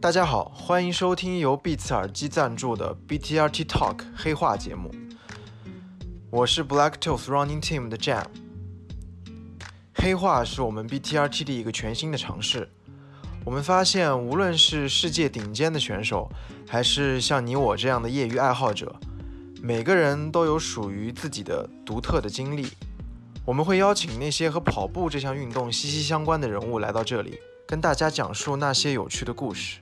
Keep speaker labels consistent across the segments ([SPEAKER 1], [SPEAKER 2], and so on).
[SPEAKER 1] 大家好，欢迎收听由毕茨耳机赞助的 BTRT Talk 黑话节目，我是 Black Tooth Running Team 的 Jam。黑话是我们 BTRT 的一个全新的尝试。我们发现，无论是世界顶尖的选手，还是像你我这样的业余爱好者，每个人都有属于自己的独特的经历。我们会邀请那些和跑步这项运动息息相关的人物来到这里，跟大家讲述那些有趣的故事。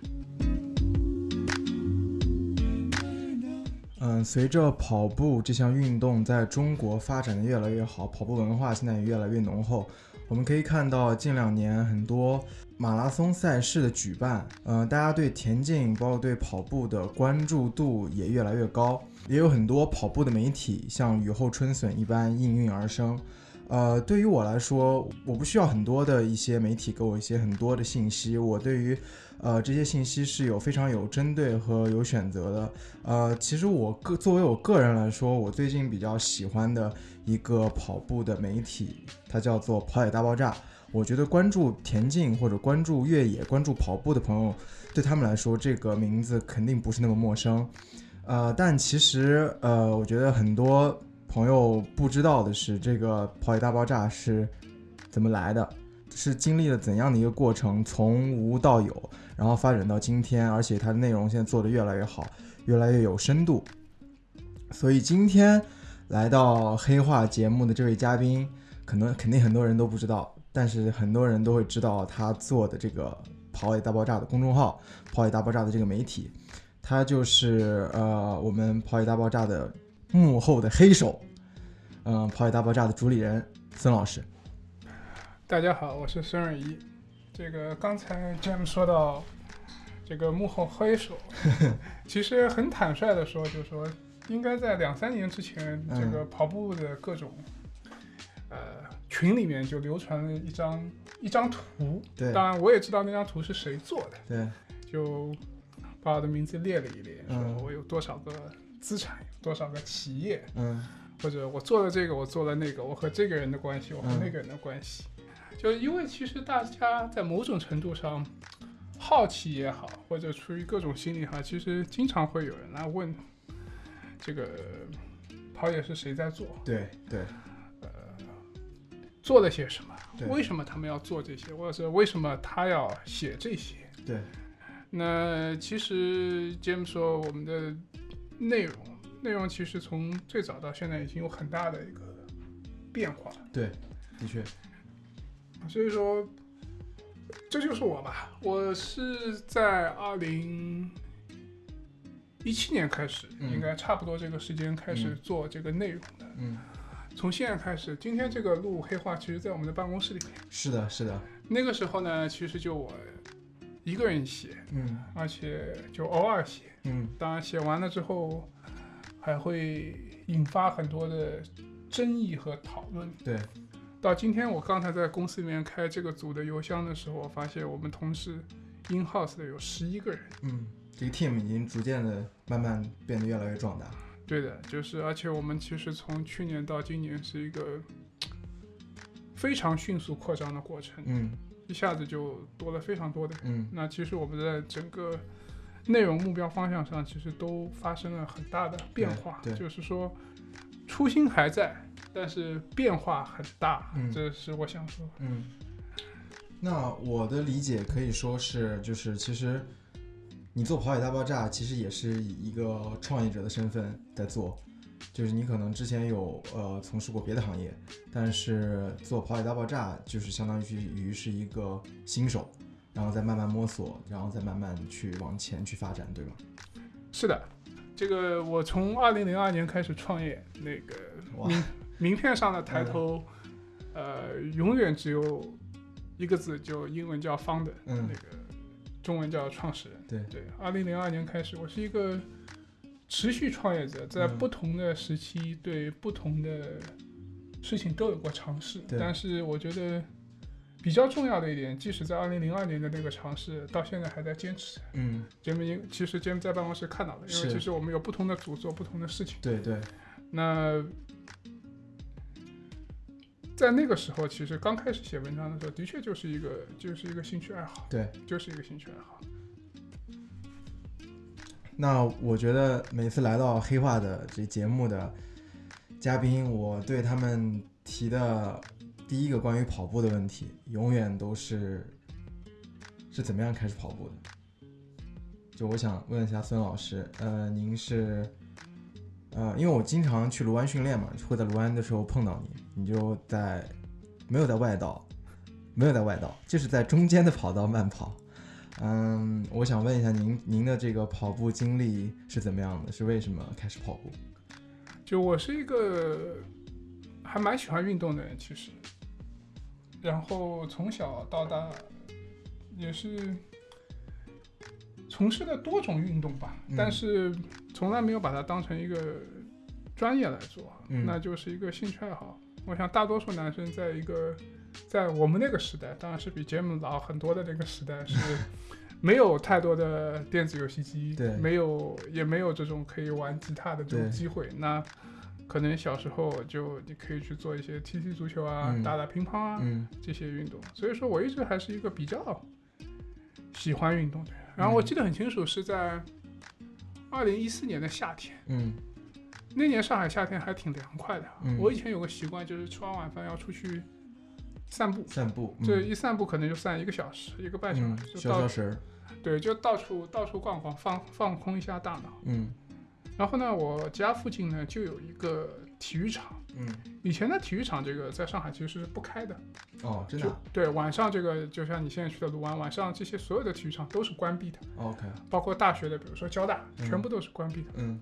[SPEAKER 1] 嗯，随着跑步这项运动在中国发展的越来越好，跑步文化现在也越来越浓厚。我们可以看到近两年很多马拉松赛事的举办，嗯、大家对田径包括对跑步的关注度也越来越高，也有很多跑步的媒体像雨后春笋一般应运而生。呃，对于我来说，我不需要很多的一些媒体给我一些很多的信息，我对于呃这些信息是有非常有针对和有选择的。呃，其实我个作为我个人来说，我最近比较喜欢的一个跑步的媒体，它叫做《跑野大爆炸》。我觉得关注田径或者关注越野、关注跑步的朋友，对他们来说，这个名字肯定不是那么陌生。呃，但其实呃，我觉得很多朋友不知道的是，这个跑野大爆炸是怎么来的，是经历了怎样的一个过程，从无到有，然后发展到今天，而且它的内容现在做得越来越好，越来越有深度。所以今天来到黑化节目的这位嘉宾，可能肯定很多人都不知道，但是很多人都会知道他做的这个跑野大爆炸的公众号，跑野大爆炸的这个媒体。他就是呃我们跑野大爆炸的幕后的黑手，嗯、跑野大爆炸的主理人孙老师。
[SPEAKER 2] 大家好，我是孙瑞一。这个刚才 Jam 说到这个幕后 黑手，其实很坦率的说，就是说应该在两三年之前，
[SPEAKER 1] 嗯
[SPEAKER 2] 这个跑步的各种呃群里面就流传了一张一张图，
[SPEAKER 1] 对
[SPEAKER 2] 当然我也知道那张图是谁做的，
[SPEAKER 1] 对，
[SPEAKER 2] 就把我的名字列了一列，
[SPEAKER 1] 嗯
[SPEAKER 2] 说我有多少个资产，有多少个企业，
[SPEAKER 1] 嗯
[SPEAKER 2] 或者我做了这个，我做了那个，我和这个人的关系，我和
[SPEAKER 1] 嗯
[SPEAKER 2] 那个人的关系，就因为其实大家在某种程度上好奇也好，或者出于各种心理哈，其实经常会有人来问这个跑野是谁在做，呃
[SPEAKER 1] 对对
[SPEAKER 2] 做了些什么，
[SPEAKER 1] 对
[SPEAKER 2] 为什么他们要做这些，或者是为什么他要写这些。
[SPEAKER 1] 对，
[SPEAKER 2] 那其实 James 说我们的内容，内容其实从最早到现在已经有很大的一个变化。
[SPEAKER 1] 的确，
[SPEAKER 2] 所以说，这就是我吧。我是在二零一七年开始，
[SPEAKER 1] 嗯
[SPEAKER 2] 应该差不多这个时间开始
[SPEAKER 1] 嗯
[SPEAKER 2] 做这个内容的。
[SPEAKER 1] 嗯，
[SPEAKER 2] 从现在开始，今天这个录黑话，其实在我们的办公室里面。
[SPEAKER 1] 是的，是的，
[SPEAKER 2] 那个时候呢，其实就我一个人写，
[SPEAKER 1] 嗯
[SPEAKER 2] 而且就偶尔写。
[SPEAKER 1] 嗯
[SPEAKER 2] 当然，写完了之后，还会引发很多的争议和讨论。
[SPEAKER 1] 对，
[SPEAKER 2] 到今天，我刚才在公司里面开这个组的邮箱的时候，我发现我们同事 in house 的有十一个人。
[SPEAKER 1] 嗯，这个 team 已经逐渐的慢慢变得越来越壮大。
[SPEAKER 2] 对的，就是而且我们其实从去年到今年是一个非常迅速扩张的过程，
[SPEAKER 1] 嗯
[SPEAKER 2] 一下子就多了非常多的人。
[SPEAKER 1] 嗯
[SPEAKER 2] 那其实我们在整个内容目标方向上，其实都发生了很大的变化。
[SPEAKER 1] 对对
[SPEAKER 2] 就是说初心还在，但是变化很大。
[SPEAKER 1] 嗯
[SPEAKER 2] 这是我想说的。
[SPEAKER 1] 嗯，那我的理解可以说是，就是其实你做跑野大爆炸，其实也是以一个创业者的身份在做，就是你可能之前有呃从事过别的行业，但是做跑野大爆炸就是相当于于是一个新手，然后再慢慢摸索，然后再慢慢去往前去发展，对吧？
[SPEAKER 2] 是的，这个我从二零零二年开始创业，那个
[SPEAKER 1] 哇，
[SPEAKER 2] 名片
[SPEAKER 1] 嗯
[SPEAKER 2] 上的抬头，呃，永远只有一个字，就英文叫 founder，、
[SPEAKER 1] 嗯
[SPEAKER 2] 那个中文叫创始人。
[SPEAKER 1] 对
[SPEAKER 2] 对，二零零二年开始，我是一个持续创业者，在
[SPEAKER 1] 嗯
[SPEAKER 2] 不同的时期对不同的事情都有过尝试，
[SPEAKER 1] 对
[SPEAKER 2] 但是我觉得。比较重要的一点，即使在二零零二年的那个尝试，到现在还在坚持。
[SPEAKER 1] 嗯，
[SPEAKER 2] 节目因其实节目在办公室看到的，因为
[SPEAKER 1] 是
[SPEAKER 2] 其实我们有不同的组做不同的事情。
[SPEAKER 1] 对对，
[SPEAKER 2] 那在那个时候，其实刚开始写文章的时候，的确就是一个就是一个兴趣爱好，
[SPEAKER 1] 对，
[SPEAKER 2] 就是一个兴趣爱好。
[SPEAKER 1] 那我觉得每次来到黑化的这节目的嘉宾，我对他们提的第一个关于跑步的问题，永远都是是怎么样开始跑步的？就我想问一下孙老师，呃，您是呃，因为我经常去卢湾训练嘛，会在卢湾的时候碰到你，你就在没有在外道，没有在外道，就是在中间的跑道慢跑。嗯，我想问一下您，您的这个跑步经历是怎么样的？是为什么开始跑步？
[SPEAKER 2] 就我是一个还蛮喜欢运动的人，其实，然后从小到大也是从事了多种运动吧，
[SPEAKER 1] 嗯
[SPEAKER 2] 但是从来没有把它当成一个专业来做，啊
[SPEAKER 1] 嗯
[SPEAKER 2] 那就是一个兴趣爱好。我想大多数男生在一个在我们那个时代，当然是比节目老很多的那个时代 是。没有太多的电子游戏机，
[SPEAKER 1] 对
[SPEAKER 2] 没有也没有这种可以玩吉他的这种
[SPEAKER 1] 对
[SPEAKER 2] 机会。那可能小时候就你可以去做一些踢踢足球啊、
[SPEAKER 1] 嗯
[SPEAKER 2] 打打乒乓啊、
[SPEAKER 1] 嗯
[SPEAKER 2] 这些运动。所以说我一直还是一个比较喜欢运动的人。然
[SPEAKER 1] 嗯
[SPEAKER 2] 后我记得很清楚，是在二零一四年的夏天，
[SPEAKER 1] 嗯
[SPEAKER 2] 那年上海夏天还挺凉快的啊。
[SPEAKER 1] 嗯
[SPEAKER 2] 我以前有个习惯，就是吃完晚饭要出去散步。
[SPEAKER 1] 散步，
[SPEAKER 2] 这
[SPEAKER 1] 嗯
[SPEAKER 2] 一散步可能就散一个小时、一个半小
[SPEAKER 1] 嗯
[SPEAKER 2] 时，，就
[SPEAKER 1] 消消
[SPEAKER 2] 到
[SPEAKER 1] 食儿，
[SPEAKER 2] 对，就到处到处逛逛，放放空一下大脑。
[SPEAKER 1] 嗯
[SPEAKER 2] 然后呢，我家附近呢就有一个体育场，
[SPEAKER 1] 嗯，
[SPEAKER 2] 以前的体育场这个在上海其实是不开的，
[SPEAKER 1] 哦，真的
[SPEAKER 2] 就
[SPEAKER 1] 啊
[SPEAKER 2] 对晚上这个就像你现在去的卢湾，晚上这些所有的体育场都是关闭的，
[SPEAKER 1] 哦，OK，
[SPEAKER 2] 包括大学的，比如说交大，
[SPEAKER 1] 嗯
[SPEAKER 2] 全部都是关闭的。
[SPEAKER 1] 嗯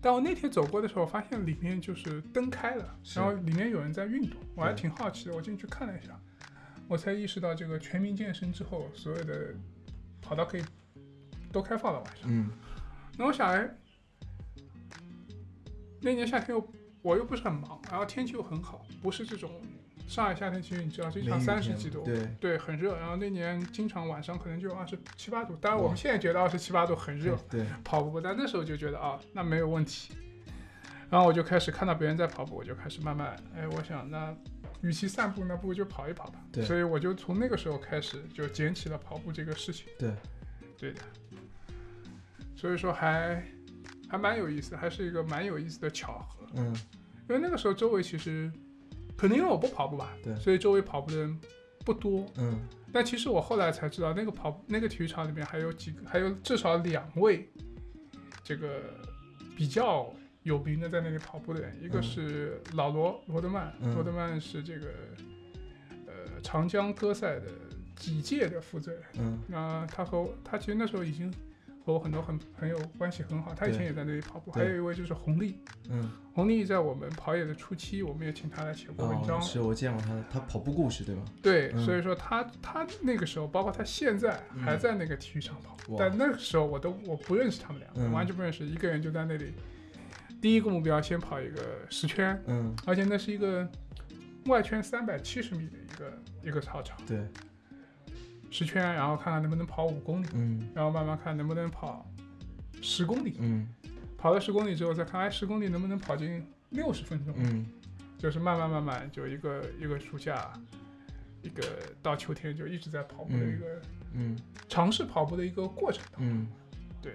[SPEAKER 2] 但我那天走过的时候，发现里面就是灯开了，
[SPEAKER 1] 是
[SPEAKER 2] 然后里面有人在运动，我还
[SPEAKER 1] 对
[SPEAKER 2] 挺好奇的，我进去看了一下，我才意识到这个全民健身之后，所有的跑道可以都开放了晚上。
[SPEAKER 1] 嗯
[SPEAKER 2] 那我想，哎，那年夏天又我又不是很忙，然后天气又很好，不是这种上海夏天，其实你知道，经常
[SPEAKER 1] 梅雨
[SPEAKER 2] 三十
[SPEAKER 1] 天
[SPEAKER 2] 几度，
[SPEAKER 1] 对
[SPEAKER 2] 很热。然后那年经常晚上可能就二十七八度，当然
[SPEAKER 1] 哇
[SPEAKER 2] 我们现在觉得二十七八度很热，
[SPEAKER 1] 对，
[SPEAKER 2] 跑步，但那时候就觉得啊，那没有问题。然后我就开始看到别人在跑步，我就开始慢慢，哎，我想那。与其散步，那不如就跑一跑吧。
[SPEAKER 1] 对
[SPEAKER 2] 所以我就从那个时候开始就捡起了跑步这个事情。
[SPEAKER 1] 对，
[SPEAKER 2] 对的。所以说还还蛮有意思，还是一个蛮有意思的巧合。
[SPEAKER 1] 嗯
[SPEAKER 2] 因为那个时候周围其实，可能因为我不跑步吧，
[SPEAKER 1] 对
[SPEAKER 2] 所以周围跑步的人不多。
[SPEAKER 1] 嗯
[SPEAKER 2] 但其实我后来才知道，那个跑那个体育场里面还有几个，还有至少两位这个比较有名的在那里跑步的人，一个
[SPEAKER 1] 嗯
[SPEAKER 2] 是老罗罗德曼，
[SPEAKER 1] 嗯
[SPEAKER 2] 罗德曼是这个呃长江歌赛的几届的负责人。
[SPEAKER 1] 嗯
[SPEAKER 2] 那他和我他其实那时候已经和我很多很朋友关系很好，他以前
[SPEAKER 1] 对
[SPEAKER 2] 也在那里跑步。还
[SPEAKER 1] 对
[SPEAKER 2] 有一位就是红利，
[SPEAKER 1] 嗯，
[SPEAKER 2] 红利在我们跑野的初期，我们也请他来写过文章。
[SPEAKER 1] 哦，是我见过他，他跑步故事对吧？
[SPEAKER 2] 对，
[SPEAKER 1] 嗯
[SPEAKER 2] 所以说他他那个时候，包括他现在
[SPEAKER 1] 嗯
[SPEAKER 2] 还在那个体育场跑，
[SPEAKER 1] 哇
[SPEAKER 2] 但那个时候我都我不认识他们俩，
[SPEAKER 1] 嗯
[SPEAKER 2] 我完全不认识，一个人就在那里，第一个目标先跑一个十圈，
[SPEAKER 1] 嗯，
[SPEAKER 2] 而且那是一个外圈三百七十米的一个一个操场，
[SPEAKER 1] 对，
[SPEAKER 2] 十圈，然后看看能不能跑五公里，
[SPEAKER 1] 嗯
[SPEAKER 2] 然后慢慢看能不能跑十公里，
[SPEAKER 1] 嗯
[SPEAKER 2] 跑了十公里之后再看，哎，十公里能不能跑进六十分钟？
[SPEAKER 1] 嗯
[SPEAKER 2] 就是慢慢慢慢，就一个一个暑假，一个到秋天就一直在跑步的一个、
[SPEAKER 1] 嗯
[SPEAKER 2] 尝试跑步的一个过程。
[SPEAKER 1] 嗯，
[SPEAKER 2] 对，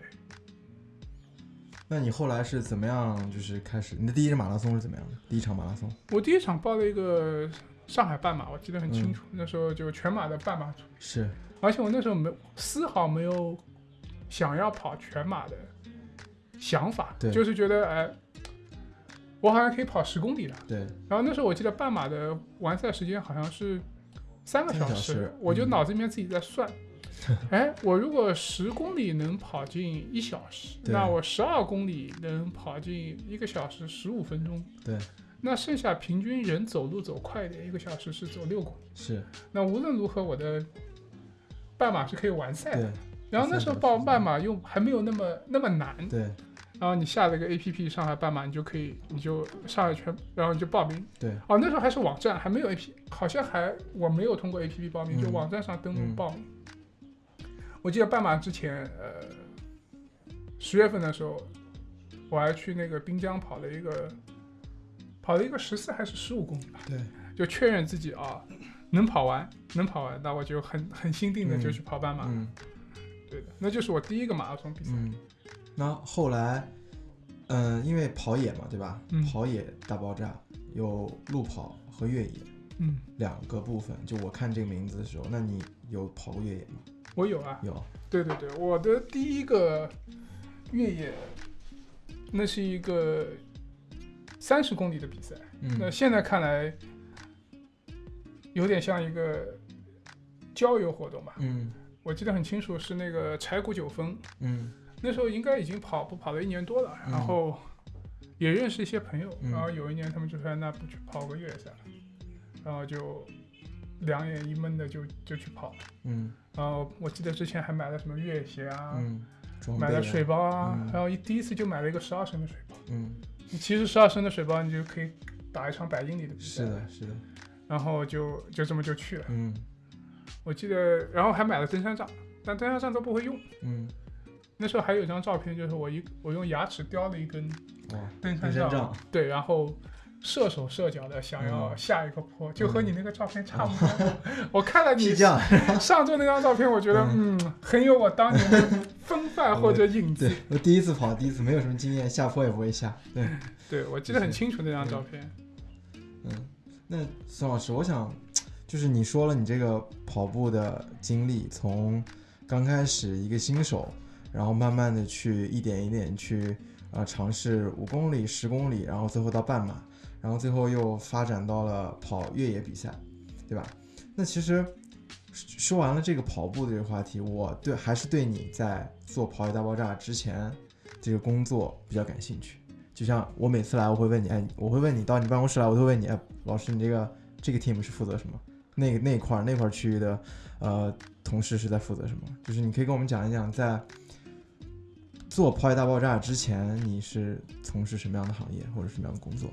[SPEAKER 1] 那你后来是怎么样？就是开始你的第一场马拉松是怎么样的？第一场马拉松，
[SPEAKER 2] 我第一场报了一个上海半马，我记得很清楚，那时候就全马的半马组，
[SPEAKER 1] 是，
[SPEAKER 2] 而且我那时候没丝毫没有想要跑全马的想法，
[SPEAKER 1] 对
[SPEAKER 2] 就是觉得哎。我好像可以跑十公里了，
[SPEAKER 1] 对，
[SPEAKER 2] 然后那时候我记得半马的完赛时间好像是三个
[SPEAKER 1] 三
[SPEAKER 2] 小
[SPEAKER 1] 个小时
[SPEAKER 2] 我就
[SPEAKER 1] 嗯
[SPEAKER 2] 脑子里面自己 在算，哎，我如果十公里能跑进一小时，
[SPEAKER 1] 对
[SPEAKER 2] 那我十二公里能跑进一个小时十五分钟，
[SPEAKER 1] 对，
[SPEAKER 2] 那剩下平均人走路走快一点，一个小时是走六公里，
[SPEAKER 1] 是，
[SPEAKER 2] 那无论如何我的半马是可以完赛的。
[SPEAKER 1] 对
[SPEAKER 2] 然后那时候报半马又还没有那么那么难，
[SPEAKER 1] 对
[SPEAKER 2] 然后你下了一个 A P P 上海半马，你就可以，你就上海全，然后你就报名。
[SPEAKER 1] 对，
[SPEAKER 2] 哦，那时候还是网站，还没有 A P，好像还我没有通过 A P P 报名，
[SPEAKER 1] 嗯
[SPEAKER 2] 就网站上登录
[SPEAKER 1] 嗯
[SPEAKER 2] 报名。我记得半马之前，呃，十月份的时候，我还去那个滨江跑了一个，跑了一个十四还是十五公里吧，
[SPEAKER 1] 对，
[SPEAKER 2] 就确认自己啊能跑完，能跑完，那我就很很心定的就
[SPEAKER 1] 嗯
[SPEAKER 2] 去跑半马。
[SPEAKER 1] 嗯
[SPEAKER 2] 对的，那就是我第一个马拉松比赛。
[SPEAKER 1] 嗯，那后来，嗯，因为跑野嘛，对吧？
[SPEAKER 2] 嗯
[SPEAKER 1] 跑野大爆炸有路跑和越野
[SPEAKER 2] 嗯，
[SPEAKER 1] 两个部分。就我看这个名字的时候，那你有跑过越野吗？
[SPEAKER 2] 我有啊，
[SPEAKER 1] 有，
[SPEAKER 2] 对对对，我的第一个越野，那是一个三十公里的比赛。那
[SPEAKER 1] 嗯，
[SPEAKER 2] 现在看来，有点像一个郊游活动吧。
[SPEAKER 1] 嗯
[SPEAKER 2] 我记得很清楚，是那个柴谷九峰，
[SPEAKER 1] 嗯
[SPEAKER 2] 那时候应该已经跑步跑了一年多了，
[SPEAKER 1] 嗯
[SPEAKER 2] 然后也认识一些朋友，
[SPEAKER 1] 嗯
[SPEAKER 2] 然后有一年他们就说那不去跑个越野赛了，然后就两眼一闷的就就去跑了。
[SPEAKER 1] 嗯
[SPEAKER 2] 然后我记得之前还买了什么越野鞋啊，
[SPEAKER 1] 嗯，装备
[SPEAKER 2] 买了水
[SPEAKER 1] 啊，
[SPEAKER 2] 包啊，
[SPEAKER 1] 嗯
[SPEAKER 2] 然后一第一次就买了一个十二升的水包。
[SPEAKER 1] 嗯，
[SPEAKER 2] 你其实十二升的水包，你就可以打一场百英里的比
[SPEAKER 1] 是
[SPEAKER 2] 赛。
[SPEAKER 1] 的，。是的，
[SPEAKER 2] 然后就就这么就去了。
[SPEAKER 1] 嗯
[SPEAKER 2] 我记得，然后还买了登山杖，但登山杖都不会用。
[SPEAKER 1] 嗯，
[SPEAKER 2] 那时候还有一张照片，就是我一我用牙齿叼了一根
[SPEAKER 1] 哇，
[SPEAKER 2] 登
[SPEAKER 1] 登
[SPEAKER 2] 山
[SPEAKER 1] 山
[SPEAKER 2] 杖，
[SPEAKER 1] 杖，
[SPEAKER 2] 对，然后射手射脚的想要
[SPEAKER 1] 嗯
[SPEAKER 2] 下一个坡，就和你那个照片差不多。 我看了你
[SPEAKER 1] 是这样，
[SPEAKER 2] 上周那张照片，我觉得嗯很有我当年的风范或者影 子。
[SPEAKER 1] 对我第一次跑，第一次没有什么经验，下坡也不会下，对。
[SPEAKER 2] 对我记得很清楚那张照片。
[SPEAKER 1] 嗯，那孙老师，我想就是你说了你这个跑步的经历，从刚开始一个新手，然后慢慢的去一点一点去啊、呃尝试五公里、十公里，然后最后到半马，然后最后又发展到了跑越野比赛，对吧？那其实说说完了这个跑步的这个话题，我对还是对你在做跑野大爆炸之前这个工作比较感兴趣。就像我每次来，我会问你，哎，我会问你到你办公室来，我都会问你，哎，老师，你这个这个 team 是负责什么？那个那块儿那块儿区域的呃同事是在负责什么？就是你可以跟我们讲一讲，在做《跑野大爆炸》之前，你是从事什么样的行业或者什么样的工作？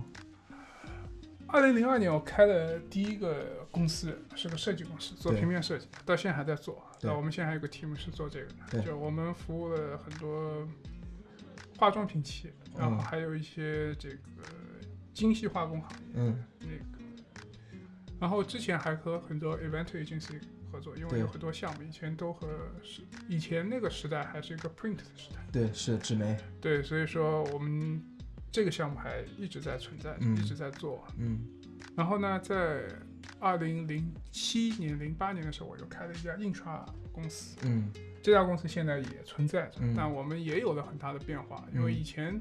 [SPEAKER 2] 二零零二年，我开了第一个公司，是个设计公司，做
[SPEAKER 1] 对
[SPEAKER 2] 平面设计，到现在还在做。
[SPEAKER 1] 对
[SPEAKER 2] 那我们现在还有个 team 是做这个
[SPEAKER 1] 对
[SPEAKER 2] 的，就我们服务了很多化妆品企业，
[SPEAKER 1] 嗯
[SPEAKER 2] 然后还有一些这个精细化工行业。
[SPEAKER 1] 嗯
[SPEAKER 2] 那个，然后之前还和很多 event agency 合作，因
[SPEAKER 1] 对
[SPEAKER 2] 为有很多项目以前都和是以前那个时代还是一个 print 的时代，
[SPEAKER 1] 对，是纸媒，
[SPEAKER 2] 对，所以说我们这个项目还一直在存在，
[SPEAKER 1] 嗯
[SPEAKER 2] 一直在做。啊
[SPEAKER 1] 嗯
[SPEAKER 2] 然后呢，在二零零七年、零八年的时候，我又开了一家印刷公司，
[SPEAKER 1] 嗯
[SPEAKER 2] 这家公司现在也存在着
[SPEAKER 1] 嗯，
[SPEAKER 2] 那、我们也有了很大的变化，因为
[SPEAKER 1] 嗯
[SPEAKER 2] 以前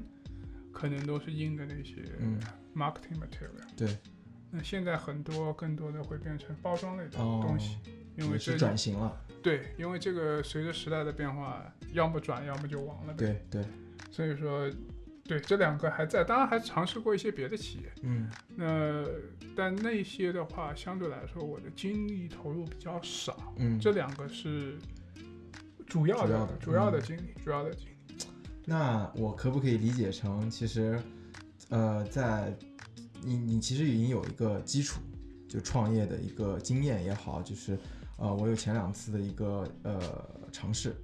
[SPEAKER 2] 可能都是印的那些
[SPEAKER 1] 嗯
[SPEAKER 2] marketing material，
[SPEAKER 1] 对，
[SPEAKER 2] 那现在很多更多的会变成包装类的
[SPEAKER 1] 哦
[SPEAKER 2] 东西，因为
[SPEAKER 1] 也是
[SPEAKER 2] 这
[SPEAKER 1] 转型了，
[SPEAKER 2] 对，因为这个随着时代的变化，要么转，要么就亡了呗。
[SPEAKER 1] 对对，
[SPEAKER 2] 所以说，对这两个还在，当然还尝试过一些别的企业，
[SPEAKER 1] 嗯
[SPEAKER 2] 那但那些的话，相对来说我的精力投入比较少，
[SPEAKER 1] 嗯，
[SPEAKER 2] 这两个是主要
[SPEAKER 1] 主要
[SPEAKER 2] 的
[SPEAKER 1] 的
[SPEAKER 2] 主要的
[SPEAKER 1] 嗯
[SPEAKER 2] 精力，主要的精力。
[SPEAKER 1] 那我可不可以理解成，其实，呃，在你你其实已经有一个基础，就创业的一个经验也好，就是呃，我有前两次的一个呃尝试，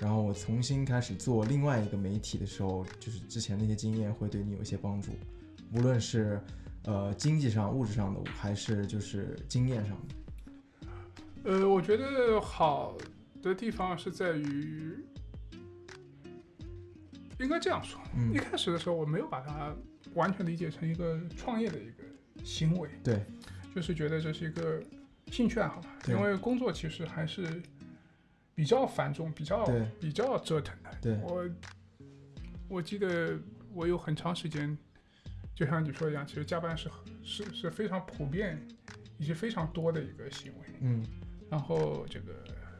[SPEAKER 1] 然后我重新开始做另外一个媒体的时候，就是之前那些经验会对你有一些帮助，无论是呃经济上、物质上的，还是就是经验上的。
[SPEAKER 2] 呃，我觉得好的地方是在于，应该这样说，
[SPEAKER 1] 嗯
[SPEAKER 2] 一，开始的时候，我没有把它完全理解成一个创业的一个行为，
[SPEAKER 1] 对，
[SPEAKER 2] 就是觉得这是一个兴趣爱好吧。
[SPEAKER 1] 对
[SPEAKER 2] 因为工作其实还是比较繁重、比较
[SPEAKER 1] 对
[SPEAKER 2] 比较折腾的。
[SPEAKER 1] 对，
[SPEAKER 2] 我我记得我有很长时间，就像你说一样，其实加班是是是非常普遍以及非常多的一个行为。
[SPEAKER 1] 嗯
[SPEAKER 2] 然后这个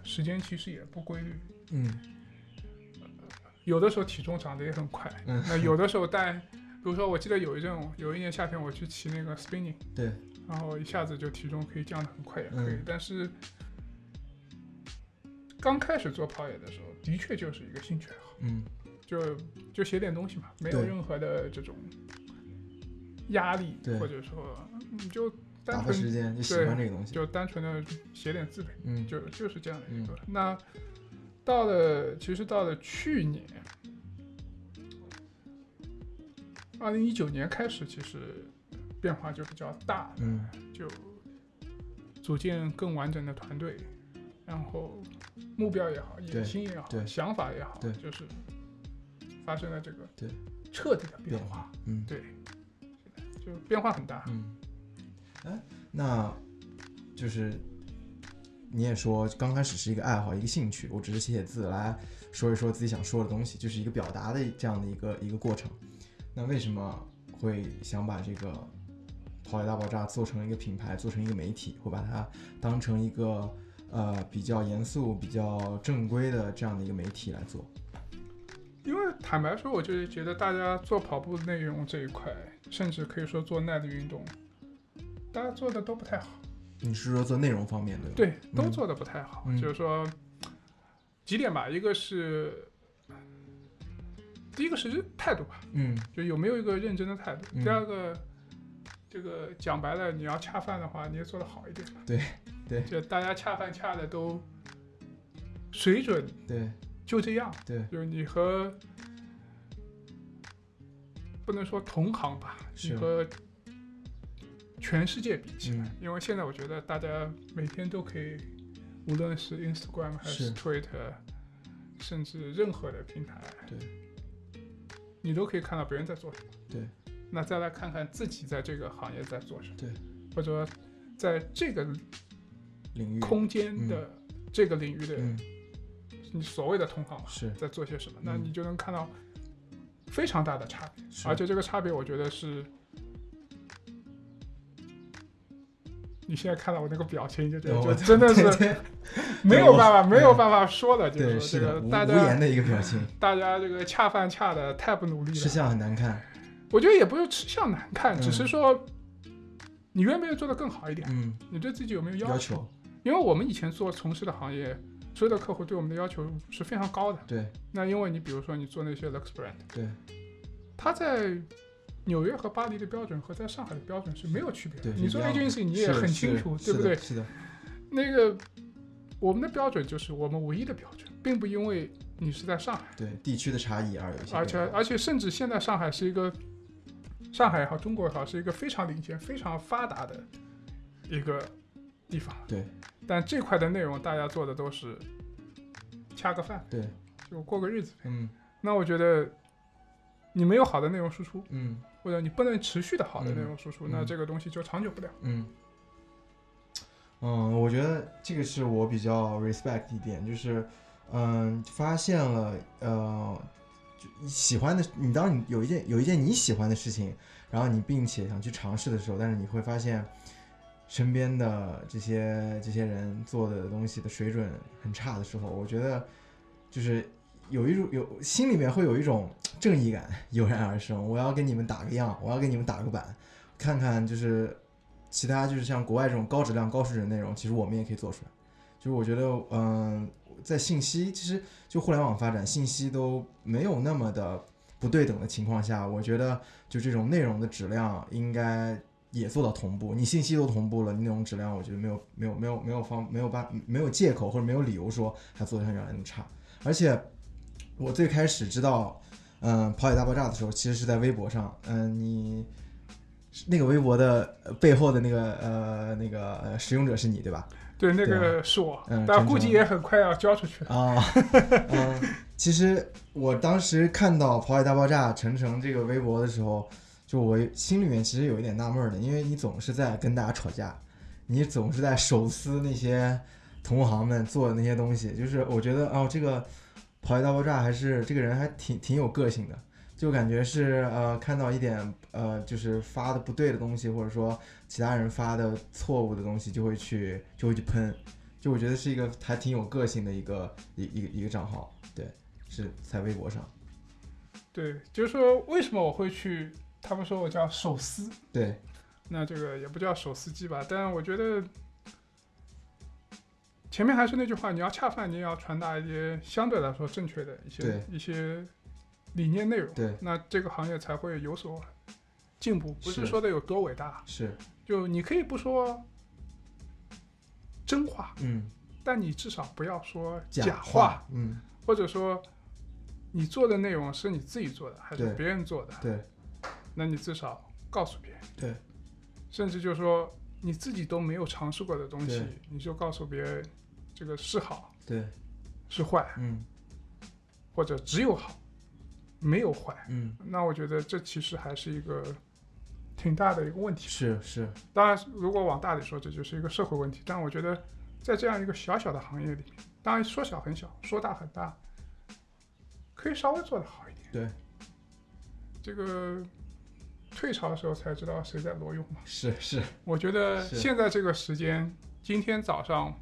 [SPEAKER 2] 时间其实也不规律，
[SPEAKER 1] 嗯
[SPEAKER 2] 有的时候体重长得也很快，
[SPEAKER 1] 嗯
[SPEAKER 2] 那有的时候但，比如说我记得有一阵，有一年夏天我去骑那个 spinning，
[SPEAKER 1] 对，
[SPEAKER 2] 然后一下子就体重可以降得很快，也可以，
[SPEAKER 1] 嗯
[SPEAKER 2] 但是刚开始做跑野的时候，的确就是一个兴趣爱好，
[SPEAKER 1] 嗯
[SPEAKER 2] 就就写点东西嘛，没有
[SPEAKER 1] 对
[SPEAKER 2] 任何的这种压力
[SPEAKER 1] 对，
[SPEAKER 2] 或者说你就
[SPEAKER 1] 打
[SPEAKER 2] 单
[SPEAKER 1] 发时
[SPEAKER 2] 纯
[SPEAKER 1] 间就喜
[SPEAKER 2] 对
[SPEAKER 1] 欢这个东西。
[SPEAKER 2] 就单纯的写点字呗。
[SPEAKER 1] 嗯
[SPEAKER 2] 就就是这样的一个。那到了，其实到了去年，二零一九年开始，其实变化就比较大，
[SPEAKER 1] 嗯
[SPEAKER 2] 就组建更完整的团队，然后目标也好，野
[SPEAKER 1] 对
[SPEAKER 2] 心也好，
[SPEAKER 1] 对
[SPEAKER 2] 想法也好，
[SPEAKER 1] 对
[SPEAKER 2] 就是发生了这个
[SPEAKER 1] 对
[SPEAKER 2] 彻底的变
[SPEAKER 1] 变
[SPEAKER 2] 化，
[SPEAKER 1] 嗯
[SPEAKER 2] 对，就变化很大。
[SPEAKER 1] 嗯，哎，那就是你也说刚开始是一个爱好，一个兴趣，我只是写写字来说一说自己想说的东西，就是一个表达的这样的一个一个过程。那为什么会想把这个跑野大爆炸做成一个品牌，做成一个媒体，会把它当成一个呃比较严肃、比较正规的这样的一个媒体来做？
[SPEAKER 2] 因为坦白说，我就是觉得大家做跑步内容这一块，甚至可以说做耐力运动，大家做的都不太好，
[SPEAKER 1] 你是说做内容方面对吧？
[SPEAKER 2] 对，都
[SPEAKER 1] 嗯
[SPEAKER 2] 做的不太好。
[SPEAKER 1] 嗯
[SPEAKER 2] 就是说几点吧，一个是第一个是态度吧，
[SPEAKER 1] 嗯
[SPEAKER 2] 就有没有一个认真的态度。
[SPEAKER 1] 嗯
[SPEAKER 2] 第二个，这个讲白了，你要恰饭的话，你也做得好一点嘛。
[SPEAKER 1] 对，对
[SPEAKER 2] 就大家恰饭恰的都水准
[SPEAKER 1] 对
[SPEAKER 2] 就这样，
[SPEAKER 1] 对，
[SPEAKER 2] 就是你和不能说同行吧，
[SPEAKER 1] 是
[SPEAKER 2] 你和全世界比起来，
[SPEAKER 1] 嗯
[SPEAKER 2] 因为现在我觉得大家每天都可以，无论是 Instagram 还
[SPEAKER 1] 是
[SPEAKER 2] 是 Twitter，甚至任何的平台，
[SPEAKER 1] 对，
[SPEAKER 2] 你都可以看到别人在做什么。
[SPEAKER 1] 对，
[SPEAKER 2] 那再来看看自己在这个行业在做什么，
[SPEAKER 1] 对，
[SPEAKER 2] 或者说在这个
[SPEAKER 1] 领域
[SPEAKER 2] 空间
[SPEAKER 1] 嗯
[SPEAKER 2] 的、这个领域的、
[SPEAKER 1] 嗯
[SPEAKER 2] 你所谓的同行吧，
[SPEAKER 1] 是
[SPEAKER 2] 在做些什么，那
[SPEAKER 1] 嗯
[SPEAKER 2] 你就能看到非常大的差别，
[SPEAKER 1] 是，
[SPEAKER 2] 而且这个差别我觉得是，你现在看到我那个表情，就觉
[SPEAKER 1] 对
[SPEAKER 2] 得
[SPEAKER 1] 我
[SPEAKER 2] 就真的
[SPEAKER 1] 哦对
[SPEAKER 2] 是
[SPEAKER 1] 对
[SPEAKER 2] 没有办法，
[SPEAKER 1] 对
[SPEAKER 2] 没有办法说了，就
[SPEAKER 1] 对，
[SPEAKER 2] 是
[SPEAKER 1] 是
[SPEAKER 2] 这
[SPEAKER 1] 的，
[SPEAKER 2] 个
[SPEAKER 1] 无
[SPEAKER 2] 大
[SPEAKER 1] 无言
[SPEAKER 2] 家
[SPEAKER 1] 的一个表情，
[SPEAKER 2] 大家这个恰饭恰的太不努力
[SPEAKER 1] 吃
[SPEAKER 2] 了，
[SPEAKER 1] 相很难看。
[SPEAKER 2] 我觉得也不是吃相难看，
[SPEAKER 1] 嗯
[SPEAKER 2] 只是说你愿不愿意做得更好一点，
[SPEAKER 1] 嗯，
[SPEAKER 2] 你对自己有没有
[SPEAKER 1] 要
[SPEAKER 2] 要求？
[SPEAKER 1] 求
[SPEAKER 2] 因为我们以前做从事的行业，所有的客户对我们的要求是非常高的。
[SPEAKER 1] 对
[SPEAKER 2] 那因为你比如说你做那些 Lux Brand。
[SPEAKER 1] 对
[SPEAKER 2] 它在纽约和巴黎的标准和在上海的标准是没有区别的。
[SPEAKER 1] 对，
[SPEAKER 2] 你做
[SPEAKER 1] 一样的
[SPEAKER 2] agency 你也
[SPEAKER 1] 是的
[SPEAKER 2] 很清
[SPEAKER 1] 是
[SPEAKER 2] 楚，
[SPEAKER 1] 的
[SPEAKER 2] 对不对？
[SPEAKER 1] 是的，
[SPEAKER 2] 那个我们的标准就是我们唯一的标准，并不因为你是在上海，
[SPEAKER 1] 对地区的差异啊而有一些
[SPEAKER 2] 而且
[SPEAKER 1] 变化
[SPEAKER 2] 而且甚至现在上海是一个，上海也好，中国也好，是一个非常领先、非常发达的一个地方。
[SPEAKER 1] 对。
[SPEAKER 2] 但这块的内容大家做的都是恰个饭，
[SPEAKER 1] 对，
[SPEAKER 2] 就过个日子。
[SPEAKER 1] 嗯
[SPEAKER 2] 那我觉得你没有好的内容输出，
[SPEAKER 1] 嗯
[SPEAKER 2] 或者你不能持续的好的
[SPEAKER 1] 嗯
[SPEAKER 2] 内容输出，
[SPEAKER 1] 嗯
[SPEAKER 2] 那这个东西就长久不了。
[SPEAKER 1] 嗯嗯，我觉得这个是我比较 respect 一点，就是嗯，发现了呃。就喜欢的，你当你有一件有一件你喜欢的事情，然后你并且想去尝试的时候，但是你会发现，身边的这些这些人做的东西的水准很差的时候，我觉得就是有一种有心里面会有一种正义感油然而生。我要给你们打个样，我要给你们打个板，看看就是其他就是像国外这种高质量高水准内容，其实我们也可以做出来。就是我觉得，嗯、在信息其实就互联网发展，信息都没有那么的不对等的情况下，我觉得就这种内容的质量应该也做到同步。你信息都同步了，你内容质量我觉得没有没有没有没有方没有办没有借口或者没有理由说还做得像原来那么差。而且我最开始知道，嗯、跑野大爆炸的时候，其实是在微博上，嗯、你。那个微博的呃背后的那个呃那个呃使用者是你对吧？
[SPEAKER 2] 对，那
[SPEAKER 1] 对
[SPEAKER 2] 个是我
[SPEAKER 1] 嗯，
[SPEAKER 2] 但
[SPEAKER 1] 陈
[SPEAKER 2] 估计
[SPEAKER 1] 诚
[SPEAKER 2] 也很快要交出去了。
[SPEAKER 1] 啊，嗯，其实我当时看到《跑野大爆炸》陈诚这个微博的时候，就我心里面其实有一点纳闷儿的，因为你总是在跟大家吵架，你总是在手撕那些同行们做的那些东西，就是我觉得哦，这个《跑野大爆炸》还是这个人还挺挺有个性的。就感觉是呃，看到一点呃，就是发的不对的东西，或者说其他人发的错误的东西，就会去就会去喷，就我觉得是一个还挺有个性的一个一一个一个账号，对，是在微博上，
[SPEAKER 2] 对，就是说为什么我会去，他们说我叫手撕，
[SPEAKER 1] 对，
[SPEAKER 2] 那这个也不叫手撕鸡吧，但我觉得前面还是那句话，你要恰饭，你也要传达一些相对来说正确的一些
[SPEAKER 1] 对
[SPEAKER 2] 一些理念内容，
[SPEAKER 1] 对，
[SPEAKER 2] 那这个行业才会有所进步。不
[SPEAKER 1] 是
[SPEAKER 2] 是说的有多伟大，
[SPEAKER 1] 是，
[SPEAKER 2] 就你可以不说真话，
[SPEAKER 1] 嗯，
[SPEAKER 2] 但你至少不要说
[SPEAKER 1] 假
[SPEAKER 2] 假
[SPEAKER 1] 话，嗯，
[SPEAKER 2] 或者说你做的内容是你自己做的还是
[SPEAKER 1] 对
[SPEAKER 2] 别人做的，
[SPEAKER 1] 对，
[SPEAKER 2] 那你至少告诉别人，
[SPEAKER 1] 对，
[SPEAKER 2] 甚至就是说你自己都没有尝试过的东西
[SPEAKER 1] 对，
[SPEAKER 2] 你就告诉别人这个是好，
[SPEAKER 1] 对，
[SPEAKER 2] 是坏，
[SPEAKER 1] 嗯
[SPEAKER 2] 或者只有好，没有坏。
[SPEAKER 1] 嗯，
[SPEAKER 2] 那我觉得这其实还是一个挺大的一个问题。
[SPEAKER 1] 是是，
[SPEAKER 2] 当然，如果往大里说，这就是一个社会问题。但我觉得，在这样一个小小的行业里面，当然说小很小，说大很大，可以稍微做得好一点。
[SPEAKER 1] 对，
[SPEAKER 2] 这个退潮的时候才知道谁在挪用嘛。
[SPEAKER 1] 是是，
[SPEAKER 2] 我觉得
[SPEAKER 1] 是
[SPEAKER 2] 现在这个时间，今天早上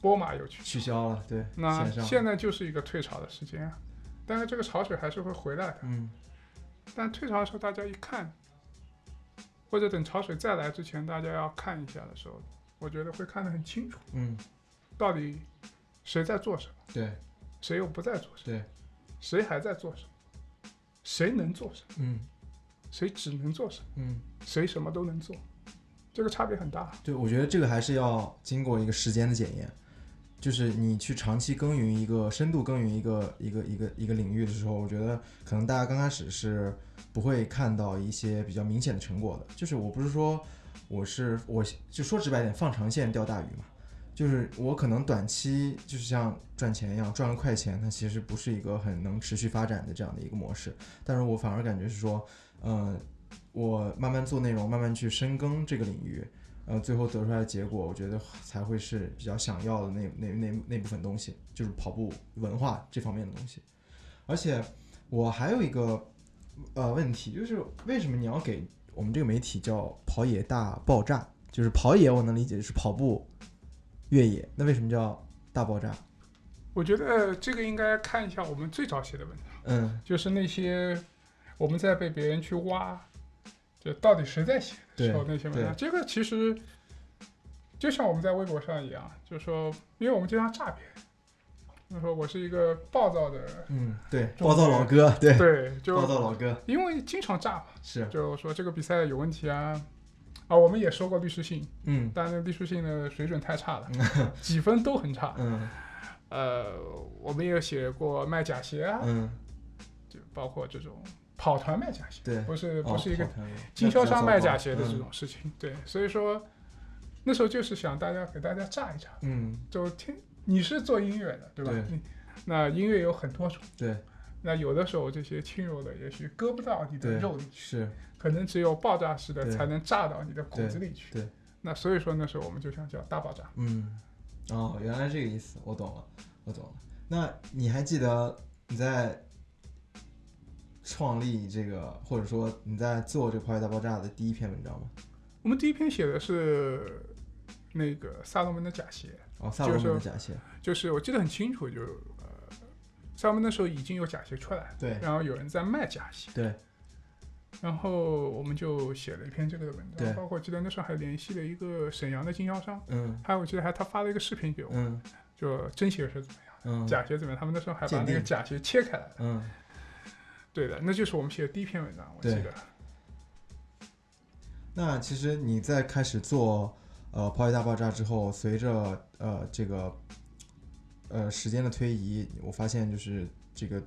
[SPEAKER 2] 波马有去，
[SPEAKER 1] 取消了，对，
[SPEAKER 2] 那
[SPEAKER 1] 线上，
[SPEAKER 2] 现在就是一个退潮的时间啊。但是这个潮水还是会回来的。
[SPEAKER 1] 嗯
[SPEAKER 2] 但退潮的时候，大家一看，或者等潮水再来之前，大家要看一下的时候，我觉得会看得很清楚，
[SPEAKER 1] 嗯，
[SPEAKER 2] 到底谁在做什么，
[SPEAKER 1] 对
[SPEAKER 2] 谁又不在做什么，
[SPEAKER 1] 对，
[SPEAKER 2] 谁还在做什么，谁能做什么，
[SPEAKER 1] 嗯
[SPEAKER 2] 谁只能做什么，
[SPEAKER 1] 嗯，
[SPEAKER 2] 谁什么都能做，这个差别很大。
[SPEAKER 1] 对，我觉得这个还是要经过一个时间的检验。就是你去长期耕耘一个、深度耕耘一个、一个、一个、一个领域的时候，我觉得可能大家刚开始是不会看到一些比较明显的成果的。就是我不是说我是我就说直白点，放长线钓大鱼嘛。就是我可能短期就是像赚钱一样赚个快钱，它其实不是一个很能持续发展的这样的一个模式。但是我反而感觉是说，嗯、我慢慢做内容，慢慢去深耕这个领域，呃，最后得出来的结果，我觉得才会是比较想要的那那那那部分东西，就是跑步文化这方面的东西。而且我还有一个呃问题，就是为什么你要给我们这个媒体叫“跑野大爆炸”？就是跑野，我能理解是跑步、越野，那为什么叫大爆炸？
[SPEAKER 2] 我觉得这个应该看一下我们最早写的文章，
[SPEAKER 1] 嗯，
[SPEAKER 2] 就是那些我们在被别人去挖，就到底谁在写的时候
[SPEAKER 1] 对
[SPEAKER 2] 那些文章，这个其实就像我们在微博上一样，就是说，因为我们经常诈别人，就说我是一个暴躁 的人，
[SPEAKER 1] 嗯，对，
[SPEAKER 2] 中
[SPEAKER 1] 暴躁老哥，对，
[SPEAKER 2] 对，
[SPEAKER 1] 暴躁
[SPEAKER 2] 就
[SPEAKER 1] 老哥
[SPEAKER 2] 因为经常诈嘛，
[SPEAKER 1] 是，
[SPEAKER 2] 就说这个比赛有问题啊。啊，我们也收过律师信，
[SPEAKER 1] 嗯
[SPEAKER 2] 但那律师信的水准太差 了，几分都很差。
[SPEAKER 1] 嗯
[SPEAKER 2] 呃，我们也写过卖假鞋啊，
[SPEAKER 1] 嗯，
[SPEAKER 2] 就包括这种跑团卖假鞋，
[SPEAKER 1] 对
[SPEAKER 2] 不是
[SPEAKER 1] 哦
[SPEAKER 2] 不是一个
[SPEAKER 1] 跑团
[SPEAKER 2] 经销商卖假
[SPEAKER 1] 那比较
[SPEAKER 2] 鞋的
[SPEAKER 1] 糟糕
[SPEAKER 2] 这种事情。对，所以说那时候就是想大家给大家炸一炸，
[SPEAKER 1] 嗯，嗯
[SPEAKER 2] 就听你是做音乐的，对吧？
[SPEAKER 1] 对
[SPEAKER 2] 你那音乐有很多种，
[SPEAKER 1] 对
[SPEAKER 2] 那有的时候这些轻柔的也许割不到你的
[SPEAKER 1] 对
[SPEAKER 2] 肉里，
[SPEAKER 1] 是，
[SPEAKER 2] 可能只有爆炸式的
[SPEAKER 1] 对
[SPEAKER 2] 才能炸到你的骨子里去。
[SPEAKER 1] 对对
[SPEAKER 2] 那所以说那时候我们就想叫大爆炸。
[SPEAKER 1] 嗯，哦，原来这个意思，我懂了，我懂了。那你还记得你在创立这个，或者说你在做这个《快乐大爆炸》的第一篇文章吗？
[SPEAKER 2] 我们第一篇写的是那个萨洛门的假鞋，
[SPEAKER 1] 哦，萨罗
[SPEAKER 2] 就
[SPEAKER 1] 门
[SPEAKER 2] 是
[SPEAKER 1] 的假鞋，
[SPEAKER 2] 就是我记得很清楚，就呃，萨洛门那时候已经有假鞋出来了，
[SPEAKER 1] 对
[SPEAKER 2] 然后有人在卖假鞋。
[SPEAKER 1] 对，
[SPEAKER 2] 然后我们就写了一篇这个的文
[SPEAKER 1] 对
[SPEAKER 2] 章，包括记得那时候还联系了一个沈阳的经销商，
[SPEAKER 1] 嗯
[SPEAKER 2] 还有我记得还他发了一个视频给我，
[SPEAKER 1] 嗯
[SPEAKER 2] 就真鞋是怎么样，
[SPEAKER 1] 嗯，
[SPEAKER 2] 假鞋怎么样，他们那时候还把
[SPEAKER 1] 鉴
[SPEAKER 2] 那
[SPEAKER 1] 定
[SPEAKER 2] 个假鞋切开来了。
[SPEAKER 1] 嗯，
[SPEAKER 2] 对的，那就是我们写的第一篇文章，我记
[SPEAKER 1] 对
[SPEAKER 2] 得。
[SPEAKER 1] 那其实你在开始做呃《抛弃大爆炸》之后，随着呃这个呃时间的推移，我发现就是这个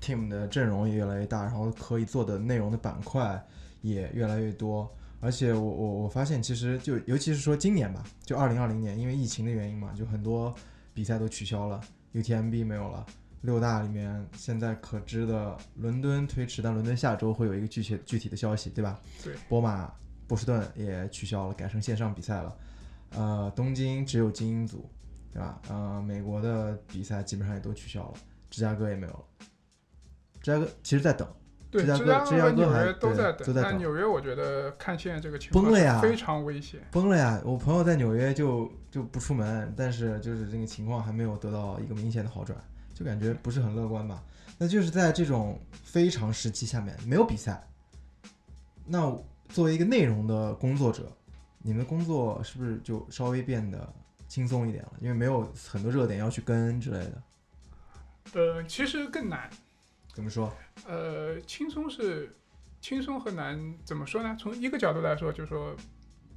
[SPEAKER 1] team 的阵容也越来越大，然后可以做的内容的板块也越来越多。而且我我我发现，其实就尤其是说今年吧，就二零二零年，因为疫情的原因嘛，就很多比赛都取消了，UTMB 没有了。六大里面现在可知的，伦敦推迟，但伦敦下周会有一个具体具体的消息，对吧？波马、波士顿也取消了，改成线上比赛了。呃，东京只有精英组，对吧？呃，美国的比赛基本上也都取消了，芝加哥也没有了。芝加哥其实在等，
[SPEAKER 2] 对，
[SPEAKER 1] 芝加
[SPEAKER 2] 芝
[SPEAKER 1] 哥
[SPEAKER 2] 加
[SPEAKER 1] 芝
[SPEAKER 2] 哥
[SPEAKER 1] 加
[SPEAKER 2] 和
[SPEAKER 1] 哥
[SPEAKER 2] 纽
[SPEAKER 1] 还
[SPEAKER 2] 约都
[SPEAKER 1] 对
[SPEAKER 2] 在
[SPEAKER 1] 都
[SPEAKER 2] 等，
[SPEAKER 1] 在
[SPEAKER 2] 但
[SPEAKER 1] 等
[SPEAKER 2] 纽约我觉得看现在这个情
[SPEAKER 1] 崩了
[SPEAKER 2] 况
[SPEAKER 1] 呀
[SPEAKER 2] 是非常危险。
[SPEAKER 1] 崩了呀！我朋友在纽约就就不出门，但是就是这个情况还没有得到一个明显的好转，就感觉不是很乐观吧？那就是在这种非常时期下面没有比赛，那作为一个内容的工作者，你们的工作是不是就稍微变得轻松一点了？因为没有很多热点要去跟之类的。
[SPEAKER 2] 呃，其实更难，
[SPEAKER 1] 怎么说？
[SPEAKER 2] 呃，轻松是轻松和难，怎么说呢？从一个角度来说，就是说，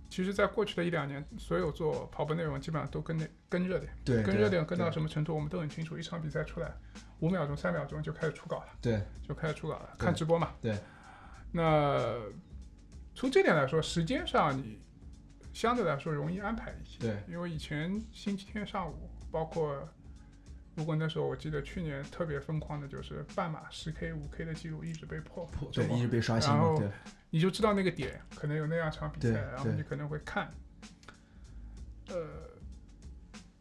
[SPEAKER 2] 其实，在过去的一两年，所有做跑步内容基本上都跟那跟热点，
[SPEAKER 1] 对，对
[SPEAKER 2] 跟热点跟到
[SPEAKER 1] 对
[SPEAKER 2] 什么程度，我们都很清楚。一场比赛出来，五秒钟、三秒钟就开始出稿了，
[SPEAKER 1] 对，
[SPEAKER 2] 就开始出稿了，
[SPEAKER 1] 对
[SPEAKER 2] 看直播嘛。
[SPEAKER 1] 对。
[SPEAKER 2] 那从这点来说，时间上你相对来说容易安排一些，
[SPEAKER 1] 对，
[SPEAKER 2] 因为以前星期天上午，包括如果那时候我记得去年特别疯狂的就是半马十 K、五 K 的记录一直被破，
[SPEAKER 1] 对，一直被刷新
[SPEAKER 2] 啊然
[SPEAKER 1] 嘛，
[SPEAKER 2] 后
[SPEAKER 1] 对，
[SPEAKER 2] 你就知道那个点可能有那样场比赛，
[SPEAKER 1] 对
[SPEAKER 2] 然后
[SPEAKER 1] 对
[SPEAKER 2] 你可能会看。呃，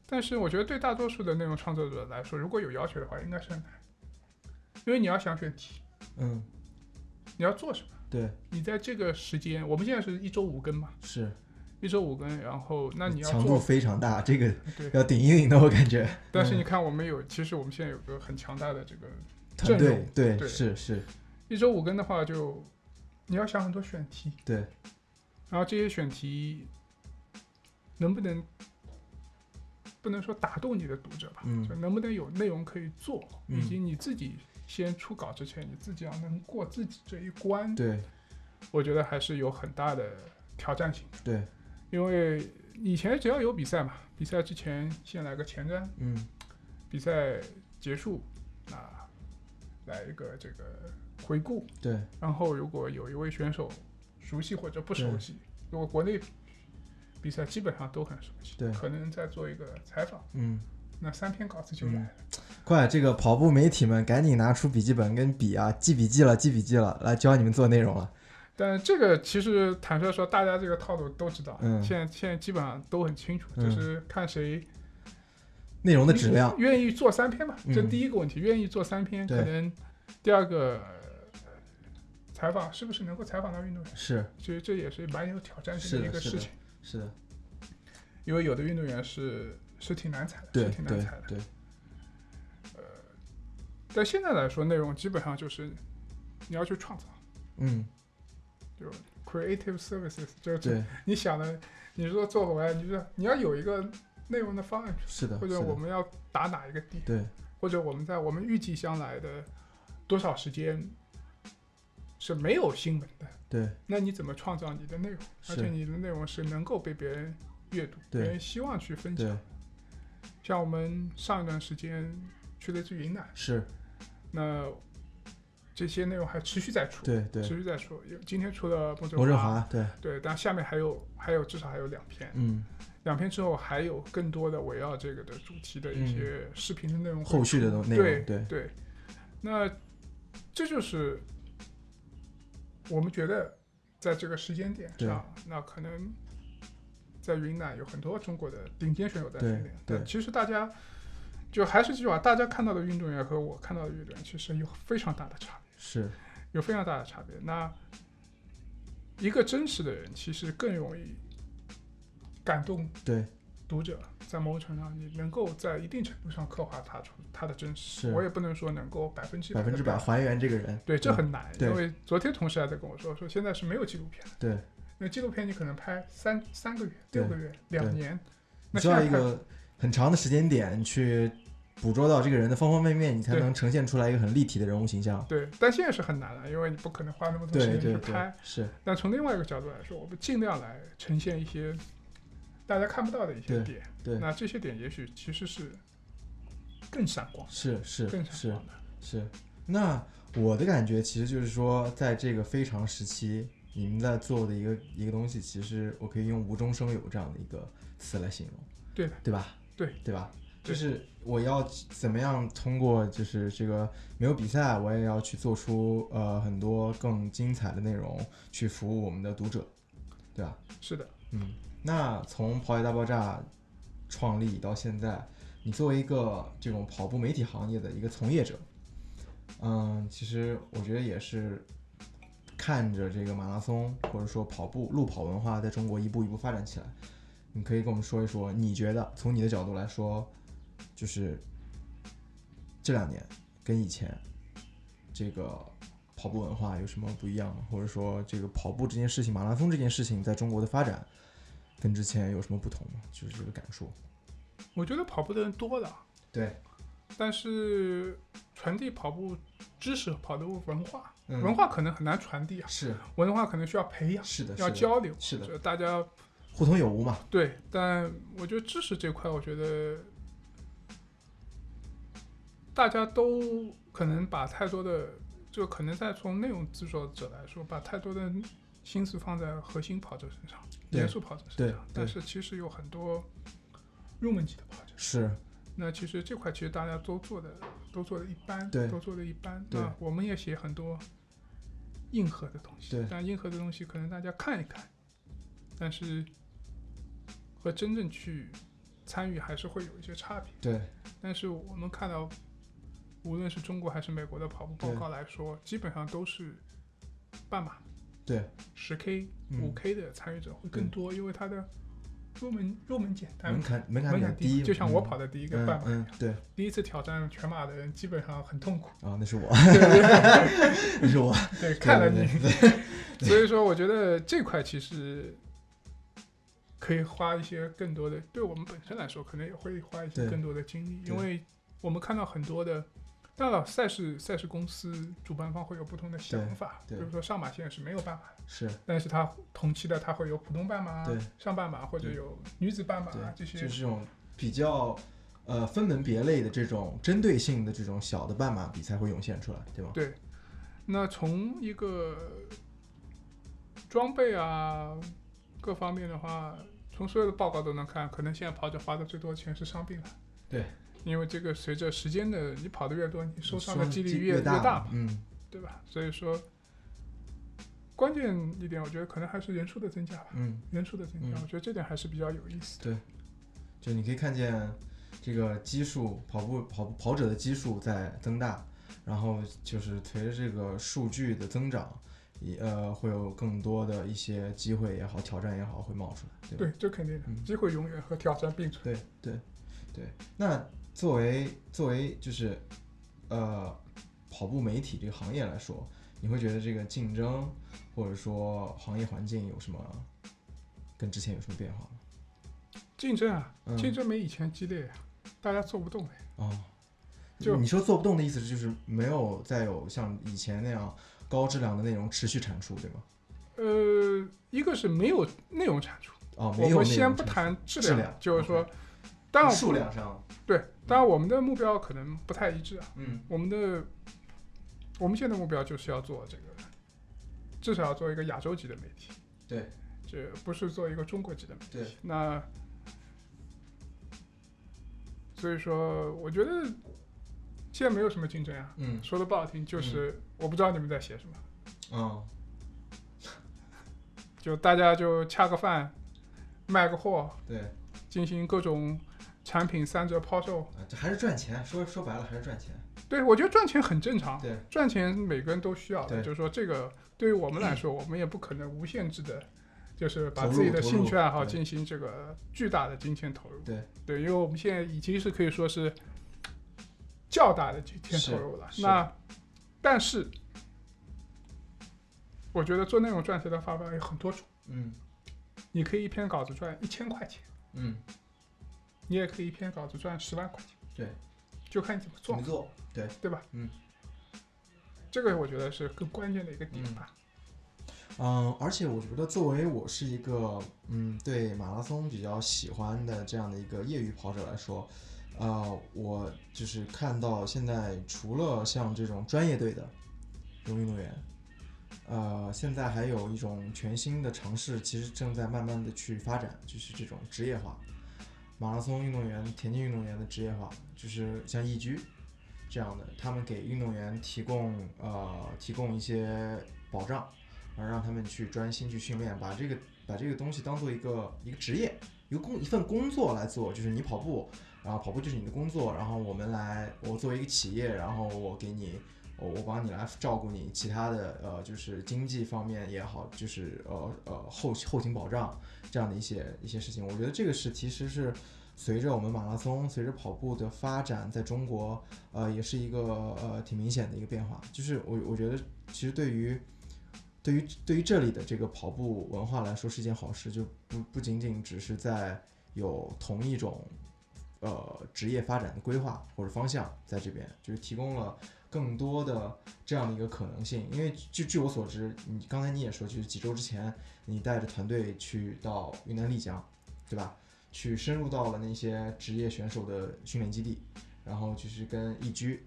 [SPEAKER 2] 但是我觉得对大多数的内容创作者来说，如果有要求的话，应该是很难，因为你要想选题，
[SPEAKER 1] 嗯，
[SPEAKER 2] 你要做什么，
[SPEAKER 1] 对，
[SPEAKER 2] 你在这个时间，我们现在是一周五更嘛，
[SPEAKER 1] 是，
[SPEAKER 2] 一周五更，然后那你要
[SPEAKER 1] 强度嗯
[SPEAKER 2] 做
[SPEAKER 1] 非常大，这个
[SPEAKER 2] 对，
[SPEAKER 1] 要顶一顶的，我感觉
[SPEAKER 2] 但是你看我们有，其实我们现在有个很强大的这个
[SPEAKER 1] 团队
[SPEAKER 2] 阵，
[SPEAKER 1] 对，
[SPEAKER 2] 对
[SPEAKER 1] 是是，
[SPEAKER 2] 一周五更的话就，你要想很多选题，
[SPEAKER 1] 对，
[SPEAKER 2] 然后这些选题能不能不能说打动你的读者吧，
[SPEAKER 1] 嗯
[SPEAKER 2] 就能不能有内容可以做，
[SPEAKER 1] 嗯
[SPEAKER 2] 以及你自己先出稿之前，你自己要能过自己这一关，
[SPEAKER 1] 对
[SPEAKER 2] 我觉得还是有很大的挑战性的，
[SPEAKER 1] 对，
[SPEAKER 2] 因为以前只要有比赛嘛，比赛之前先来个前瞻，
[SPEAKER 1] 嗯
[SPEAKER 2] 比赛结束啊，来一个这个回顾，
[SPEAKER 1] 对，
[SPEAKER 2] 然后如果有一位选手熟悉或者不熟悉，如果国内比赛基本上都很熟悉，
[SPEAKER 1] 对
[SPEAKER 2] 可能再做一个采访，
[SPEAKER 1] 嗯，
[SPEAKER 2] 那三篇稿子就来了。
[SPEAKER 1] 快，这个跑步媒体们赶紧拿出笔记本跟笔啊，记笔记了，记笔记了，来教你们做内容了，
[SPEAKER 2] 但这个其实坦率说，大家这个套路都知道，
[SPEAKER 1] 嗯
[SPEAKER 2] 现在现在基本上都很清楚，
[SPEAKER 1] 嗯
[SPEAKER 2] 就是看谁
[SPEAKER 1] 内容的质 量，
[SPEAKER 2] 愿意做三篇嘛，
[SPEAKER 1] 嗯
[SPEAKER 2] 这第一个问题，愿意做三篇，
[SPEAKER 1] 对
[SPEAKER 2] 可能第二个。采访是不是能够采访到运动员？
[SPEAKER 1] 是
[SPEAKER 2] 其实这也是蛮有挑战性
[SPEAKER 1] 是
[SPEAKER 2] 的
[SPEAKER 1] 的
[SPEAKER 2] 一个
[SPEAKER 1] 是
[SPEAKER 2] 事
[SPEAKER 1] 的
[SPEAKER 2] 情，
[SPEAKER 1] 是的，
[SPEAKER 2] 因为有的运动员是是挺难踩的，
[SPEAKER 1] 对
[SPEAKER 2] 是挺难
[SPEAKER 1] 对
[SPEAKER 2] 踩的。
[SPEAKER 1] 对，
[SPEAKER 2] 但呃现在来说，内容基本上就是你要去创造，
[SPEAKER 1] 嗯
[SPEAKER 2] 就 creative services，就是
[SPEAKER 1] 对，
[SPEAKER 2] 你想的，你说做回来，你说你要有一个内容的方案，
[SPEAKER 1] 是的，
[SPEAKER 2] 或
[SPEAKER 1] 是
[SPEAKER 2] 者我
[SPEAKER 1] 的，
[SPEAKER 2] 们要打哪一个点，
[SPEAKER 1] 对
[SPEAKER 2] 或者我们在我们预计将来的多少时间是没有新闻的，
[SPEAKER 1] 对
[SPEAKER 2] 那你怎么创造你的内容？而且
[SPEAKER 1] 是，
[SPEAKER 2] 你的内容是能够被别人阅读，别
[SPEAKER 1] 对
[SPEAKER 2] 人希望去分享。
[SPEAKER 1] 对
[SPEAKER 2] 像我们上一段时间去了一次云南，
[SPEAKER 1] 是，
[SPEAKER 2] 那这些内容还持续在出。
[SPEAKER 1] 对对，
[SPEAKER 2] 持续在说，有今天除了莫振
[SPEAKER 1] 罗振华，对，
[SPEAKER 2] 对，但下面还有还有至少还有两篇，
[SPEAKER 1] 嗯，
[SPEAKER 2] 两篇之后还有更多的围绕这个的主题的一些视频的内容会出、
[SPEAKER 1] 嗯后续的东内
[SPEAKER 2] 对
[SPEAKER 1] 容，对
[SPEAKER 2] 对，那这就是我们觉得在这个时间点
[SPEAKER 1] 对
[SPEAKER 2] 上，那可能在云南有很多中国的顶尖选手在训
[SPEAKER 1] 对
[SPEAKER 2] 练，
[SPEAKER 1] 对
[SPEAKER 2] 但其实大家就还是这句话，大家看到的运动员和我看到的运动员其实有非常大的差别。
[SPEAKER 1] 是，
[SPEAKER 2] 有非常大的差别。那一个真实的人，其实更容易感动
[SPEAKER 1] 对
[SPEAKER 2] 读者，在某种程度上，你能够在一定程度上刻画他出他的真实。
[SPEAKER 1] 是
[SPEAKER 2] 我也不能说能够百分之
[SPEAKER 1] 百
[SPEAKER 2] 百
[SPEAKER 1] 分之百
[SPEAKER 2] 地表达。
[SPEAKER 1] 还原这个人，嗯
[SPEAKER 2] 对，这很难，
[SPEAKER 1] 对
[SPEAKER 2] 因为昨天同事还在跟我说，说现在是没有纪录片的，
[SPEAKER 1] 对。
[SPEAKER 2] 因为纪录片你可能拍三三个月、
[SPEAKER 1] 对
[SPEAKER 2] 六个月、两年，那
[SPEAKER 1] 你需
[SPEAKER 2] 现
[SPEAKER 1] 要
[SPEAKER 2] 在
[SPEAKER 1] 一
[SPEAKER 2] 看
[SPEAKER 1] 个很长的时间点去捕捉到这个人的方方面面，你才
[SPEAKER 2] 对
[SPEAKER 1] 能呈现出来一个很立体的人物形象。
[SPEAKER 2] 对，但现在是很难的，因为你不可能花那么多时
[SPEAKER 1] 对
[SPEAKER 2] 间
[SPEAKER 1] 对
[SPEAKER 2] 去
[SPEAKER 1] 对
[SPEAKER 2] 拍。，
[SPEAKER 1] 是，
[SPEAKER 2] 但从另外一个角度来说，我们尽量来呈现一些大家看不到的一些点。
[SPEAKER 1] 对
[SPEAKER 2] 那这些点也许其实是更闪光、
[SPEAKER 1] 是是
[SPEAKER 2] 更闪
[SPEAKER 1] 是
[SPEAKER 2] 光的。
[SPEAKER 1] 是。那我的感觉其实就是说，在这个非常时期，你们在做的一个一个东西，其实我可以用无中生有这样的一个词来形容，
[SPEAKER 2] 对的
[SPEAKER 1] 对吧？
[SPEAKER 2] 对
[SPEAKER 1] 对吧？就
[SPEAKER 2] 对
[SPEAKER 1] 是我要怎么样通过就是这个没有比赛，我也要去做出呃很多更精彩的内容，去服务我们的读者，对吧？
[SPEAKER 2] 是的，
[SPEAKER 1] 嗯，那从跑野大爆炸创立到现在，你作为一个这种跑步媒体行业的一个从业者，嗯，其实我觉得也是看着这个马拉松或者说跑步路跑文化在中国一步一步发展起来，你可以跟我们说一说，你觉得从你的角度来说，就是这两年跟以前这个跑步文化有什么不一样吗？或者说这个跑步这件事情，马拉松这件事情在中国的发展跟之前有什么不同吗？就是这个感受。
[SPEAKER 2] 我觉得跑步的人多了，
[SPEAKER 1] 对，
[SPEAKER 2] 但是传递跑步知识、跑步文化，
[SPEAKER 1] 嗯
[SPEAKER 2] 文化可能很难传递啊，
[SPEAKER 1] 是
[SPEAKER 2] 文化可能需要培养，
[SPEAKER 1] 是的，
[SPEAKER 2] 要
[SPEAKER 1] 是的
[SPEAKER 2] 交流，
[SPEAKER 1] 是的
[SPEAKER 2] 就大家
[SPEAKER 1] 互通有无嘛。
[SPEAKER 2] 对，但我觉得知识这块，我觉得大家都可能把太多的，就可能在从内容制作者来说，把太多的心思放在核心跑者身上、
[SPEAKER 1] 对
[SPEAKER 2] 严肃跑者
[SPEAKER 1] 对
[SPEAKER 2] 身上，但
[SPEAKER 1] 对
[SPEAKER 2] 是其实有很多入门级的跑者，
[SPEAKER 1] 是，
[SPEAKER 2] 那其实这块其实大家都做的都做的一般，
[SPEAKER 1] 对
[SPEAKER 2] 都做的一般。
[SPEAKER 1] 对
[SPEAKER 2] 那我们也写很多硬核的东西
[SPEAKER 1] 对，
[SPEAKER 2] 但硬核的东西可能大家看一看，但是和真正去参与还是会有一些差别。
[SPEAKER 1] 对
[SPEAKER 2] 但是我们看到，无论是中国还是美国的跑步报
[SPEAKER 1] 对
[SPEAKER 2] 告来说，基本上都是半马、
[SPEAKER 1] 对，
[SPEAKER 2] 十 K、
[SPEAKER 1] 嗯
[SPEAKER 2] 五 K 的参与者会更
[SPEAKER 1] 对
[SPEAKER 2] 多，因为它的入门入门简单
[SPEAKER 1] 门。槛门槛比
[SPEAKER 2] 门
[SPEAKER 1] 较
[SPEAKER 2] 槛低，
[SPEAKER 1] 低，
[SPEAKER 2] 就像我
[SPEAKER 1] 嗯
[SPEAKER 2] 跑的第一个半马一
[SPEAKER 1] 嗯
[SPEAKER 2] 样
[SPEAKER 1] 嗯，对。
[SPEAKER 2] 第一次挑战全马的人基本上很痛苦
[SPEAKER 1] 啊，那是我，
[SPEAKER 2] 对对
[SPEAKER 1] 那是我，
[SPEAKER 2] 对，对看了
[SPEAKER 1] 对
[SPEAKER 2] 你，
[SPEAKER 1] 对
[SPEAKER 2] 所以说我觉得这块其实可以花一些更多的，对我们本身来说，可能也会花一些
[SPEAKER 1] 对
[SPEAKER 2] 更多的精力，
[SPEAKER 1] 对
[SPEAKER 2] 因为我们看到很多的。当然了，赛事赛事公司主办方会有不同的想法，比
[SPEAKER 1] 对对
[SPEAKER 2] 如说上马线是没有办法的，
[SPEAKER 1] 是
[SPEAKER 2] 但是它同期的它会有普通半马
[SPEAKER 1] 对、
[SPEAKER 2] 上半马或者
[SPEAKER 1] 对
[SPEAKER 2] 有女子半马
[SPEAKER 1] 对，
[SPEAKER 2] 这些
[SPEAKER 1] 就是这种比较呃分门别类的这种针对性的这种小的半马比赛会涌现出来，对吗？
[SPEAKER 2] 对那从一个装备啊各方面的话，从所有的报告都能看，可能现在跑者花的最多的钱是伤病了。
[SPEAKER 1] 对，
[SPEAKER 2] 因为这个随着时间的，你跑得越多，你受伤的
[SPEAKER 1] 说
[SPEAKER 2] 几率
[SPEAKER 1] 越
[SPEAKER 2] 大
[SPEAKER 1] 大
[SPEAKER 2] 嘛，，
[SPEAKER 1] 嗯，
[SPEAKER 2] 对吧？所以说，关键一点，我觉得可能还是人数的增加吧，
[SPEAKER 1] 嗯，
[SPEAKER 2] 人数的增加，
[SPEAKER 1] 嗯
[SPEAKER 2] 我觉得这点还是比较有意思的。
[SPEAKER 1] 就你可以看见这个基数跑步跑跑者的基数在增大，然后就是随着这个数据的增长，也呃会有更多的一些机会也好，挑战也好会冒出来，对吧？
[SPEAKER 2] 对，这肯定的，
[SPEAKER 1] 嗯
[SPEAKER 2] 机会永远和挑战并存。
[SPEAKER 1] 对对对。那作为作为就是呃跑步媒体这个行业来说，你会觉得这个竞争或者说行业环境有什么跟之前有什么变化吗？
[SPEAKER 2] 竞争啊，
[SPEAKER 1] 嗯
[SPEAKER 2] 竞争没以前激烈啊，大家做不动了呀。
[SPEAKER 1] 哦，
[SPEAKER 2] 就
[SPEAKER 1] 你说做不动的意思是就是没有再有像以前那样高质量的内容持续产出，对吗？
[SPEAKER 2] 呃，一个是没有内容产出。
[SPEAKER 1] 哦，没有
[SPEAKER 2] 我们
[SPEAKER 1] 内容
[SPEAKER 2] 先不
[SPEAKER 1] 产出
[SPEAKER 2] 谈质
[SPEAKER 1] 质量
[SPEAKER 2] 就是说
[SPEAKER 1] OK，
[SPEAKER 2] 当然
[SPEAKER 1] 数量上，
[SPEAKER 2] 对，当然我们的目标可能不太一致啊。
[SPEAKER 1] 嗯
[SPEAKER 2] 我们的我们现在目标就是要做这个，至少要做一个亚洲级的媒体。
[SPEAKER 1] 对，
[SPEAKER 2] 这不是做一个中国级的媒体。
[SPEAKER 1] 对，
[SPEAKER 2] 那所以说，我觉得现在没有什么竞争啊。
[SPEAKER 1] 嗯
[SPEAKER 2] 说的不好听，就是我不知道你们在写什么，
[SPEAKER 1] 嗯
[SPEAKER 2] 就大家就恰个饭，卖个货，
[SPEAKER 1] 对
[SPEAKER 2] 进行各种产品三折抛售。
[SPEAKER 1] 啊，这还是赚钱，说说白了还是赚钱，
[SPEAKER 2] 对我觉得赚钱很正常，
[SPEAKER 1] 对
[SPEAKER 2] 赚钱每个人都需要的。
[SPEAKER 1] 对
[SPEAKER 2] 就是说，这个对于我们来说，我们也不可能无限制的，就是把
[SPEAKER 1] 投入
[SPEAKER 2] 自己的
[SPEAKER 1] 投
[SPEAKER 2] 兴趣
[SPEAKER 1] 入
[SPEAKER 2] 爱好
[SPEAKER 1] 对
[SPEAKER 2] 进行这个巨大的金钱投入。
[SPEAKER 1] 对
[SPEAKER 2] 对，因为我们现在已经是可以说是较大的金钱
[SPEAKER 1] 是
[SPEAKER 2] 投入了。
[SPEAKER 1] 是
[SPEAKER 2] 那但是，我觉得做内容赚钱的方法有很多种，
[SPEAKER 1] 嗯
[SPEAKER 2] 你可以一篇稿子赚一千块钱，
[SPEAKER 1] 嗯，
[SPEAKER 2] 你也可以一篇稿子赚十万块钱，
[SPEAKER 1] 对，嗯
[SPEAKER 2] 就看你怎么
[SPEAKER 1] 怎
[SPEAKER 2] 做
[SPEAKER 1] 么。做？对，
[SPEAKER 2] 对吧？
[SPEAKER 1] 嗯，
[SPEAKER 2] 这个我觉得是更关键的一个点吧。
[SPEAKER 1] 嗯，而且我觉得作为我是一个嗯对马拉松比较喜欢的这样的一个业余跑者来说，呃，我就是看到现在除了像这种专业队的这种运动员，呃，现在还有一种全新的尝试，其实正在慢慢的去发展，就是这种职业化，马拉松运动员、田径运动员的职业化，就是像易居这样的，他们给运动员提供呃提供一些保障。然后让他们去专心去训练，把这个把这个东西当做一个一个职业，一个工一份工作来做，就是你跑步，然后跑步就是你的工作，然后我们来，我作为一个企业，然后我给你，我我帮你来照顾你其他的呃，就是经济方面也好，就是呃呃后后勤保障这样的一些一些事情，我觉得这个是其实是。随着我们马拉松，随着跑步的发展，在中国，呃，也是一个呃挺明显的一个变化。就是我我觉得，其实对于对于对于这里的这个跑步文化来说是一件好事，就不不仅仅只是在有同一种呃职业发展的规划或者方向在这边，就是提供了更多的这样的一个可能性。因为据据我所知，你刚才你也说，就是几周之前你带着团队去到云南丽江，对吧？去深入到了那些职业选手的训练基地，然后就是跟易居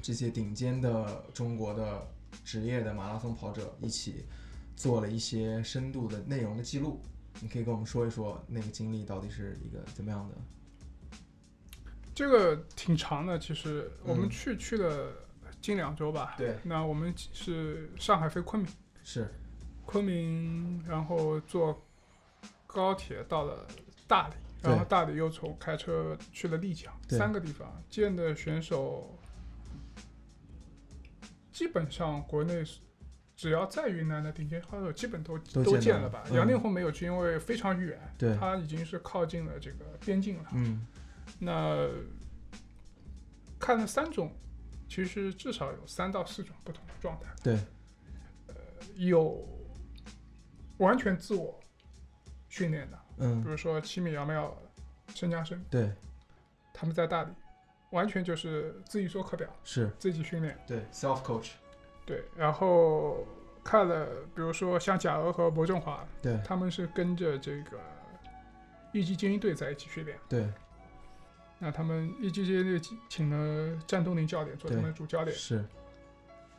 [SPEAKER 1] 这些顶尖的中国的职业的马拉松跑者一起做了一些深度的内容的记录。你可以跟我们说一说那个经历到底是一个怎么样的？
[SPEAKER 2] 这个挺长的，其实我们去、去了近两周吧。
[SPEAKER 1] 嗯对，
[SPEAKER 2] 那我们是上海飞昆明，
[SPEAKER 1] 是
[SPEAKER 2] 昆明，然后坐高铁到了大理，然后
[SPEAKER 1] 对
[SPEAKER 2] 大理又从开车去了丽江，
[SPEAKER 1] 对
[SPEAKER 2] 三个地方见的选手，基本上国内是只要在云南的顶尖高手，基本都
[SPEAKER 1] 都
[SPEAKER 2] 都
[SPEAKER 1] 见到
[SPEAKER 2] 见了
[SPEAKER 1] 了
[SPEAKER 2] 吧。
[SPEAKER 1] 嗯
[SPEAKER 2] 杨令红没有去，因为非常远，
[SPEAKER 1] 对
[SPEAKER 2] 他已经是靠近了这个边境了。
[SPEAKER 1] 嗯
[SPEAKER 2] 那看了三种，其实至少有三到四种不同的状态。呃
[SPEAKER 1] 对，
[SPEAKER 2] 有完全自我训练的，比
[SPEAKER 1] 嗯
[SPEAKER 2] 如说七米、姚妙、申嘉生，
[SPEAKER 1] 对
[SPEAKER 2] 他们在大理完全就是自己做课表，
[SPEAKER 1] 是
[SPEAKER 2] 自己训练。
[SPEAKER 1] 对 self coach
[SPEAKER 2] 对，然后看了，比如说像贾娥和博振华，
[SPEAKER 1] 对
[SPEAKER 2] 他们是跟着这个一级精英队在一起训练。
[SPEAKER 1] 对
[SPEAKER 2] 那他们一级精英队请了战东林教练做他们的主教练，
[SPEAKER 1] 是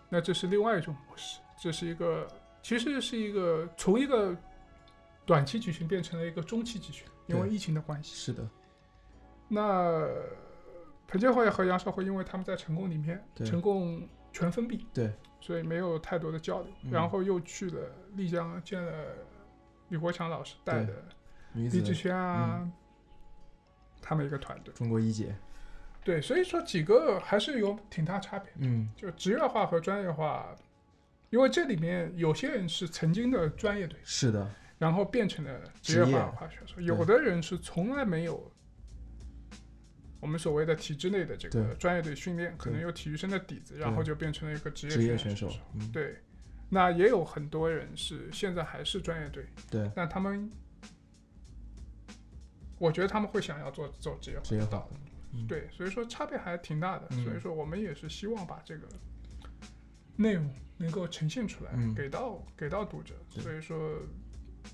[SPEAKER 2] 那这是另外一种模式，这是一个其实是一个从一个短期集训变成了一个中期集训，因为
[SPEAKER 1] 对
[SPEAKER 2] 疫情的关系。
[SPEAKER 1] 是的
[SPEAKER 2] 那彭建辉和杨少辉，因为他们在成功里面，
[SPEAKER 1] 对
[SPEAKER 2] 成功全封闭，
[SPEAKER 1] 对，
[SPEAKER 2] 所以没有太多的交流。
[SPEAKER 1] 嗯
[SPEAKER 2] 然后又去了丽江，见了李国强老师带的
[SPEAKER 1] 女
[SPEAKER 2] 李
[SPEAKER 1] 子嗯
[SPEAKER 2] 志轩啊，他们一个团队。
[SPEAKER 1] 中国一姐，
[SPEAKER 2] 对，所以说几个还是有挺大差别的。
[SPEAKER 1] 嗯
[SPEAKER 2] 就职业化和专业化，因为这里面有些人是曾经的专业队，
[SPEAKER 1] 是的
[SPEAKER 2] 然后变成了职业
[SPEAKER 1] 职业
[SPEAKER 2] 化滑雪手；有的人是从来没有我们所谓的体制内的这个
[SPEAKER 1] 对
[SPEAKER 2] 专业队训练，可能有体育生的底子，然后就变成了一个职业
[SPEAKER 1] 职业
[SPEAKER 2] 选
[SPEAKER 1] 选手，嗯
[SPEAKER 2] 对，那也有很多人是现在还是专业队，
[SPEAKER 1] 对
[SPEAKER 2] 那他们，我觉得他们会想要做走职业化
[SPEAKER 1] 职业
[SPEAKER 2] 的
[SPEAKER 1] 化
[SPEAKER 2] 道路。
[SPEAKER 1] 嗯
[SPEAKER 2] 对，所以说差别还挺大的。
[SPEAKER 1] 嗯
[SPEAKER 2] 所以说我们也是希望把这个内容能够呈现出来，
[SPEAKER 1] 嗯
[SPEAKER 2] 给到给到读者。
[SPEAKER 1] 对
[SPEAKER 2] 所以说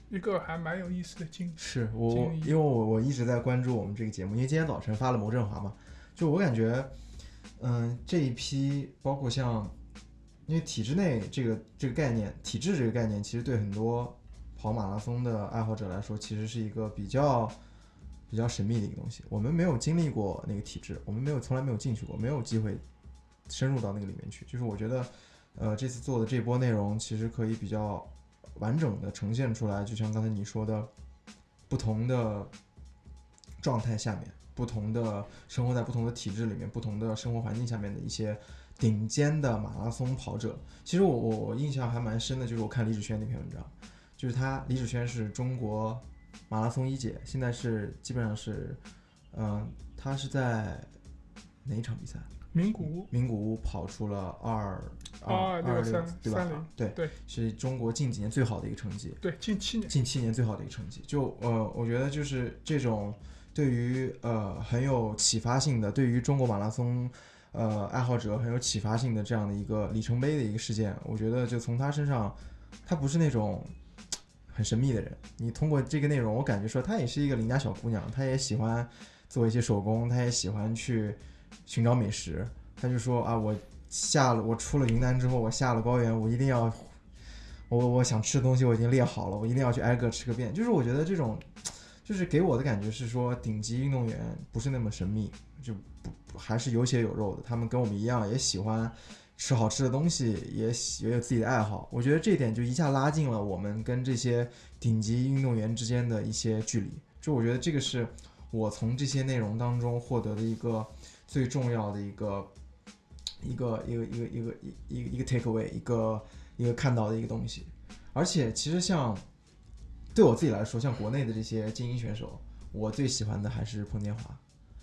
[SPEAKER 2] 一个还蛮有意思的经历。
[SPEAKER 1] 是我
[SPEAKER 2] 经
[SPEAKER 1] 我
[SPEAKER 2] 历
[SPEAKER 1] 因为我我一直在关注我们这个节目，因为今天早晨发了牟振华嘛，就我感觉，嗯、这一批包括像，因为体制内这个这个概念，体制这个概念，其实对很多跑马拉松的爱好者来说，其实是一个比较比较神秘的一个东西。我们没有经历过那个体制，我们没有从来没有进去过，没有机会深入到那个里面去。就是我觉得，呃，这次做的这波内容其实可以比较完整的呈现出来，就像刚才你说的，不同的状态下面，不同的生活在不同的体制里面，不同的生活环境下面的一些顶尖的马拉松跑者。其实我我我印象还蛮深的，就是我看李芷萱那篇文章，就是她李芷萱是中国马拉松一姐，现在是基本上是，嗯、她是在哪一场比赛？
[SPEAKER 2] 名古屋，
[SPEAKER 1] 名古屋跑出了二
[SPEAKER 2] 二
[SPEAKER 1] 六
[SPEAKER 2] 六三
[SPEAKER 1] 对吧
[SPEAKER 2] 三零？
[SPEAKER 1] 对
[SPEAKER 2] 对
[SPEAKER 1] 是中国近几年最好的一个成绩，
[SPEAKER 2] 对，近七年，
[SPEAKER 1] 近七年最好的一个成绩。就呃，我觉得就是这种对于呃很有启发性的，对于中国马拉松呃爱好者很有启发性的这样的一个里程碑的一个事件，我觉得就从他身上，他不是那种。很神秘的人，你通过这个内容，我感觉说她也是一个邻家小姑娘，她也喜欢做一些手工，她也喜欢去寻找美食。她就说啊，我下了，我出了云南之后，我下了高原，我一定要我我想吃的东西我已经列好了，我一定要去挨个吃个遍。就是我觉得这种，就是给我的感觉是说，顶级运动员不是那么神秘，就不不还是有血有肉的。他们跟我们一样，也喜欢吃好吃的东西，也喜也有自己的爱好。我觉得这一点就一下拉近了我们跟这些顶级运动员之间的一些距离。就我觉得这个是我从这些内容当中获得的一个最重要的一个一个一个一个一个一个一个 take away 一个一个看到的一个东西。而且其实像对我自己来说，像国内的这些精英选手，我最喜欢的还是彭建华。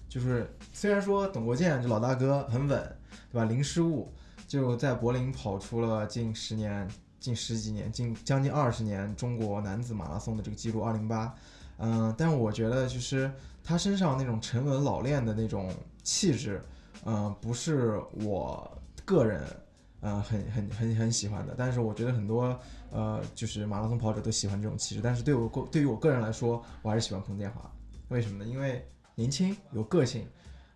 [SPEAKER 1] 就是虽然说董国建这老大哥很稳，对吧？零失误，就在柏林跑出了近十年、近十几年、近将近二十年中国男子马拉松的这个记录二零八。嗯，但我觉得就是他身上那种沉稳老练的那种气质，嗯，不是我个人呃很很很很喜欢的。但是我觉得很多呃就是马拉松跑者都喜欢这种气质，但是对我个对于我个人来说，我还是喜欢彭建华。为什么呢？因为年轻有个性，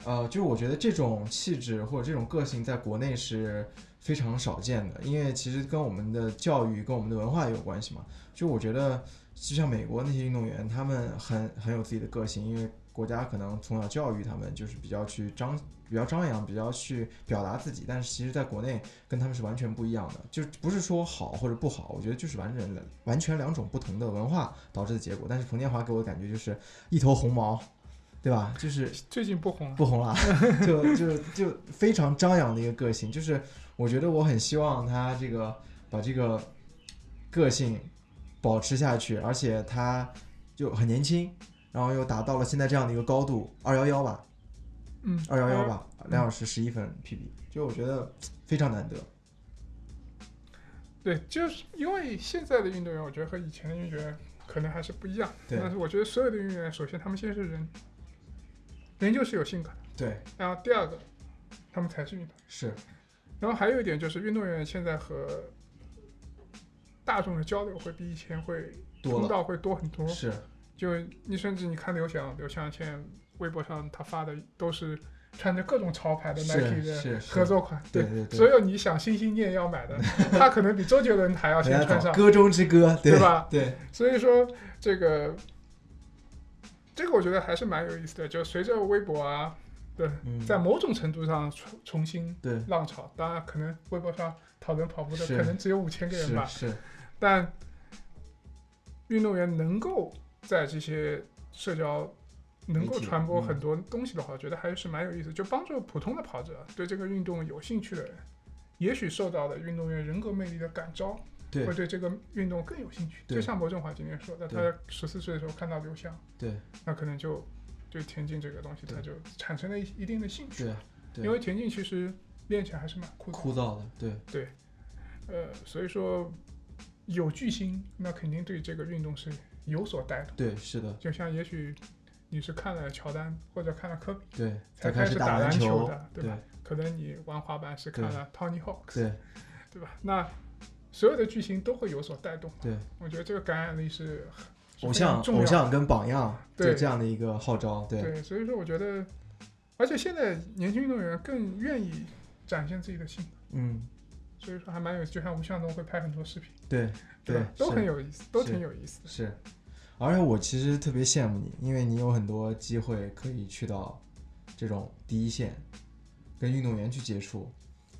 [SPEAKER 1] 呃，就是我觉得这种气质或者这种个性在国内是非常少见的，因为其实跟我们的教育跟我们的文化也有关系嘛。就我觉得，就像美国那些运动员，他们很很有自己的个性，因为国家可能从小教育他们，就是比较去张比较张扬，比较去表达自己，但是其实在国内跟他们是完全不一样的，就是不是说好或者不好，我觉得就是完全的完全两种不同的文化导致的结果。但是冯建华给我的感觉就是一头红毛，对吧？就是
[SPEAKER 2] 最近不红了，
[SPEAKER 1] 不红了， 就就就非常张扬的一个个性，就是我觉得我很希望他这个把这个个性保持下去，而且他就很年轻，然后又达到了现在这样的一个高度，二幺幺吧，
[SPEAKER 2] 嗯，
[SPEAKER 1] 二幺幺吧，两小时十一分 PB，就我觉得非常难得。
[SPEAKER 2] 对，就是因为现在的运动员，我觉得和以前的运动员可能还是不一样。
[SPEAKER 1] 对
[SPEAKER 2] 但是我觉得所有的运动员，首先他们先是人，人就是有性格的。
[SPEAKER 1] 对，
[SPEAKER 2] 然后第二个，他们才是运动员。
[SPEAKER 1] 是，
[SPEAKER 2] 然后还有一点就是，运动员现在和大众的交流会比以前会
[SPEAKER 1] 多
[SPEAKER 2] 通
[SPEAKER 1] 了，
[SPEAKER 2] 道会多很多。
[SPEAKER 1] 是，
[SPEAKER 2] 就你甚至你看刘翔，刘翔现在微博上他发的都是穿着各种潮牌的
[SPEAKER 1] 是
[SPEAKER 2] Nike
[SPEAKER 1] 是
[SPEAKER 2] 的
[SPEAKER 1] 是
[SPEAKER 2] 合作款，
[SPEAKER 1] 对对对
[SPEAKER 2] 所有你想心心念要 买的，他可能比周杰伦还要先
[SPEAKER 1] 人家
[SPEAKER 2] 穿
[SPEAKER 1] 找
[SPEAKER 2] 上。
[SPEAKER 1] 歌中之歌，
[SPEAKER 2] 对吧？
[SPEAKER 1] 对，
[SPEAKER 2] 所以说这个，这个我觉得还是蛮有意思的。就随着微博啊，对，
[SPEAKER 1] 嗯，
[SPEAKER 2] 在某种程度上重重新
[SPEAKER 1] 对，
[SPEAKER 2] 浪潮，当然可能微博上讨论跑步的
[SPEAKER 1] 是
[SPEAKER 2] 可能只有五千个人
[SPEAKER 1] 是
[SPEAKER 2] 吧，
[SPEAKER 1] 是，
[SPEAKER 2] 但运动员能够在这些社交能够
[SPEAKER 1] 媒体
[SPEAKER 2] 传播
[SPEAKER 1] 嗯
[SPEAKER 2] 很多东西的话，我觉得还是蛮有意思，就帮助普通的跑者对这个运动有兴趣的人，也许受到了运动员人格魅力的感召，
[SPEAKER 1] 对
[SPEAKER 2] 会对这个运动更有兴趣。
[SPEAKER 1] 对
[SPEAKER 2] 就像博振华今天说的，
[SPEAKER 1] 对
[SPEAKER 2] 他十四岁的时候看到刘翔，
[SPEAKER 1] 对
[SPEAKER 2] 那可能就对田径这个东西，
[SPEAKER 1] 对
[SPEAKER 2] 他就产生了一一定的兴趣
[SPEAKER 1] 对，，对
[SPEAKER 2] 因为田径其实练起来还是蛮酷的。
[SPEAKER 1] 枯燥的，对。
[SPEAKER 2] 呃，所以说有巨星，那肯定对这个运动是有所带动。
[SPEAKER 1] 对，是的，
[SPEAKER 2] 就像也许你是看了乔丹或者看了科比，
[SPEAKER 1] 对，
[SPEAKER 2] 才
[SPEAKER 1] 开
[SPEAKER 2] 开
[SPEAKER 1] 始
[SPEAKER 2] 始打
[SPEAKER 1] 篮
[SPEAKER 2] 篮
[SPEAKER 1] 球
[SPEAKER 2] 的，
[SPEAKER 1] 对
[SPEAKER 2] 吧？可能你玩滑板是看
[SPEAKER 1] 对
[SPEAKER 2] 了 Tony Hawk，
[SPEAKER 1] 对
[SPEAKER 2] 对吧？那所有的巨星都会有所带动，
[SPEAKER 1] 对，
[SPEAKER 2] 我觉得这个感染力是很是
[SPEAKER 1] 偶
[SPEAKER 2] 非常
[SPEAKER 1] 像
[SPEAKER 2] 重要
[SPEAKER 1] 偶像跟榜样，
[SPEAKER 2] 对
[SPEAKER 1] 就这样的一个号召，对
[SPEAKER 2] 对，所以说我觉得，而且现在年轻运动员更愿意展现自己的性格，
[SPEAKER 1] 嗯，
[SPEAKER 2] 所以说还蛮有意思。就像吴向东会拍很多视频，
[SPEAKER 1] 对对
[SPEAKER 2] 对吧？，都
[SPEAKER 1] 是
[SPEAKER 2] 很有意思，都
[SPEAKER 1] 是
[SPEAKER 2] 挺有意思的。
[SPEAKER 1] 是。而且我其实特别羡慕你，因为你有很多机会可以去到这种第一线，跟运动员去接触。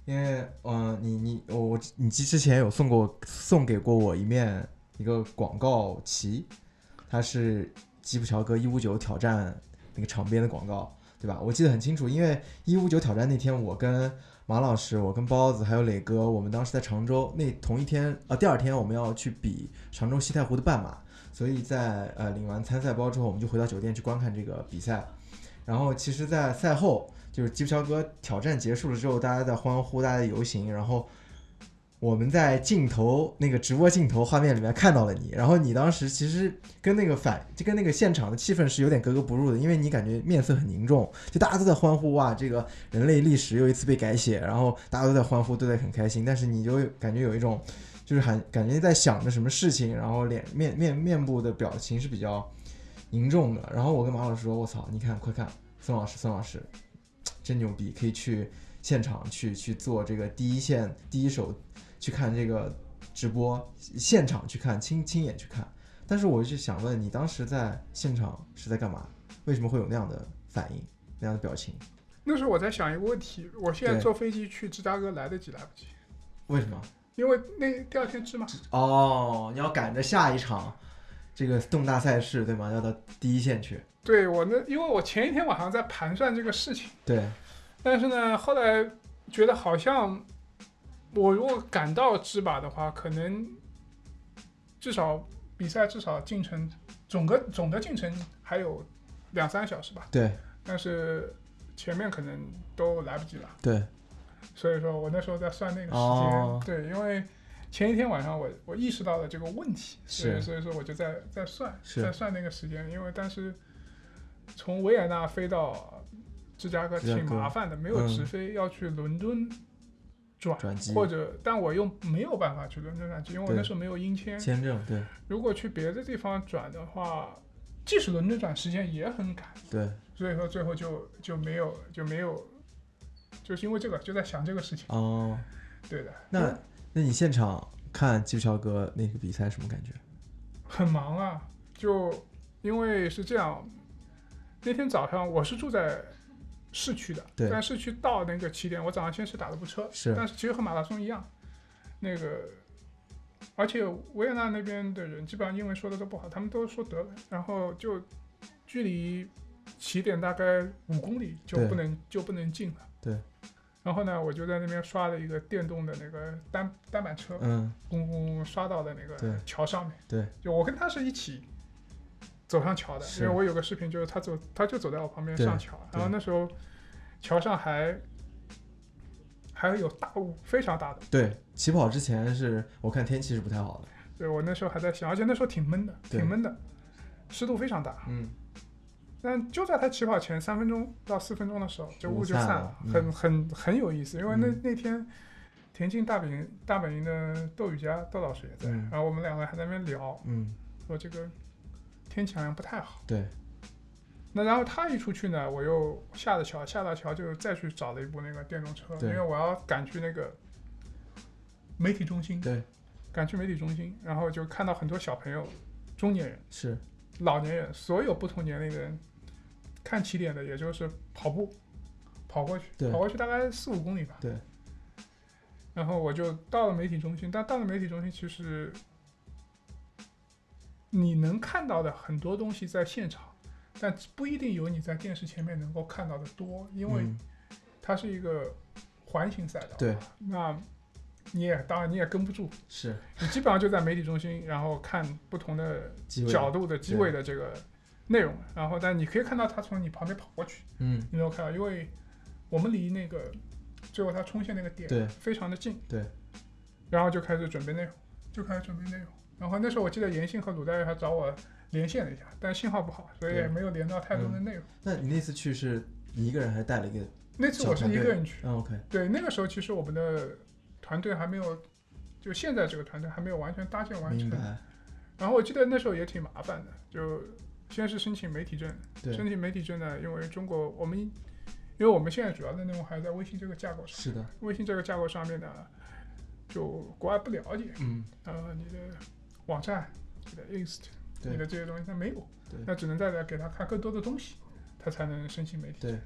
[SPEAKER 1] 因为，嗯、你你我我你之之前有送过送给过我一面一个广告旗，它是吉普乔格一五九挑战那个场边的广告，对吧？我记得很清楚，因为一五九挑战那天，我跟马老师、我跟包子还有磊哥，我们当时在常州那同一天啊、呃第二天我们要去比常州西太湖的半马，所以在呃领完参赛包之后，我们就回到酒店去观看这个比赛。然后其实，在赛后就是吉普乔格挑战结束了之后，大家在欢呼，大家在游行，然后我们在镜头那个直播镜头画面里面看到了你，然后你当时其实跟那个反就跟那个现场的气氛是有点格格不入的，因为你感觉面色很凝重，就大家都在欢呼啊，这个人类历史又一次被改写，然后大家都在欢呼，都在很开心，但是你就感觉有一种就是很感觉在想着什么事情，然后脸面面面部的表情是比较凝重的。然后我跟马老师说：“我操，你看，快看，孙老师，孙老师真牛逼，可以去现场去去做这个第一线第一手去看这个直播，现场去看，亲亲眼去看。”但是我就想问你，当时在现场是在干嘛？为什么会有那样的反应，那样的表情？
[SPEAKER 2] 那时候我在想一个问题，我现在
[SPEAKER 1] 对
[SPEAKER 2] 坐飞机去芝加哥来得及来不及？
[SPEAKER 1] 为什么？
[SPEAKER 2] 因为那第二天芝麻，
[SPEAKER 1] 哦，你要赶着下一场这个重大赛事，对吗？要到第一线去。
[SPEAKER 2] 对我那，因为我前一天晚上在盘算这个事情，
[SPEAKER 1] 对，
[SPEAKER 2] 但是呢，后来觉得好像我如果赶到芝麻的话，可能至少比赛至少进程总个总的进程还有两三小时吧，
[SPEAKER 1] 对，
[SPEAKER 2] 但是前面可能都来不及了。
[SPEAKER 1] 对，
[SPEAKER 2] 所以说我那时候在算那个时间，
[SPEAKER 1] 哦
[SPEAKER 2] 对，因为前一天晚上我我意识到了这个问题，所以
[SPEAKER 1] 是
[SPEAKER 2] 所以说我就在在算
[SPEAKER 1] 是
[SPEAKER 2] 在算那个时间，因为但是从维也纳飞到芝加哥
[SPEAKER 1] 芝加
[SPEAKER 2] 挺
[SPEAKER 1] 哥
[SPEAKER 2] 麻烦的，没有
[SPEAKER 1] 嗯
[SPEAKER 2] 直飞，要去伦敦转。
[SPEAKER 1] 转机
[SPEAKER 2] 或者，但我又没有办法去伦敦转机，因为我
[SPEAKER 1] 对
[SPEAKER 2] 那时候没有英签。
[SPEAKER 1] 签证，对，
[SPEAKER 2] 如果去别的地方转的话，即使伦敦转，时间也很赶。
[SPEAKER 1] 对，
[SPEAKER 2] 所以说最后就就没有就没有，就是因为这个就在想这个事情。
[SPEAKER 1] 哦，
[SPEAKER 2] 对的，
[SPEAKER 1] 那那你现场看吉普乔格那个比赛什么感觉？
[SPEAKER 2] 很忙啊，就因为是这样，那天早上我是住在市区的，
[SPEAKER 1] 对
[SPEAKER 2] 但市区到那个起点，我早上先是打了部车，
[SPEAKER 1] 是
[SPEAKER 2] 但是其实和马拉松一样，那个，而且维也纳那边的人基本上英文说的都不好，他们都说德文，然后就距离起点大概五公里就
[SPEAKER 1] 对
[SPEAKER 2] 不能就不能进了，
[SPEAKER 1] 对。
[SPEAKER 2] 然后呢，我就在那边刷了一个电动的那个单单板车，
[SPEAKER 1] 嗯，
[SPEAKER 2] 公公刷到的那
[SPEAKER 1] 对
[SPEAKER 2] 个桥上面。
[SPEAKER 1] 对，
[SPEAKER 2] 就我跟他是一起走上桥的，
[SPEAKER 1] 是
[SPEAKER 2] 因为我有个视频，就是他走，他就走在我旁边
[SPEAKER 1] 对
[SPEAKER 2] 上桥，
[SPEAKER 1] 对
[SPEAKER 2] 然后那时候桥上还还有大雾，非常大的。
[SPEAKER 1] 对，起跑之前是我看天气是不太好的，
[SPEAKER 2] 对我那时候还在想，而且那时候挺闷的，
[SPEAKER 1] 对
[SPEAKER 2] 挺闷的，湿度非常大。
[SPEAKER 1] 嗯，
[SPEAKER 2] 但就在他起跑前三分钟到四分钟的时候，这雾就
[SPEAKER 1] 雾散
[SPEAKER 2] 散
[SPEAKER 1] 了嗯
[SPEAKER 2] 很很很有意思。因为那、
[SPEAKER 1] 嗯
[SPEAKER 2] 那天田径大本营大本营的窦雨佳窦老师也在，
[SPEAKER 1] 嗯
[SPEAKER 2] 然后我们两个还在那边聊，
[SPEAKER 1] 嗯，
[SPEAKER 2] 说这个天气好像不太好。
[SPEAKER 1] 对，
[SPEAKER 2] 那然后他一出去呢，我又下了桥，下了桥就再去找了一部那个电动车，
[SPEAKER 1] 对
[SPEAKER 2] 因为我要赶去那个媒体中心，
[SPEAKER 1] 对，
[SPEAKER 2] 赶去媒体中心，然后就看到很多小朋友、中年人、
[SPEAKER 1] 是，
[SPEAKER 2] 老年人，所有不同年龄的人，看起点的也就是跑步跑过去
[SPEAKER 1] 对，
[SPEAKER 2] 跑过去大概四五公里吧。
[SPEAKER 1] 对。
[SPEAKER 2] 然后我就到了媒体中心，但到了媒体中心，其实你能看到的很多东西在现场，但不一定有你在电视前面能够看到的多，因为
[SPEAKER 1] 嗯
[SPEAKER 2] 它是一个环形赛道。
[SPEAKER 1] 对。
[SPEAKER 2] 那你也当然你也跟不住，
[SPEAKER 1] 是
[SPEAKER 2] 你基本上就在媒体中心，然后看不同的
[SPEAKER 1] 机会，
[SPEAKER 2] 角度的机位的这个内容，然后但你可以看到他从你旁边跑过去，
[SPEAKER 1] 嗯，
[SPEAKER 2] 你能够看到，啊因为我们离那个最后他冲线那个点
[SPEAKER 1] 对
[SPEAKER 2] 非常的近，
[SPEAKER 1] 对，
[SPEAKER 2] 然后就开始准备内容，就开始准备内容，然后那时候我记得严信和鲁代还找我连线了一下，但信号不好，所以
[SPEAKER 1] 对
[SPEAKER 2] 也没有连到太多的内容。
[SPEAKER 1] 那你那次去是一个人还是带了一个？
[SPEAKER 2] 那次我是一个人去，
[SPEAKER 1] 嗯，OK，
[SPEAKER 2] 对，那个时候其实我们的团队还没有，就现在这个团队还没有完全搭建完
[SPEAKER 1] 明
[SPEAKER 2] 成，
[SPEAKER 1] 白，
[SPEAKER 2] 然后我记得那时候也挺麻烦的，就先是申请媒体证。
[SPEAKER 1] 对，
[SPEAKER 2] 身体媒体真的，因为中国我们，因为我们现在主要的内容还在微信这个架构上，
[SPEAKER 1] 是的，
[SPEAKER 2] 微信这个架构上面呢，就国外不了解，
[SPEAKER 1] 嗯，
[SPEAKER 2] 呃，你的网站、你的 Inst、
[SPEAKER 1] 对
[SPEAKER 2] 你的这些东西它没有
[SPEAKER 1] 对，
[SPEAKER 2] 那只能再来给他看更多的东西，他才能申请媒体。
[SPEAKER 1] 对，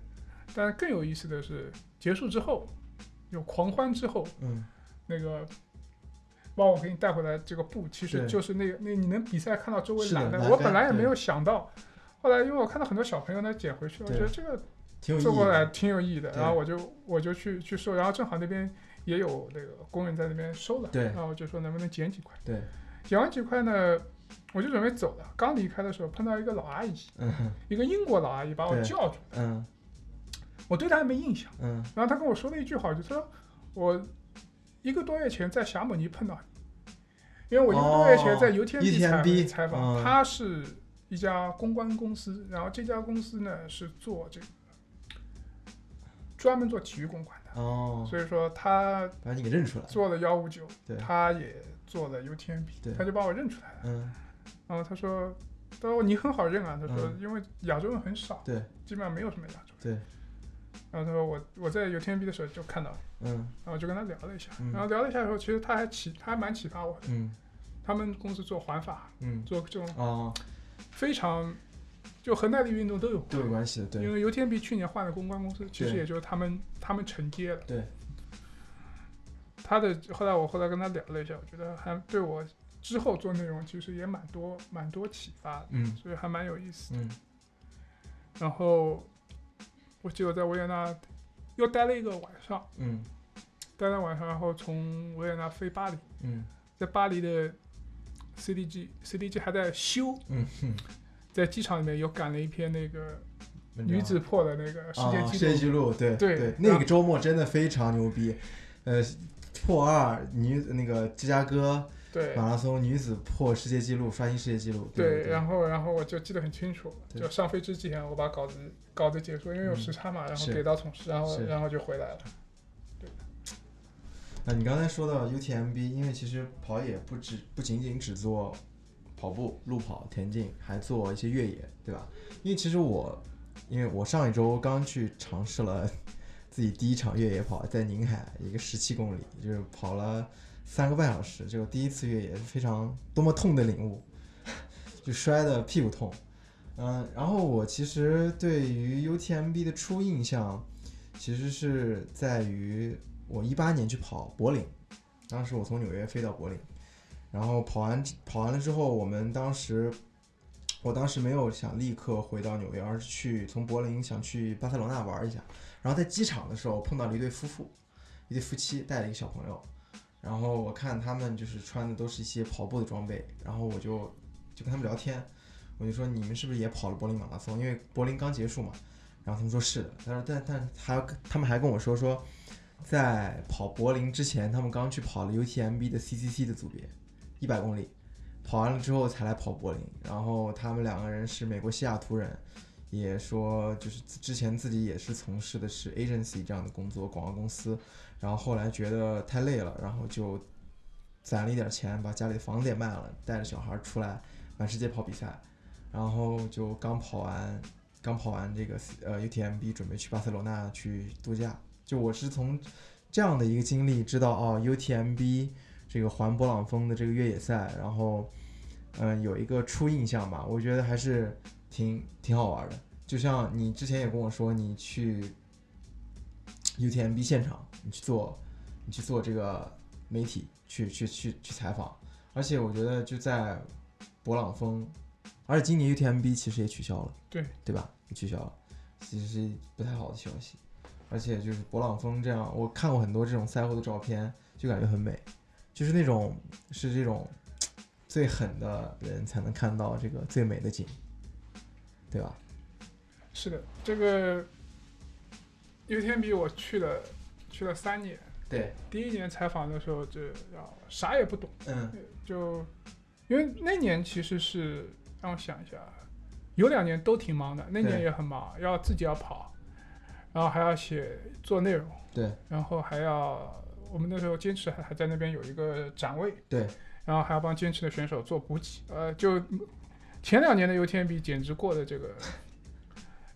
[SPEAKER 2] 但更有意思的是，结束之后，有狂欢之后，
[SPEAKER 1] 嗯，
[SPEAKER 2] 那个。把我给你带回来这个布，其实
[SPEAKER 1] 对
[SPEAKER 2] 就是那个那你能比赛看到周围
[SPEAKER 1] 是的
[SPEAKER 2] 栏
[SPEAKER 1] 栏
[SPEAKER 2] 杆，我本
[SPEAKER 1] 杆
[SPEAKER 2] 来也没
[SPEAKER 1] 对
[SPEAKER 2] 有想到，后来因为我看到很多小朋友呢捡回去，我
[SPEAKER 1] 对
[SPEAKER 2] 觉得这个
[SPEAKER 1] 挺有意
[SPEAKER 2] 做
[SPEAKER 1] 义
[SPEAKER 2] 过来
[SPEAKER 1] 的，
[SPEAKER 2] 挺有意义的。
[SPEAKER 1] 嗯对
[SPEAKER 2] 然后我就我就去去收，然后正好那边也有那个工人在那边收了，
[SPEAKER 1] 对
[SPEAKER 2] 然后我就说能不能捡几块，
[SPEAKER 1] 对，
[SPEAKER 2] 捡完几块呢，我就准备走了。刚离开的时候碰到一个老阿姨，
[SPEAKER 1] 嗯哼
[SPEAKER 2] 一个英国老阿姨把我
[SPEAKER 1] 对
[SPEAKER 2] 叫住，
[SPEAKER 1] 嗯
[SPEAKER 2] 我对她还没印象，
[SPEAKER 1] 嗯，
[SPEAKER 2] 然后她跟我说了一句好，就说我一个多月前在霞姆尼碰到你，因为我一个多月前
[SPEAKER 1] 哦
[SPEAKER 2] 在油田
[SPEAKER 1] 油田 B，
[SPEAKER 2] 采采访，
[SPEAKER 1] 嗯
[SPEAKER 2] 她是一家公关公司，然后这家公司呢是做这个专门做体育公关的。
[SPEAKER 1] 哦，
[SPEAKER 2] 所以说他
[SPEAKER 1] 把你给认出来了，
[SPEAKER 2] 做了幺五九
[SPEAKER 1] 对，
[SPEAKER 2] 他也做了 UTMB，
[SPEAKER 1] 对
[SPEAKER 2] 他就把我认出来了。
[SPEAKER 1] 嗯，
[SPEAKER 2] 然后他说：“他说你很好认啊。”他说
[SPEAKER 1] 嗯：“
[SPEAKER 2] 因为亚洲人很少，
[SPEAKER 1] 对
[SPEAKER 2] 基本上没有什么亚洲。
[SPEAKER 1] 对，”
[SPEAKER 2] 然后他说：“我我在 UTMB 的时候就看到你，
[SPEAKER 1] 嗯
[SPEAKER 2] 然后就跟他聊了一下
[SPEAKER 1] 嗯。
[SPEAKER 2] 然后聊了一下以后，其实他还启他还蛮启发我的。
[SPEAKER 1] 嗯
[SPEAKER 2] 他们公司做环法，
[SPEAKER 1] 嗯，
[SPEAKER 2] 做这种
[SPEAKER 1] 哦，
[SPEAKER 2] 非常就和耐力运动都有
[SPEAKER 1] 都有关系的，
[SPEAKER 2] 因
[SPEAKER 1] 对
[SPEAKER 2] 为 UTMB 去年换了公关公司，其实
[SPEAKER 1] 对
[SPEAKER 2] 也就是他们他们承接了。
[SPEAKER 1] 对，
[SPEAKER 2] 他的后来我后来跟他聊了一下，我觉得还对我之后做内容其实也蛮多蛮多启发的，
[SPEAKER 1] 嗯
[SPEAKER 2] 所以还蛮有意思。
[SPEAKER 1] 嗯
[SPEAKER 2] 然后我记得我在维也纳又待了一个晚上，
[SPEAKER 1] 嗯
[SPEAKER 2] 待了晚上，然后从维也纳飞巴黎，
[SPEAKER 1] 嗯
[SPEAKER 2] 在巴黎的 CDG CDG 还在修，
[SPEAKER 1] 嗯嗯，
[SPEAKER 2] 在机场里面有赶了一篇那个
[SPEAKER 1] 文
[SPEAKER 2] 女
[SPEAKER 1] 章
[SPEAKER 2] 子破的那个世界
[SPEAKER 1] 啊
[SPEAKER 2] 纪
[SPEAKER 1] 世
[SPEAKER 2] 录
[SPEAKER 1] 界纪录，对
[SPEAKER 2] 对
[SPEAKER 1] 对，
[SPEAKER 2] 然
[SPEAKER 1] 那个
[SPEAKER 2] 后
[SPEAKER 1] 周末真的非常牛逼，呃，破二女那个芝加哥
[SPEAKER 2] 对
[SPEAKER 1] 马拉松女子破世界纪录，刷新世界纪录，
[SPEAKER 2] 对，
[SPEAKER 1] 啊对
[SPEAKER 2] 然后然后我就记得很清楚，
[SPEAKER 1] 对
[SPEAKER 2] 就上飞之前我把稿子稿子解说，因为有
[SPEAKER 1] 嗯
[SPEAKER 2] 时差嘛，然后
[SPEAKER 1] 是
[SPEAKER 2] 给到同事，然后
[SPEAKER 1] 是
[SPEAKER 2] 然后就回来了。
[SPEAKER 1] 啊，你刚才说到 UTMB，因为其实跑野不只不仅仅只做跑步、路跑、田径，还做一些越野，对吧？因为其实我，因为我上一周刚去尝试了 自己第一场越野跑，在宁海一个十七公里，就是跑了三个半小时，就第一次越野，非常多么痛的领悟，就摔的屁股痛。嗯，然后我其实对于 UTMB 的初印象，其实是在于我一八年去跑柏林，当时我从纽约飞到柏林，然后跑完跑完了之后，我们当时，我当时没有想立刻回到纽约，而是去从柏林想去巴塞罗那玩一下，然后在机场的时候碰到了一对夫妇，一对夫妻带了一个小朋友，然后我看他们就是穿的都是一些跑步的装备，然后我就就跟他们聊天。我就说你们是不是也跑了柏林马拉松？因为柏林刚结束嘛。然后他们说是的，他说但但还他们还跟我说说，在跑柏林之前，他们刚去跑了 UTMB 的 CCC 的组别，一百公里，跑完了之后才来跑柏林。然后他们两个人是美国西雅图人，也说就是之前自己也是从事的是 agency 这样的工作，广告公司。然后后来觉得太累了，然后就攒了一点钱，把家里的房子也卖了，带着小孩出来满世界跑比赛。然后就刚跑完，刚跑完这个呃 UTMB，准备去巴塞罗那去度假。就我是从这样的一个经历知道哦，UTMB 这个环勃朗峰的这个越野赛，然后嗯、呃、有一个初印象吧，我觉得还是挺挺好玩的。就像你之前也跟我说，你去 UTMB 现场，你去做你去做这个媒体去去去去采访，而且我觉得就在勃朗峰。而且今年 UTMB 其实也取消了，
[SPEAKER 2] 对
[SPEAKER 1] 对吧？也取消了，其实是不太好的消息。而且就是勃朗峰这样，我看过很多这种赛后的照片，就感觉很美，就是那种是这种最狠的人才能看到这个最美的景，对吧？
[SPEAKER 2] 是的，这个 UTMB 我去了去了三年，
[SPEAKER 1] 对，
[SPEAKER 2] 第一年采访的时候就要啥也不懂，
[SPEAKER 1] 嗯，
[SPEAKER 2] 就因为那年其实是。让我想一下，有两年都挺忙的，那年也很忙，要自己要跑，然后还要写做内容，
[SPEAKER 1] 对，
[SPEAKER 2] 然后还要我们那时候坚持还还在那边有一个展位，
[SPEAKER 1] 对，
[SPEAKER 2] 然后还要帮坚持的选手做补给，呃，就前两年的 UTMB 简直过的这个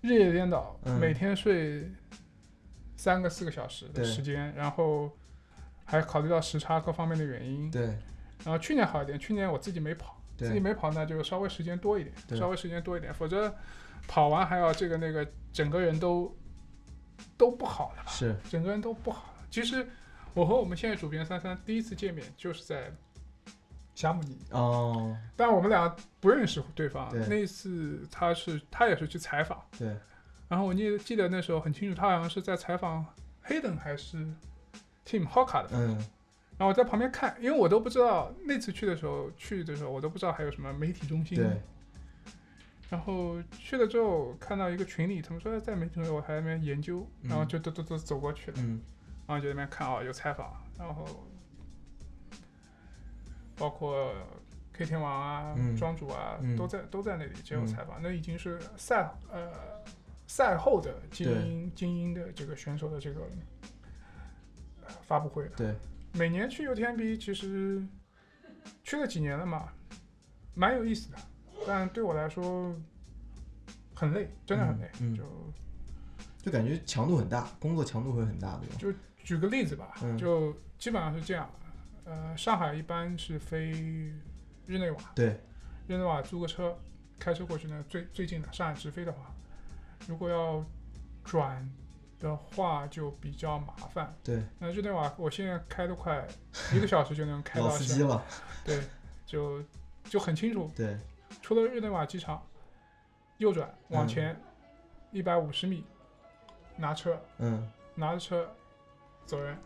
[SPEAKER 2] 日夜颠倒，
[SPEAKER 1] 嗯
[SPEAKER 2] 每天睡三个四个小时的
[SPEAKER 1] 对
[SPEAKER 2] 时间，然后还考虑到时差各方面的原因，
[SPEAKER 1] 对，
[SPEAKER 2] 然后去年好一点，去年我自己没跑，
[SPEAKER 1] 对
[SPEAKER 2] 自己没跑呢就稍微时间多一点，
[SPEAKER 1] 对
[SPEAKER 2] 稍微时间多一点，否则跑完还要这个那个，整个人都都不好了，
[SPEAKER 1] 是，
[SPEAKER 2] 整个人都不好了。其实我和我们现在主编三三第一次见面就是在霞姆尼，
[SPEAKER 1] 哦，
[SPEAKER 2] 但我们俩不认识对方。
[SPEAKER 1] 对
[SPEAKER 2] 那一次他是他也是去采访，
[SPEAKER 1] 对，
[SPEAKER 2] 然后我记记得那时候很清楚，他好像是在采访 Hayden 还是 Tim h o k a 的。
[SPEAKER 1] 嗯，
[SPEAKER 2] 然后我在旁边看，因为我都不知道那次去的时候去的时候，我都不知道还有什么媒体中心。
[SPEAKER 1] 对，
[SPEAKER 2] 然后去了之后，看到一个群里，他们说在媒体中心，我还在那边研究，
[SPEAKER 1] 嗯
[SPEAKER 2] 然后就走走走走过去了，
[SPEAKER 1] 嗯，
[SPEAKER 2] 然后就在那边看啊、有采访，然后包括 K 天王啊、
[SPEAKER 1] 嗯
[SPEAKER 2] 庄主啊，
[SPEAKER 1] 嗯
[SPEAKER 2] 都在都在那里接受
[SPEAKER 1] 嗯
[SPEAKER 2] 采访，那已经是赛呃赛后的精
[SPEAKER 1] 对
[SPEAKER 2] 英精英的这个选手的这个呃发布会了。
[SPEAKER 1] 对，
[SPEAKER 2] 每年去 UTMB 其实去了几年了嘛，蛮有意思的，但对我来说很累，真的很累。
[SPEAKER 1] 嗯嗯嗯
[SPEAKER 2] 就
[SPEAKER 1] 就感觉强度很大，工作强度会很大，对吧？
[SPEAKER 2] 举个例子吧，
[SPEAKER 1] 嗯
[SPEAKER 2] 就基本上是这样。呃，上海一般是飞日内瓦，
[SPEAKER 1] 对，
[SPEAKER 2] 日内瓦租个车，开车过去呢最最近的。上海直飞的话，如果要转的话就比较麻烦。
[SPEAKER 1] 对，
[SPEAKER 2] 那日内瓦我现在开都快一个小时就能开到
[SPEAKER 1] 老司机
[SPEAKER 2] 上海，
[SPEAKER 1] 了，
[SPEAKER 2] 对，就就很清楚，
[SPEAKER 1] 对，
[SPEAKER 2] 除了日内瓦机场，右转
[SPEAKER 1] 嗯
[SPEAKER 2] 往前一百五十米，拿车
[SPEAKER 1] 嗯，
[SPEAKER 2] 拿着车走人。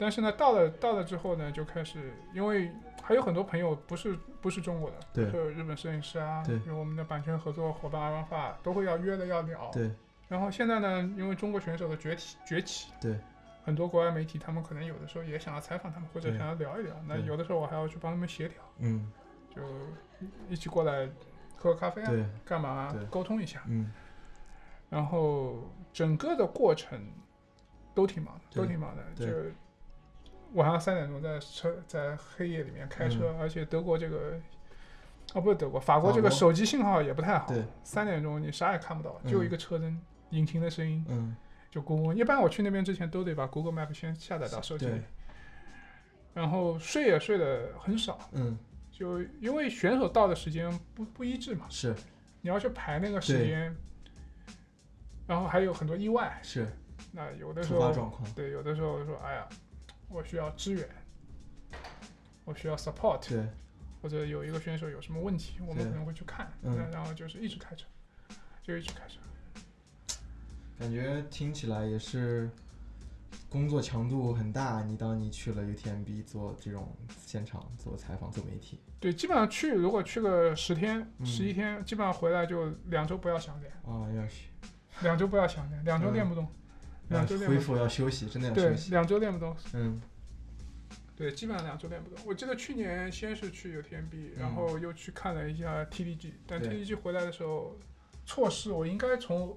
[SPEAKER 2] 但是呢，到了到了之后呢，就开始，因为还有很多朋友不是不是中国的，
[SPEAKER 1] 对
[SPEAKER 2] 还有日本摄影师啊，
[SPEAKER 1] 对
[SPEAKER 2] 有我们的版权合作伙伴阿拉法都会要约的要聊。
[SPEAKER 1] 对，
[SPEAKER 2] 然后现在呢，因为中国选手的崛起崛起，
[SPEAKER 1] 对，
[SPEAKER 2] 很多国外媒体他们可能有的时候也想要采访他们，或者
[SPEAKER 1] 对
[SPEAKER 2] 想要聊一聊。那
[SPEAKER 1] 对
[SPEAKER 2] 有的时候我还要去帮他们协调。
[SPEAKER 1] 嗯，
[SPEAKER 2] 就一起过来喝个咖啡啊，
[SPEAKER 1] 对，
[SPEAKER 2] 干嘛啊
[SPEAKER 1] 对
[SPEAKER 2] 沟通一下。
[SPEAKER 1] 嗯，
[SPEAKER 2] 然后整个的过程都挺忙的，
[SPEAKER 1] 对
[SPEAKER 2] 都挺忙的。
[SPEAKER 1] 对
[SPEAKER 2] 就晚上三点钟在车在黑夜里面开车，而且德国这个哦不是德国，法国这
[SPEAKER 1] 嗯法
[SPEAKER 2] 个
[SPEAKER 1] 国
[SPEAKER 2] 手机信号也不太好
[SPEAKER 1] 对，
[SPEAKER 2] 三点钟你啥也看不到，
[SPEAKER 1] 嗯
[SPEAKER 2] 就一个车灯、引擎的声音，
[SPEAKER 1] 嗯，
[SPEAKER 2] 就 Google。一般我去那边之前都得把 Google Map 先下载到手机
[SPEAKER 1] 对
[SPEAKER 2] 里，，然后睡也睡得很少。
[SPEAKER 1] 嗯，
[SPEAKER 2] 就因为选手到的时间不不一致嘛，
[SPEAKER 1] 是
[SPEAKER 2] 你要去排那个时
[SPEAKER 1] 对
[SPEAKER 2] 间，然后还有很多意外，
[SPEAKER 1] 是
[SPEAKER 2] 那有的时
[SPEAKER 1] 突发
[SPEAKER 2] 候
[SPEAKER 1] 状况，
[SPEAKER 2] 对，有的时候说，哎呀，我需要支援，我需要 support，
[SPEAKER 1] 对，
[SPEAKER 2] 或者有一个选手有什么问题，我们
[SPEAKER 1] 对
[SPEAKER 2] 可能会去看，
[SPEAKER 1] 嗯
[SPEAKER 2] 那然后就是一直开车，就一直开车。
[SPEAKER 1] 感觉听起来也是工作强度很大。你当你去了 UTMB 做这种现场做采访做媒体，
[SPEAKER 2] 对，基本上去如果去个十天、
[SPEAKER 1] 嗯
[SPEAKER 2] 十一天，基本上回来就两周不要想练，
[SPEAKER 1] 啊、要是
[SPEAKER 2] 两周不要想练，两周练不动，
[SPEAKER 1] 要
[SPEAKER 2] 两周练
[SPEAKER 1] 恢
[SPEAKER 2] 不动，
[SPEAKER 1] 复要休息，真的要
[SPEAKER 2] 对
[SPEAKER 1] 休，息。
[SPEAKER 2] 两周练不动，
[SPEAKER 1] 嗯，
[SPEAKER 2] 对，基本上两周练不动。我记得去年先是去 UTMB，
[SPEAKER 1] 嗯
[SPEAKER 2] 然后又去看了一下 TDG，但
[SPEAKER 1] 对
[SPEAKER 2] TDG 回来的时候，错失我应该从，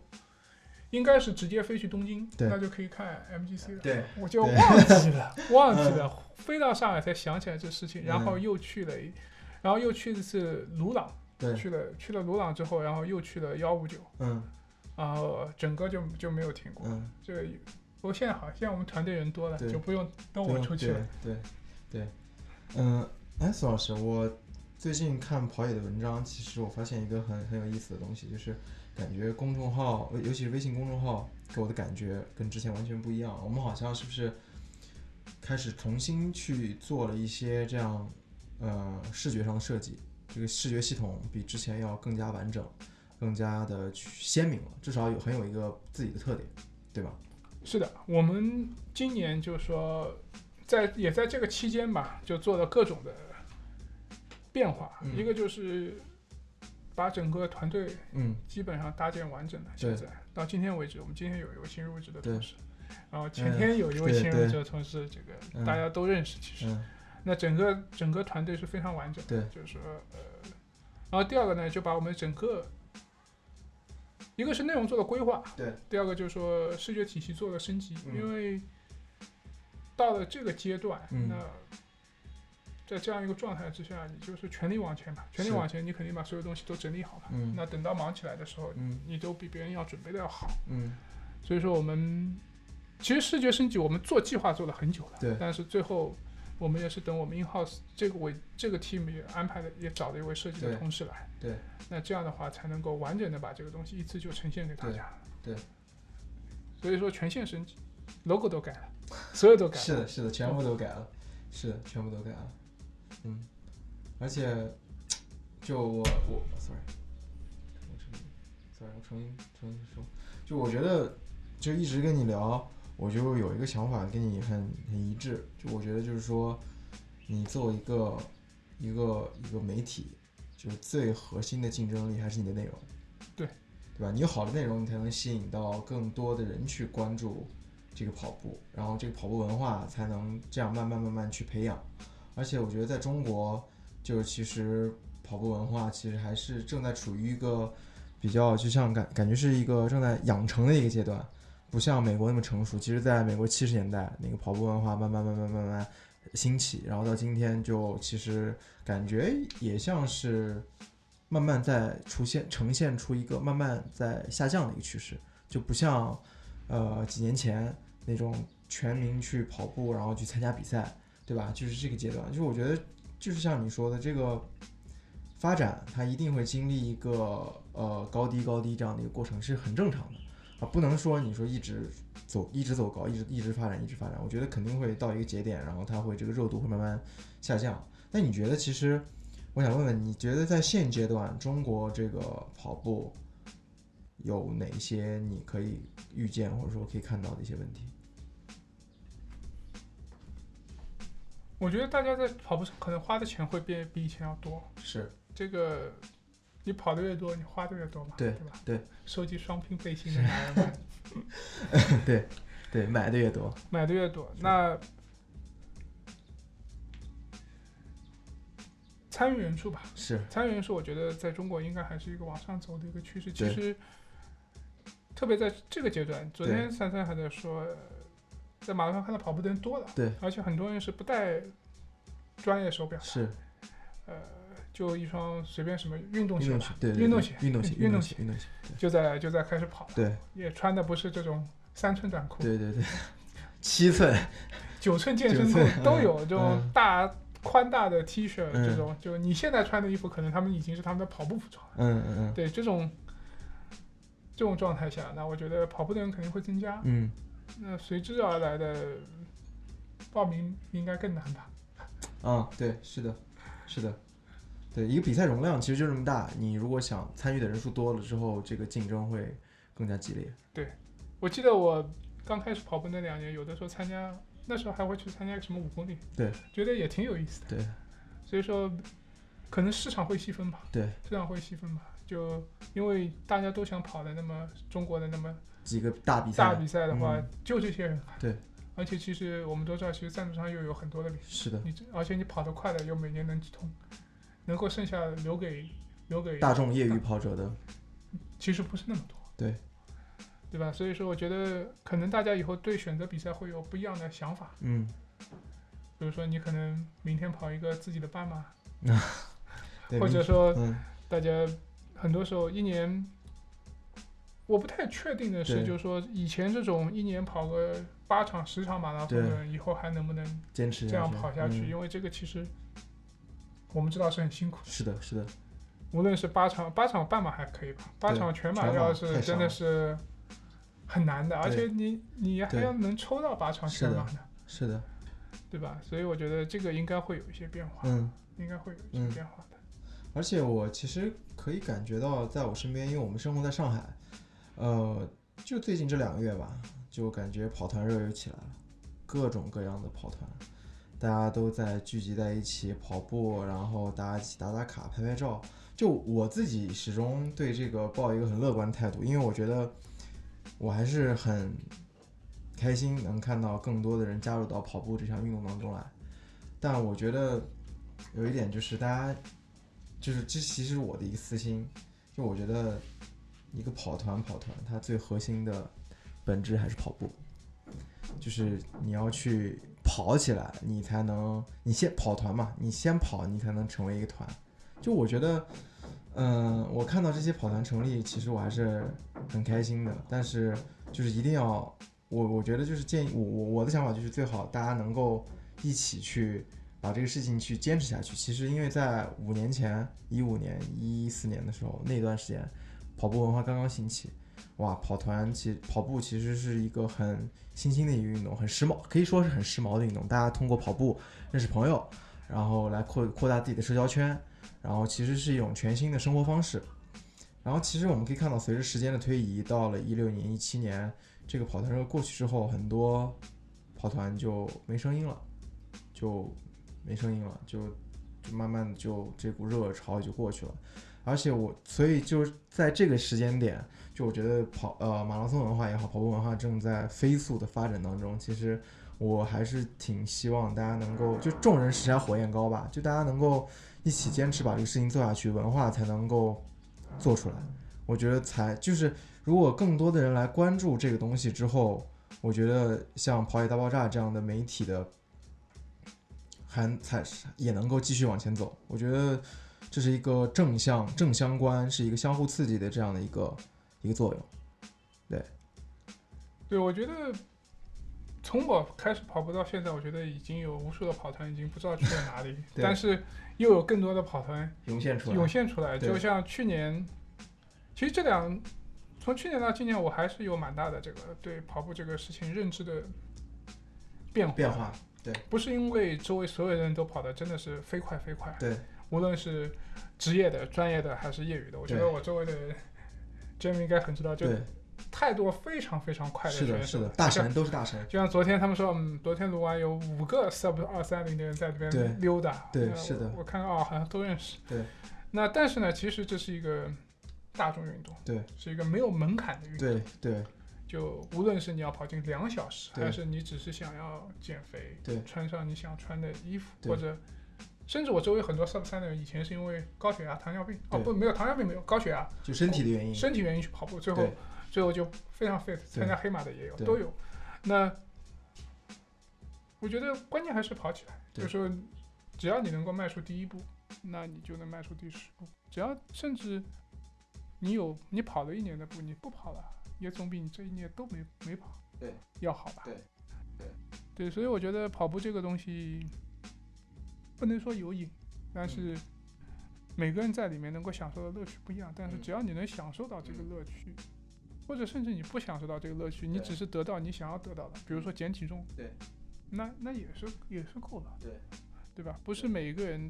[SPEAKER 2] 应该是直接飞去东京，
[SPEAKER 1] 对
[SPEAKER 2] 那就可以看 MGC 了。
[SPEAKER 1] 对，
[SPEAKER 2] 我就
[SPEAKER 1] 对嗯
[SPEAKER 2] 忘 记了，忘记了，飞到上海才想起来这事情，然后又去了一，然后又去了一次鲁朗，
[SPEAKER 1] 对，
[SPEAKER 2] 去了去了鲁朗之后，然后又去了幺五九，
[SPEAKER 1] 嗯
[SPEAKER 2] 然后整个就就没有停过。
[SPEAKER 1] 嗯，
[SPEAKER 2] 这个不过现在好，现在我们团队人多了，
[SPEAKER 1] 对
[SPEAKER 2] 就不用等
[SPEAKER 1] 对
[SPEAKER 2] 我出去了。
[SPEAKER 1] 对对对，嗯，哎，苏老师，我最近看跑野的文章，其实我发现一个很很有意思的东西，就是感觉公众号，呃尤其是微信公众号，给我的感觉跟之前完全不一样。我们好像是不是开始重新去做了一些这样，呃，视觉上的设计，这个视觉系统比之前要更加完整，更加的去鲜明了，至少有很有一个自己的特点，对吧？
[SPEAKER 2] 是的，我们今年就说在也在这个期间吧，就做了各种的变化。
[SPEAKER 1] 嗯
[SPEAKER 2] 一个就是把整个团队
[SPEAKER 1] 嗯，
[SPEAKER 2] 基本上搭建完整了。
[SPEAKER 1] 对
[SPEAKER 2] 现在到今天为止，我们今天有一位新入职的同
[SPEAKER 1] 对嗯
[SPEAKER 2] 事，然后前天有一位
[SPEAKER 1] 对
[SPEAKER 2] 新入
[SPEAKER 1] 对
[SPEAKER 2] 职的同事，这个
[SPEAKER 1] 嗯
[SPEAKER 2] 大家都认识。其实，
[SPEAKER 1] 嗯，
[SPEAKER 2] 那整个整个团队是非常完整的，
[SPEAKER 1] 对
[SPEAKER 2] 就是说呃，然后第二个呢，就把我们整个一个是内容做了规划，
[SPEAKER 1] 对，
[SPEAKER 2] 第二个就是说视觉体系做了升级，
[SPEAKER 1] 嗯
[SPEAKER 2] 因为到了这个阶段，
[SPEAKER 1] 嗯
[SPEAKER 2] 那在这样一个状态之下，你就是全力往前嘛，全力
[SPEAKER 1] 是
[SPEAKER 2] 往前，你肯定把所有东西都整理好嘛，
[SPEAKER 1] 嗯
[SPEAKER 2] 那等到忙起来的时候，
[SPEAKER 1] 嗯
[SPEAKER 2] 你都比别人要准备的要好，
[SPEAKER 1] 嗯，
[SPEAKER 2] 所以说我们其实视觉升级，我们做计划做了很久了，
[SPEAKER 1] 对
[SPEAKER 2] 但是最后我们也是等我们 in house 这个位这个 team 也安排了，也找了一位设计的
[SPEAKER 1] 对
[SPEAKER 2] 同事来，
[SPEAKER 1] 对
[SPEAKER 2] 那这样的话才能够完整的把这个东西一次就呈现给大家，
[SPEAKER 1] 对对
[SPEAKER 2] 所以说全线升级，logo 都改了，所有都改了，
[SPEAKER 1] 是的，是的，全部都改了，是的，全部都改了，嗯，而且就我我 sorry，我重新 sorry 我重新重新说，就我觉得就一直跟你聊，我就有一个想法跟你很很一致，就我觉得就是说，你作为一个一个一个媒体，就是最核心的竞争力还是你的内容，
[SPEAKER 2] 对
[SPEAKER 1] 对吧？你有好的内容，你才能吸引到更多的人去关注。这个跑步，然后这个跑步文化才能这样慢慢慢慢去培养。而且我觉得在中国，就是其实跑步文化其实还是正在处于一个比较，就像感感觉是一个正在养成的一个阶段，不像美国那么成熟。其实，在美国七十年代，那个跑步文化慢慢慢慢慢慢兴起，然后到今天就其实感觉也像是慢慢在出现呈现出一个慢慢在下降的一个趋势，就不像呃几年前那种全民去跑步，然后去参加比赛，对吧？就是这个阶段，就是我觉得就是像你说的这个发展，它一定会经历一个呃高低高低这样的一个过程，是很正常的啊，不能说你说一直走一直走高，一直一直发展一直发展，我觉得肯定会到一个节点，然后它会这个热度会慢慢下降。那你觉得其实？我想问问，你觉得在现阶段中国这个跑步有哪些你可以预见或者说可以看到的一些问题？
[SPEAKER 2] 我觉得大家在跑步上可能花的钱会变比以前要多，
[SPEAKER 1] 是
[SPEAKER 2] 这个你跑的越多，你花的越多嘛，
[SPEAKER 1] 对
[SPEAKER 2] 对吧？
[SPEAKER 1] 对，
[SPEAKER 2] 收集双拼背心的男人们。
[SPEAKER 1] 对，买的越多，
[SPEAKER 2] 买的越多，那参与人数吧，
[SPEAKER 1] 是
[SPEAKER 2] 参与人数我觉得在中国应该还是一个往上走的一个趋势。其
[SPEAKER 1] 对
[SPEAKER 2] 实，特别在这个阶段，昨
[SPEAKER 1] 对
[SPEAKER 2] 天珊珊还在说，呃在马路上看到跑步的人多了，
[SPEAKER 1] 对，
[SPEAKER 2] 而且很多人是不戴专业手表，
[SPEAKER 1] 是
[SPEAKER 2] 呃，就一双随便什么运动
[SPEAKER 1] 运
[SPEAKER 2] 鞋
[SPEAKER 1] 动
[SPEAKER 2] 吧，
[SPEAKER 1] 鞋，对对
[SPEAKER 2] 运动
[SPEAKER 1] 对
[SPEAKER 2] 鞋
[SPEAKER 1] 运动鞋，
[SPEAKER 2] 运动
[SPEAKER 1] 鞋，运动鞋，
[SPEAKER 2] 就在就在开始跑了，
[SPEAKER 1] 对
[SPEAKER 2] 也穿的不是这种三寸短裤，
[SPEAKER 1] 对对对对，七寸，
[SPEAKER 2] 九寸健身
[SPEAKER 1] 九
[SPEAKER 2] 裤
[SPEAKER 1] 寸
[SPEAKER 2] 都有这种
[SPEAKER 1] 嗯
[SPEAKER 2] 大宽大的 T 恤
[SPEAKER 1] 嗯
[SPEAKER 2] 这种，就你现在穿的衣服，可能他们已经是他们的跑步服装了。
[SPEAKER 1] 嗯嗯
[SPEAKER 2] 对这种这种状态下，那我觉得跑步的人肯定会增加，
[SPEAKER 1] 嗯，
[SPEAKER 2] 那随之而来的报名应该更难吧？
[SPEAKER 1] 嗯啊，对，是的，是的，对，一个比赛容量其实就这么大，你如果想参与的人数多了之后，这个竞争会更加激烈。
[SPEAKER 2] 我记得我刚开始跑步那两年，有的时候参加，那时候还会去参加什么五公里，
[SPEAKER 1] 对，
[SPEAKER 2] 觉得也挺有意思的。
[SPEAKER 1] 对，
[SPEAKER 2] 所以说可能市场会细分吧，
[SPEAKER 1] 对，
[SPEAKER 2] 市场会细分吧。就因为大家都想跑的那么中国的那么
[SPEAKER 1] 几个大比
[SPEAKER 2] 大
[SPEAKER 1] 赛，
[SPEAKER 2] 比赛的话，
[SPEAKER 1] 嗯
[SPEAKER 2] 就这些人。
[SPEAKER 1] 对，
[SPEAKER 2] 而且其实我们都知道，其实赞助商又有很多的比赛，
[SPEAKER 1] 是的，
[SPEAKER 2] 你这而且你跑得快的又每年能直通，能够剩下留给留给
[SPEAKER 1] 大众业余跑者的，
[SPEAKER 2] 其实不是那么多。
[SPEAKER 1] 对。
[SPEAKER 2] 对吧？所以说，我觉得可能大家以后对选择比赛会有不一样的想法。
[SPEAKER 1] 嗯，
[SPEAKER 2] 比如说，你可能明天跑一个自己的半马，
[SPEAKER 1] 对，
[SPEAKER 2] 或者说
[SPEAKER 1] 嗯，
[SPEAKER 2] 大家很多时候一年，我不太确定的是，
[SPEAKER 1] 对
[SPEAKER 2] 就是说以前这种一年跑个八场、十场马拉松的
[SPEAKER 1] 对
[SPEAKER 2] 人，以后还能不能
[SPEAKER 1] 坚持
[SPEAKER 2] 这样跑下去？
[SPEAKER 1] 嗯
[SPEAKER 2] 因为这个其实我们知道是很辛苦的，
[SPEAKER 1] 是的，是的，
[SPEAKER 2] 无论是八场、八场半马还可以吧，八
[SPEAKER 1] 对
[SPEAKER 2] 场全马
[SPEAKER 1] 全马
[SPEAKER 2] 要
[SPEAKER 1] 太
[SPEAKER 2] 是真
[SPEAKER 1] 少
[SPEAKER 2] 的
[SPEAKER 1] 了
[SPEAKER 2] 是很难的，而
[SPEAKER 1] 对
[SPEAKER 2] 且你你还
[SPEAKER 1] 对
[SPEAKER 2] 要能抽到八场
[SPEAKER 1] 是
[SPEAKER 2] 全
[SPEAKER 1] 的
[SPEAKER 2] 马呢，
[SPEAKER 1] 是的，
[SPEAKER 2] 对吧？所以我觉得这个应该会有一些变化，
[SPEAKER 1] 嗯。
[SPEAKER 2] 应该会有一
[SPEAKER 1] 嗯
[SPEAKER 2] 些变化的。
[SPEAKER 1] 而且我其实可以感觉到，在我身边，因为我们生活在上海，呃，就最近这两个月吧，就感觉跑团热又起来了，各种各样的跑团，大家都在聚集在一起跑步，然后大家一起打打卡、拍拍照。就我自己始终对这个抱一个很乐观的态度，因为我觉得我还是很开心能看到更多的人加入到跑步这项运动当中来。但我觉得有一点就是大家就是这其实是我的一个私心，就我觉得一个跑团跑团，它最核心的本质还是跑步，就是你要去跑起来，你才能你先跑团嘛，你先跑，你才能成为一个团。就我觉得，嗯、我看到这些跑团成立，其实我还是很开心的，但是就是一定要。我我觉得就是建议我我我的想法就是最好大家能够一起去把这个事情去坚持下去。其实，因为在五年前，一五年、一四年的时候，那段时间跑步文化刚刚兴起，哇，跑团其跑步其实是一个很新兴的一个运动，很时髦，可以说是很时髦的运动。大家通过跑步认识朋友，然后来扩扩大自己的社交圈，然后其实是一种全新的生活方式。然后其实我们可以看到，随着时间的推移，到了一六年、一七年，这个跑团热过去之后，很多跑团就没声音了，就没声音了，就就慢慢的就这股热潮也就过去了。而且我所以就是在这个时间点，就我觉得跑呃马拉松文化也好，跑步文化正在飞速的发展当中。其实我还是挺希望大家能够就众人拾柴火焰高吧，就大家能够一起坚持把这个事情做下去，文化才能够做出来。我觉得才就是如果更多的人来关注这个东西之后，我觉得像《跑野大爆炸》这样的媒体的还才是也能够继续往前走。我觉得这是一个正向、正相关，是一个相互刺激的这样的一个一个作用。
[SPEAKER 2] 对，我觉得从我开始跑步到现在，我觉得已经有无数的跑团已经不知道去了哪里，
[SPEAKER 1] 对
[SPEAKER 2] 但是又有更多的跑团
[SPEAKER 1] 涌现
[SPEAKER 2] 涌现出来。
[SPEAKER 1] 对
[SPEAKER 2] 就像去年，其实这两从去年到今年，我还是有蛮大的这个对跑步这个事情认知的变化。
[SPEAKER 1] 变化，
[SPEAKER 2] 不是因为周围所有人都跑的真的是飞快飞快，
[SPEAKER 1] 对，
[SPEAKER 2] 无论是职业的、专业的还是业余的，我觉得
[SPEAKER 1] 对
[SPEAKER 2] 我周围的人。Jim 应该很知道，就
[SPEAKER 1] 对，
[SPEAKER 2] 太多非常非常快的
[SPEAKER 1] 是
[SPEAKER 2] 选手
[SPEAKER 1] 的，是的，
[SPEAKER 2] 了，
[SPEAKER 1] 大
[SPEAKER 2] 像
[SPEAKER 1] 神都是大神，
[SPEAKER 2] 就像昨天他们说，嗯，昨天卢湾有五个 sub 二三零的人在这
[SPEAKER 1] 对
[SPEAKER 2] 边溜达，
[SPEAKER 1] 对
[SPEAKER 2] 那
[SPEAKER 1] 是的
[SPEAKER 2] 我我看啊、好像都认识。
[SPEAKER 1] 对，
[SPEAKER 2] 那但是呢，其实这是一个大众运动，
[SPEAKER 1] 对，
[SPEAKER 2] 是一个没有门槛的运动。
[SPEAKER 1] 对对
[SPEAKER 2] 就无论是你要跑进两小时，
[SPEAKER 1] 对
[SPEAKER 2] 还是你只是想要减肥，
[SPEAKER 1] 对
[SPEAKER 2] 穿上你想穿的衣服，
[SPEAKER 1] 对
[SPEAKER 2] 或者甚至我周围很多 sub 三的人以前是因为高血压、糖尿病，哦
[SPEAKER 1] 对
[SPEAKER 2] 不，没有糖尿病，没有高血压，
[SPEAKER 1] 就身体的原因，
[SPEAKER 2] 身体原因去跑步，最后
[SPEAKER 1] 对
[SPEAKER 2] 最后就非常 fit，参加黑马的也有，
[SPEAKER 1] 对
[SPEAKER 2] 都有。那我觉得关键还是跑起来，
[SPEAKER 1] 对
[SPEAKER 2] 就是说只要你能够迈出第一步，那你就能迈出第十步。只要甚至你有你跑了一年的步，你不跑了，也总比你这一年都没没跑
[SPEAKER 1] 对
[SPEAKER 2] 要好吧？
[SPEAKER 1] 对对
[SPEAKER 2] 对所以我觉得跑步这个东西，不能说有瘾，但是每个人在里面能够享受的乐趣不一样。但是
[SPEAKER 3] 嗯
[SPEAKER 2] 只要你能享受到这个乐趣，或者甚至你不享受到这个乐趣，你
[SPEAKER 3] 对
[SPEAKER 2] 只是得到你想要得到的，比如说减体重，
[SPEAKER 3] 对，
[SPEAKER 2] 那那也是也是够了，
[SPEAKER 3] 对，
[SPEAKER 2] 对吧？不是每一个人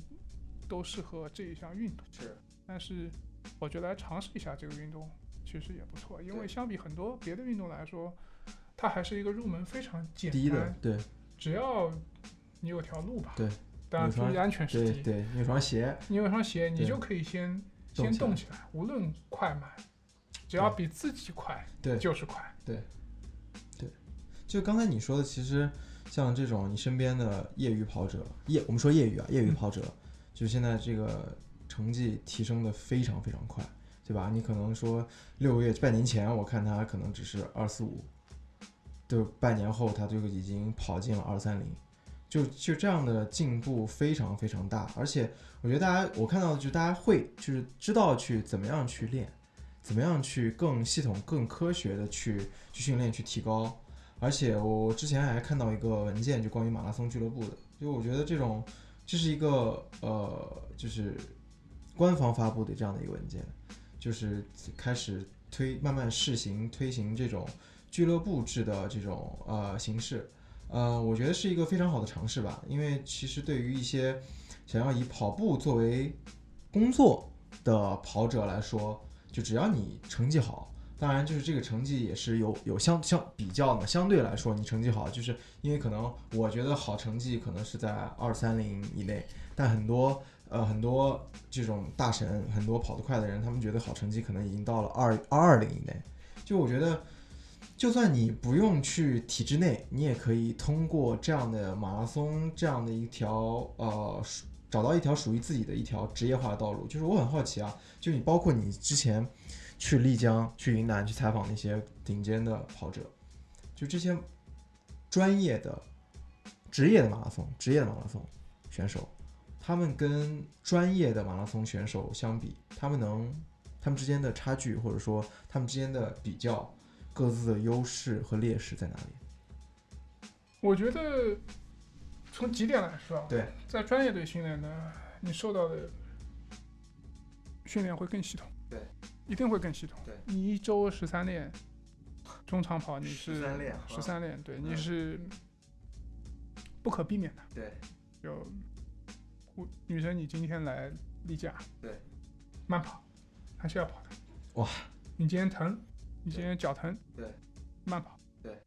[SPEAKER 2] 都适合这一项运动。
[SPEAKER 3] 是，
[SPEAKER 2] 但是我觉得来尝试一下这个运动其实也不错，因为
[SPEAKER 3] 对
[SPEAKER 2] 相比很多别的运动来说，它还是一个入门非常简
[SPEAKER 1] 低的
[SPEAKER 2] 单，，
[SPEAKER 1] 对
[SPEAKER 2] 只要你有条路吧，
[SPEAKER 1] 对，
[SPEAKER 2] 当然
[SPEAKER 1] 有双
[SPEAKER 2] 注意安全是第
[SPEAKER 1] 对
[SPEAKER 2] 一。
[SPEAKER 1] 对，有双鞋，
[SPEAKER 2] 你有一双鞋，你
[SPEAKER 1] 对
[SPEAKER 2] 就可以先
[SPEAKER 1] 动
[SPEAKER 2] 先
[SPEAKER 1] 起来
[SPEAKER 2] 动起来，无论快慢，只要比自己快
[SPEAKER 1] 对，
[SPEAKER 2] 就是快。
[SPEAKER 1] 就刚才你说的，其实像这种你身边的业余跑者，业我们说业余啊，业余跑者，就现在这个成绩提升的非常非常快，对吧？你可能说六个月、半年前，我看他可能只是二四五，就半年后他就已经跑进了二三零，就就这样的进步非常非常大。而且我觉得大家，我看到的就是大家会就是知道去怎么样去练，怎么样去更系统、更科学的去去训练、去提高。而且我之前还看到一个文件，就关于马拉松俱乐部的，就我觉得这种这是一个呃，就是官方发布的这样的一个文件，就是开始推慢慢试行推行这种俱乐部制的这种呃形式，呃，我觉得是一个非常好的尝试吧，因为其实对于一些想要以跑步作为工作的跑者来说，就只要你成绩好。当然，就是这个成绩也是有有相相比较的，相对来说你成绩好，就是因为可能我觉得好成绩可能是在二三零以内，但很多呃很多这种大神，很多跑得快的人，他们觉得好成绩可能已经到了二二二零以内。就我觉得，就算你不用去体制内，你也可以通过这样的马拉松这样的一条呃属找到一条属于自己的一条职业化的道路。就是我很好奇啊，就你包括你之前。去丽江、去云南去采访那些顶尖的跑者，就这些专业的、职业的马拉松、职业的马拉松选手，他们跟专业的马拉松选手相比，他们能他们之间的差距，或者说他们之间的比较，各自的优势和劣势在哪里？
[SPEAKER 2] 我觉得从几点来说啊，
[SPEAKER 1] 对，
[SPEAKER 2] 在专业队训练呢，你受到的训练会更系统，
[SPEAKER 3] 对，
[SPEAKER 2] 一定会更系统。
[SPEAKER 3] 对
[SPEAKER 2] 你一周十三练，中长跑你是
[SPEAKER 3] 13练啊
[SPEAKER 2] 十三练，对，你
[SPEAKER 3] 嗯
[SPEAKER 2] 是不可避免的。
[SPEAKER 3] 对，
[SPEAKER 2] 有我女生，你今天来例假，
[SPEAKER 3] 对，
[SPEAKER 2] 慢跑还是要跑的。
[SPEAKER 1] 哇，
[SPEAKER 2] 你今天疼，你
[SPEAKER 3] 对
[SPEAKER 2] 今天脚疼，
[SPEAKER 3] 对，
[SPEAKER 2] 慢跑，
[SPEAKER 3] 对。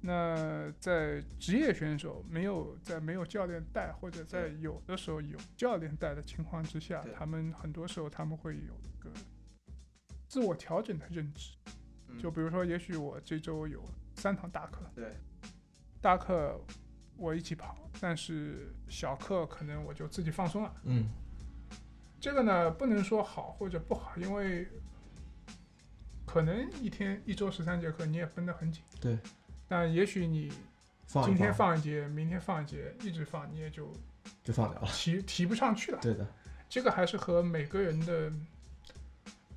[SPEAKER 2] 那在职业选手没有在没有教练带，或者在
[SPEAKER 3] 对
[SPEAKER 2] 有的时候有教练带的情况之下
[SPEAKER 3] 对，
[SPEAKER 2] 他们很多时候他们会有一个自我调整的认知。
[SPEAKER 3] 嗯
[SPEAKER 2] 就比如说，也许我这周有三堂大课，
[SPEAKER 3] 对，
[SPEAKER 2] 大课我一起跑，但是小课可能我就自己放松了。
[SPEAKER 1] 嗯，
[SPEAKER 2] 这个呢，不能说好或者不好，因为可能一天一周十三节课你也分得很紧，
[SPEAKER 1] 对。
[SPEAKER 2] 但也许你
[SPEAKER 1] 放一
[SPEAKER 2] 今天放一节，明天放一节，一直放，你也就
[SPEAKER 1] 就放掉了。
[SPEAKER 2] 提提不上去了。
[SPEAKER 1] 对的，
[SPEAKER 2] 这个还是和每个人的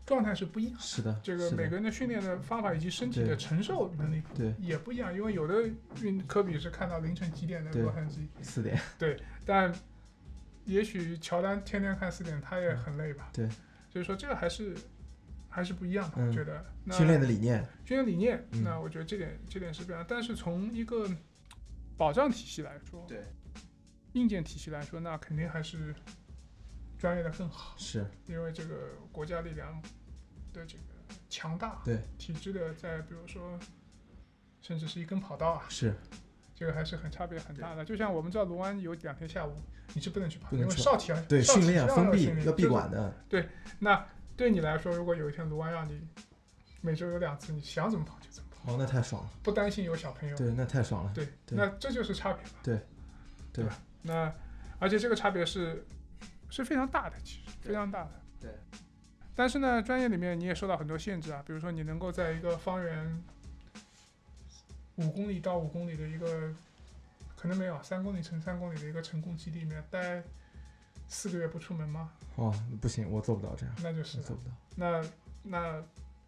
[SPEAKER 2] 状态是不一样的。
[SPEAKER 1] 是的，
[SPEAKER 2] 这个
[SPEAKER 1] 是的
[SPEAKER 2] 每个人的训练的方法以及身体的
[SPEAKER 1] 对
[SPEAKER 2] 承受能力
[SPEAKER 1] 对
[SPEAKER 2] 也不一样，因为有的运科比是看到凌晨几点能
[SPEAKER 1] 对
[SPEAKER 2] 洛杉矶，
[SPEAKER 1] 四点，
[SPEAKER 2] 但也许乔丹天天看四点，他也很累吧？
[SPEAKER 1] 嗯对，
[SPEAKER 2] 所以说这个还是还是不一样的，
[SPEAKER 1] 嗯
[SPEAKER 2] 我觉得。那
[SPEAKER 1] 训练的理念，
[SPEAKER 2] 训练理念，
[SPEAKER 1] 嗯
[SPEAKER 2] 那我觉得这点这点是不一样。但是从一个保障体系来说，
[SPEAKER 3] 对，
[SPEAKER 2] 硬件体系来说，那肯定还是专业的更好。
[SPEAKER 1] 是
[SPEAKER 2] 因为这个国家力量的这个强大，
[SPEAKER 1] 对
[SPEAKER 2] 体制的，在比如说，甚至是一根跑道啊，
[SPEAKER 1] 是，
[SPEAKER 2] 这个还是很差别很大的。就像我们知道卢湾有两天下午你是不能去跑，
[SPEAKER 1] 不能
[SPEAKER 2] 因为
[SPEAKER 1] 去
[SPEAKER 2] 少体要啊
[SPEAKER 1] 对
[SPEAKER 2] 少体
[SPEAKER 1] 训练啊
[SPEAKER 2] 要
[SPEAKER 1] 封闭
[SPEAKER 2] 训练
[SPEAKER 1] 要闭。
[SPEAKER 2] 就是
[SPEAKER 1] 馆的，
[SPEAKER 2] 那对你来说，如果有一天卢湾让你每周有两次，你想怎么跑就怎么跑，
[SPEAKER 1] 哦，那太爽了，
[SPEAKER 2] 不担心有小朋友，
[SPEAKER 1] 对，那太爽了，
[SPEAKER 2] 对，
[SPEAKER 1] 对
[SPEAKER 2] 那这就是差别嘛，
[SPEAKER 1] 对
[SPEAKER 2] 对
[SPEAKER 1] 对
[SPEAKER 2] 吧？那而且这个差别是是非常大的，其实
[SPEAKER 3] 对
[SPEAKER 2] 非常大的。
[SPEAKER 3] 对。
[SPEAKER 2] 但是呢，专业里面你也受到很多限制啊，比如说你能够在一个方圆五公里到五公里的一个，可能没有啊三公里乘三公里的一个成功基地里面待四个月不出门吗？
[SPEAKER 1] 哦，不行，我做不到这样，
[SPEAKER 2] 那就是
[SPEAKER 1] 我
[SPEAKER 2] 了
[SPEAKER 1] 做不到。
[SPEAKER 2] 那那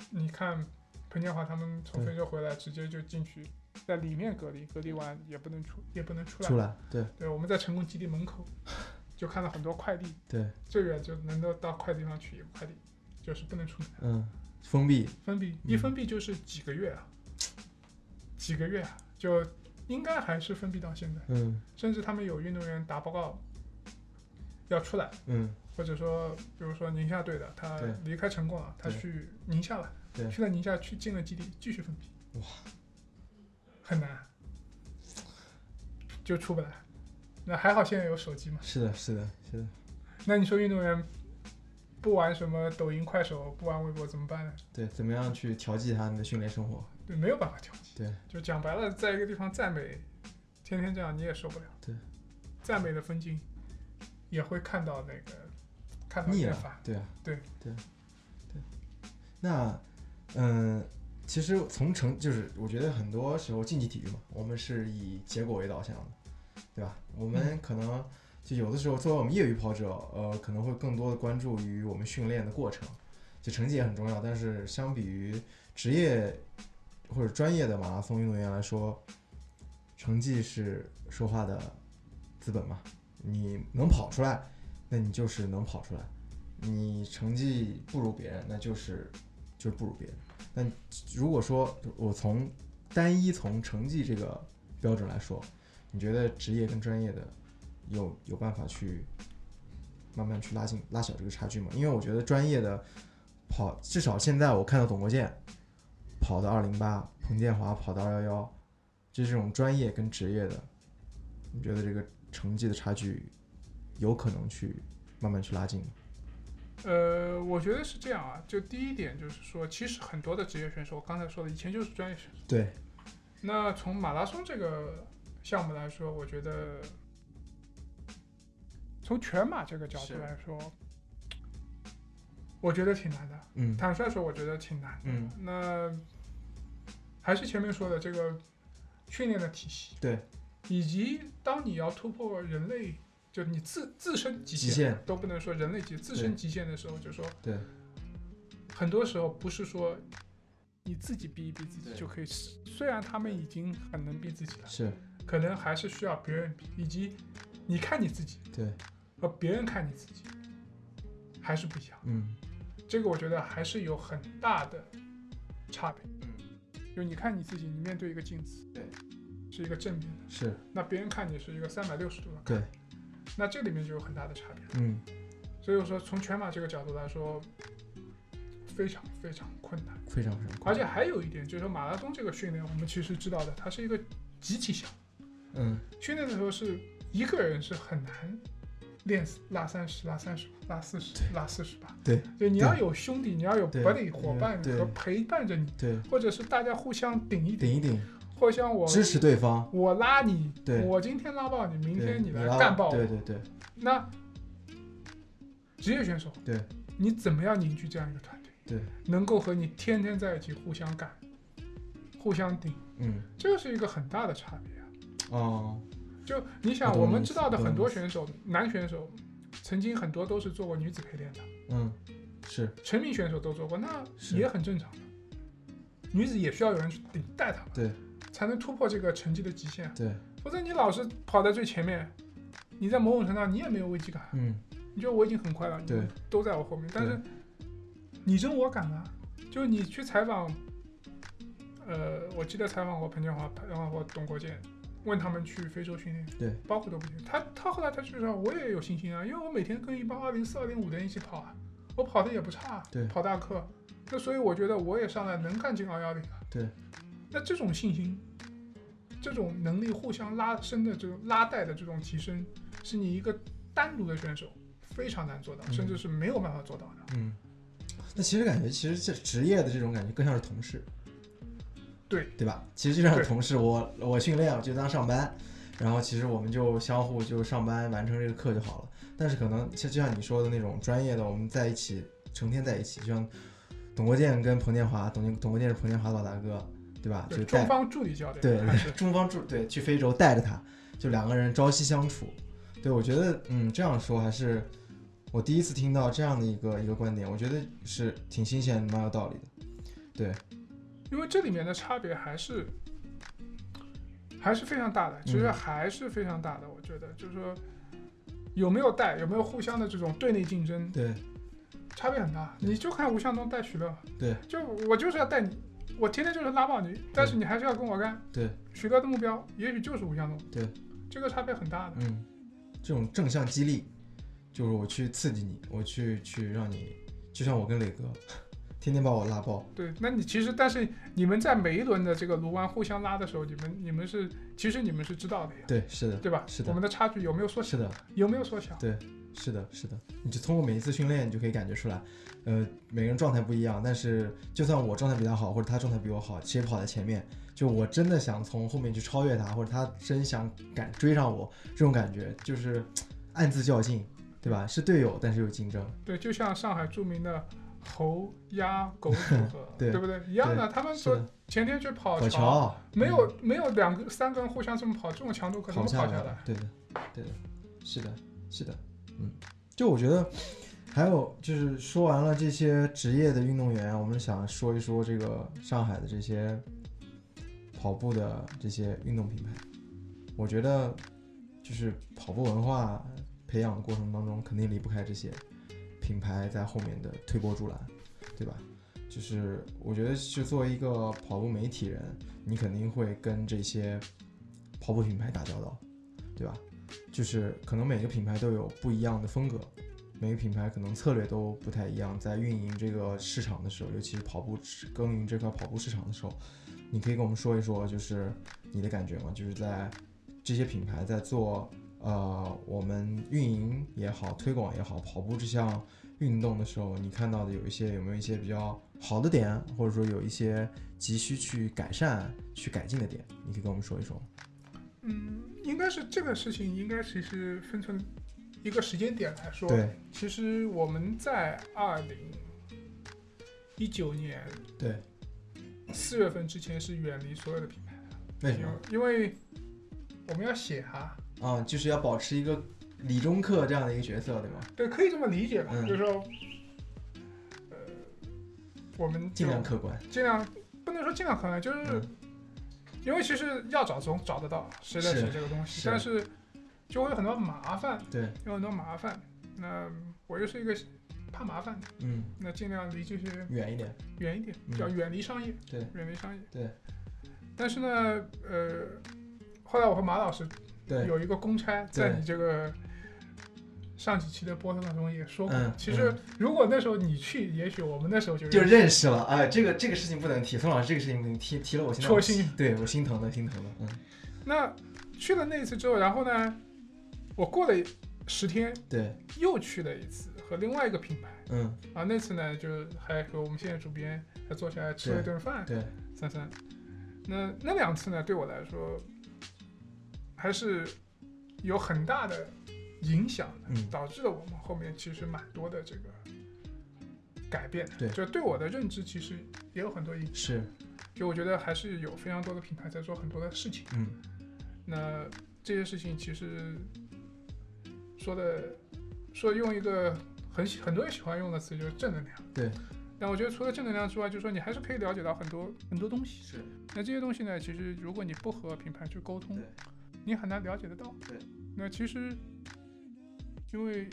[SPEAKER 2] 你看彭建华他们从
[SPEAKER 1] 对
[SPEAKER 2] 非洲回来，直接就进去在里面隔离，隔离完也不能出，也不能出来。
[SPEAKER 1] 出来，对
[SPEAKER 2] 对，我们在成功基地门口就看到很多快递，
[SPEAKER 1] 对，
[SPEAKER 2] 最远就能够到快递上取一个快递，就是不能出门。
[SPEAKER 1] 嗯，封闭，
[SPEAKER 2] 封闭
[SPEAKER 1] 嗯
[SPEAKER 2] 一封闭就是几个月啊，几个月啊，就应该还是封闭到现在，
[SPEAKER 1] 嗯
[SPEAKER 2] 甚至他们有运动员打报告要出来，
[SPEAKER 1] 嗯
[SPEAKER 2] 或者说，比如说宁夏队的，他
[SPEAKER 1] 对
[SPEAKER 2] 离开成功了，他
[SPEAKER 1] 对
[SPEAKER 2] 去宁夏了，
[SPEAKER 1] 对
[SPEAKER 2] 去了宁夏去进了基地，继续封闭，
[SPEAKER 1] 哇，
[SPEAKER 2] 很难，啊就出不来。那还好现在有手机嘛。
[SPEAKER 1] 是的，是的，是的，
[SPEAKER 2] 那你说运动员不玩什么抖音、快手，不玩微博怎么办呢？
[SPEAKER 1] 对，怎么样去调剂他们的训练生活？
[SPEAKER 2] 对，没有办法调剂。
[SPEAKER 1] 对，
[SPEAKER 2] 就讲白了，在一个地方赞美，天天这样你也受不了。
[SPEAKER 1] 对，
[SPEAKER 2] 赞美的风景也会看到那个看到
[SPEAKER 1] 腻
[SPEAKER 2] 厌
[SPEAKER 1] 了
[SPEAKER 2] 烦。，
[SPEAKER 1] 对啊，
[SPEAKER 2] 对
[SPEAKER 1] 对对。那，嗯，其实从成就是我觉得很多时候竞技体育嘛，我们是以结果为导向的，对吧？我
[SPEAKER 2] 嗯
[SPEAKER 1] 们可能就有的时候作为我们业余跑者，呃，可能会更多的关注于我们训练的过程，就成绩也很重要，但是相比于职业或者专业的马拉松运动员来说，成绩是说话的资本嘛。你能跑出来，那你就是能跑出来；你成绩不如别人，那就是就是不如别人。那如果说我从单一从成绩这个标准来说，你觉得职业跟专业的有有办法去慢慢去拉近拉小这个差距吗？因为我觉得专业的跑，至少现在我看到董国建跑的二零八，彭建华跑的二幺幺，这种专业跟职业的，你觉得这个成绩的差距有可能去慢慢去拉近吗？
[SPEAKER 2] 呃，我觉得是这样啊。就第一点就是说，其实很多的职业选手，我刚才说的，以前就是专业选手。
[SPEAKER 1] 对，
[SPEAKER 2] 那从马拉松这个项目来说，我觉得从全马这个角
[SPEAKER 1] 是
[SPEAKER 2] 度来说，我觉得挺难的。
[SPEAKER 1] 嗯
[SPEAKER 2] 坦率说，我觉得挺难的。
[SPEAKER 1] 嗯，
[SPEAKER 2] 那还是前面说的这个训练的体系，
[SPEAKER 1] 对，
[SPEAKER 2] 以及当你要突破人类，就你自自身极限
[SPEAKER 1] 极限
[SPEAKER 2] 都不能说人类极自身
[SPEAKER 1] 对
[SPEAKER 2] 极限的时候，就说
[SPEAKER 1] 对，
[SPEAKER 2] 很多时候不是说你自己逼一逼自己
[SPEAKER 1] 对
[SPEAKER 2] 就可以，虽然他们已经很能逼自己了，
[SPEAKER 1] 是，
[SPEAKER 2] 可能还是需要别人逼，以及你看你自己
[SPEAKER 1] 对，
[SPEAKER 2] 和别人看你自己还是不一样。
[SPEAKER 1] 嗯
[SPEAKER 2] 这个我觉得还是有很大的差别。
[SPEAKER 1] 嗯，
[SPEAKER 2] 就你看你自己，你面对一个镜子，
[SPEAKER 1] 对，
[SPEAKER 2] 是一个正面的；
[SPEAKER 1] 是
[SPEAKER 2] 那别人看你是一个三百六十度的，
[SPEAKER 1] 对，
[SPEAKER 2] 那这里面就有很大的差别。
[SPEAKER 1] 嗯
[SPEAKER 2] 所以说，从全马这个角度来说，非常非常困难。
[SPEAKER 1] 非常非常快，
[SPEAKER 2] 而且还有一点，就是说马拉松这个训练，我们其实知道的，它是一个集体项，
[SPEAKER 1] 嗯
[SPEAKER 2] 训练的时候是一个人是很难练拉三十、拉三十、拉四十、拉四十吧。
[SPEAKER 1] 对，
[SPEAKER 2] 就你要有兄弟，你要有
[SPEAKER 1] 对
[SPEAKER 2] buddy 伙伴
[SPEAKER 1] 对
[SPEAKER 2] 和陪伴着你，
[SPEAKER 1] 对，
[SPEAKER 2] 或者是大家互相顶一顶，
[SPEAKER 1] 顶一顶，
[SPEAKER 2] 或像我
[SPEAKER 1] 支持对方，
[SPEAKER 2] 我拉你，
[SPEAKER 1] 对
[SPEAKER 2] 我今天拉爆你，明
[SPEAKER 1] 对
[SPEAKER 2] 天
[SPEAKER 1] 你
[SPEAKER 2] 来
[SPEAKER 1] 拉
[SPEAKER 2] 干爆我。
[SPEAKER 1] 对对对
[SPEAKER 2] 那职业选手，
[SPEAKER 1] 对，
[SPEAKER 2] 你怎么样凝聚这样一个团队，
[SPEAKER 1] 对，
[SPEAKER 2] 能够和你天天在一起互相干、互相顶，
[SPEAKER 1] 嗯
[SPEAKER 2] 这是一个很大的差别啊！
[SPEAKER 1] 哦，
[SPEAKER 2] 就你
[SPEAKER 1] 我
[SPEAKER 2] 想，
[SPEAKER 1] 懂
[SPEAKER 2] 我
[SPEAKER 1] 你
[SPEAKER 2] 们
[SPEAKER 1] 意
[SPEAKER 2] 知
[SPEAKER 1] 思
[SPEAKER 2] 道的
[SPEAKER 1] 我懂
[SPEAKER 2] 很
[SPEAKER 1] 你
[SPEAKER 2] 多
[SPEAKER 1] 意思
[SPEAKER 2] 选手，男选手曾经很多都是做过女子陪练的，
[SPEAKER 1] 嗯是
[SPEAKER 2] 成名选手都做过，那
[SPEAKER 1] 是
[SPEAKER 2] 也很正常的。女子也需要有人去顶带她们，
[SPEAKER 1] 对
[SPEAKER 2] 才能突破这个成绩的极限啊。
[SPEAKER 1] 对，
[SPEAKER 2] 否则你老是跑在最前面，你在某种程度上你也没有危机感，啊
[SPEAKER 1] 嗯
[SPEAKER 2] 你觉得我已经很快了，你
[SPEAKER 1] 对
[SPEAKER 2] 们都在我后面，但是你争我赶啊，就是你去采访，呃，我记得采访过彭建华、然后我董国建，问他们去非洲训练，
[SPEAKER 1] 对，
[SPEAKER 2] 包括都不行，他他后来他就说我也有信心啊，因为我每天跟一帮二零四、二零五的人一起跑啊，我跑的也不差啊，
[SPEAKER 1] 对
[SPEAKER 2] 跑大课，那所以我觉得我也上来能干进二幺零啊，
[SPEAKER 1] 对，
[SPEAKER 2] 那这种信心。这种能力互相拉伸的这种拉带的这种提升，是你一个单独的选手非常难做到，
[SPEAKER 1] 嗯
[SPEAKER 2] 甚至是没有办法做到的。
[SPEAKER 1] 嗯。那其实感觉，其实这职业的这种感觉更像是同事，
[SPEAKER 2] 对
[SPEAKER 1] 对吧？其实就像是
[SPEAKER 2] 对
[SPEAKER 1] 同事，我我训练我就当上班，然后其实我们就相互就上班完成这个课就好了。但是可能其实就像你说的那种专业的，我们在一起成天在一起，就像董国建跟彭建华，董建董国建是彭建华老大哥，对吧？就
[SPEAKER 2] 对，
[SPEAKER 1] 带
[SPEAKER 2] 中方助理教练
[SPEAKER 1] 对
[SPEAKER 2] 还是，
[SPEAKER 1] 中方助对去非洲带着他，就两个人朝夕相处。对我觉得，嗯，这样说还是我第一次听到这样的一个一个观点，我觉得是挺新鲜、蛮有道理的。对，
[SPEAKER 2] 因为这里面的差别还是还是非常大的，其
[SPEAKER 1] 嗯
[SPEAKER 2] 实还是非常大的。我觉得就是说，有没有带，有没有互相的这种对内竞争，
[SPEAKER 1] 对
[SPEAKER 2] 差别很大。你就看吴向东带徐乐，
[SPEAKER 1] 对，
[SPEAKER 2] 就我就是要带你，我天天就是拉爆你，但是你还是要跟我干。
[SPEAKER 1] 对，
[SPEAKER 2] 徐乐的目标也许就是吴向东，
[SPEAKER 1] 对，
[SPEAKER 2] 这个差别很大的。
[SPEAKER 1] 嗯，这种正向激励，就是我去刺激你，我去去让你，就像我跟磊哥， 天天把我拉爆，
[SPEAKER 2] 对，那你其实，但是你们在每一轮的这个卢湾互相拉的时候，你们你们是其实你们是知道的呀，
[SPEAKER 1] 对，是的，
[SPEAKER 2] 对吧？
[SPEAKER 1] 是的
[SPEAKER 2] 我们的差距有没有缩小？
[SPEAKER 1] 是的，
[SPEAKER 2] 有没有缩小？
[SPEAKER 1] 是的，是的，你就通过每一次训练，你就可以感觉出来，呃，每个人状态不一样，但是就算我状态比他好，或者他状态比我好，谁跑在前面，就我真的想从后面去超越他，或者他真想赶追上我，这种感觉就是嘖暗自较劲，对吧？是队友，但是有竞争，
[SPEAKER 2] 对，就像上海著名的猴、鸭、狗组合
[SPEAKER 1] ，对
[SPEAKER 2] 不对？一样的，他们
[SPEAKER 1] 是
[SPEAKER 2] 说
[SPEAKER 1] 的，
[SPEAKER 2] 前天去跑
[SPEAKER 1] 跑桥嗯
[SPEAKER 2] 没有、没有两个三个人互相这么跑，这种强度可能
[SPEAKER 1] 跑
[SPEAKER 2] 跑
[SPEAKER 1] 下
[SPEAKER 2] 下
[SPEAKER 1] 来
[SPEAKER 2] 来
[SPEAKER 1] 了，。对的，对的，是的，是的，嗯，就我觉得还有就是说完了这些职业的运动员，我们想说一说这个上海的这些跑步的这些运动品牌。我觉得就是跑步文化培养的过程当中，肯定离不开这些品牌在后面的推波助澜，对吧？就是我觉得，是作为一个跑步媒体人，你肯定会跟这些跑步品牌打交道，对吧？就是可能每个品牌都有不一样的风格，每个品牌可能策略都不太一样，在运营这个市场的时候，尤其是跑步市耕耘这块跑步市场的时候，你可以跟我们说一说，就是你的感觉吗？就是在这些品牌在做呃我们运营也好，推广也好，跑步这项运动的时候，你看到的有一些有没有一些比较好的点，或者说有一些急需去改善、去改进的点，你可以跟我们说一说吗。
[SPEAKER 2] 嗯，应该是这个事情，应该其实分成一个时间点来说。
[SPEAKER 1] 对
[SPEAKER 2] 其实我们在二零一九年
[SPEAKER 1] 对，
[SPEAKER 2] 四月份之前是远离所有的品牌的，
[SPEAKER 1] 为什
[SPEAKER 2] 因为
[SPEAKER 1] 么
[SPEAKER 2] 因为我们要写啊，
[SPEAKER 1] 啊？就是要保持一个理中客这样的一个角色，对吗？
[SPEAKER 2] 对，可以这么理解吧，
[SPEAKER 1] 嗯
[SPEAKER 2] 就是说，呃，我们就
[SPEAKER 1] 尽量客观。
[SPEAKER 2] 尽量不能说尽量可能，就是、
[SPEAKER 1] 嗯
[SPEAKER 2] 因为其实要找总找得到，实在
[SPEAKER 1] 是
[SPEAKER 2] 是这个东西，
[SPEAKER 1] 是
[SPEAKER 2] 但是就会有很多麻烦，
[SPEAKER 1] 对，
[SPEAKER 2] 有很多麻烦。那我又是一个怕麻烦的，
[SPEAKER 1] 嗯，
[SPEAKER 2] 那尽量离这些
[SPEAKER 1] 远一点。
[SPEAKER 2] 远一点，
[SPEAKER 1] 嗯
[SPEAKER 2] 叫远离商业，
[SPEAKER 1] 对，
[SPEAKER 2] 远离商业，
[SPEAKER 1] 对。
[SPEAKER 2] 但是呢，呃，后来我和马老师
[SPEAKER 1] 对，
[SPEAKER 2] 有一个公差，
[SPEAKER 1] 对
[SPEAKER 2] 在你这个上几期的播客当中也说过。
[SPEAKER 1] 嗯
[SPEAKER 2] 其实如果那时候你去，也许我们那时候就
[SPEAKER 1] 就认识了。哎，这个这个事情不能提，宋老师这个事情不能提，提了我现在
[SPEAKER 2] 戳心。
[SPEAKER 1] 对我心疼的，心疼的。嗯，
[SPEAKER 2] 那去了那一次之后，然后呢，我过了十天
[SPEAKER 1] 对，
[SPEAKER 2] 又去了一次，和另外一个品牌
[SPEAKER 1] 嗯，
[SPEAKER 2] 啊，那次呢就还和我们现在主编还坐下来吃了一顿饭，
[SPEAKER 1] 对，
[SPEAKER 2] 三三。那那两次呢，对我来说还是有很大的影响的，
[SPEAKER 1] 嗯
[SPEAKER 2] 导致了我们后面其实蛮多的这个改变的。
[SPEAKER 1] 对
[SPEAKER 2] 就对我的认知其实也有很多影响。
[SPEAKER 1] 是，
[SPEAKER 2] 就我觉得还是有非常多的品牌在做很多的事情。
[SPEAKER 1] 嗯，
[SPEAKER 2] 那这些事情其实说的说用一个很喜很多人喜欢用的词就是正能量。
[SPEAKER 1] 对。
[SPEAKER 2] 但我觉得除了正能量之外，就是说你还是可以了解到很多很多东西。
[SPEAKER 1] 是，
[SPEAKER 2] 那这些东西呢，其实如果你不和品牌去沟通
[SPEAKER 1] 对，
[SPEAKER 2] 你很难了解得到。
[SPEAKER 1] 对。
[SPEAKER 2] 那其实因为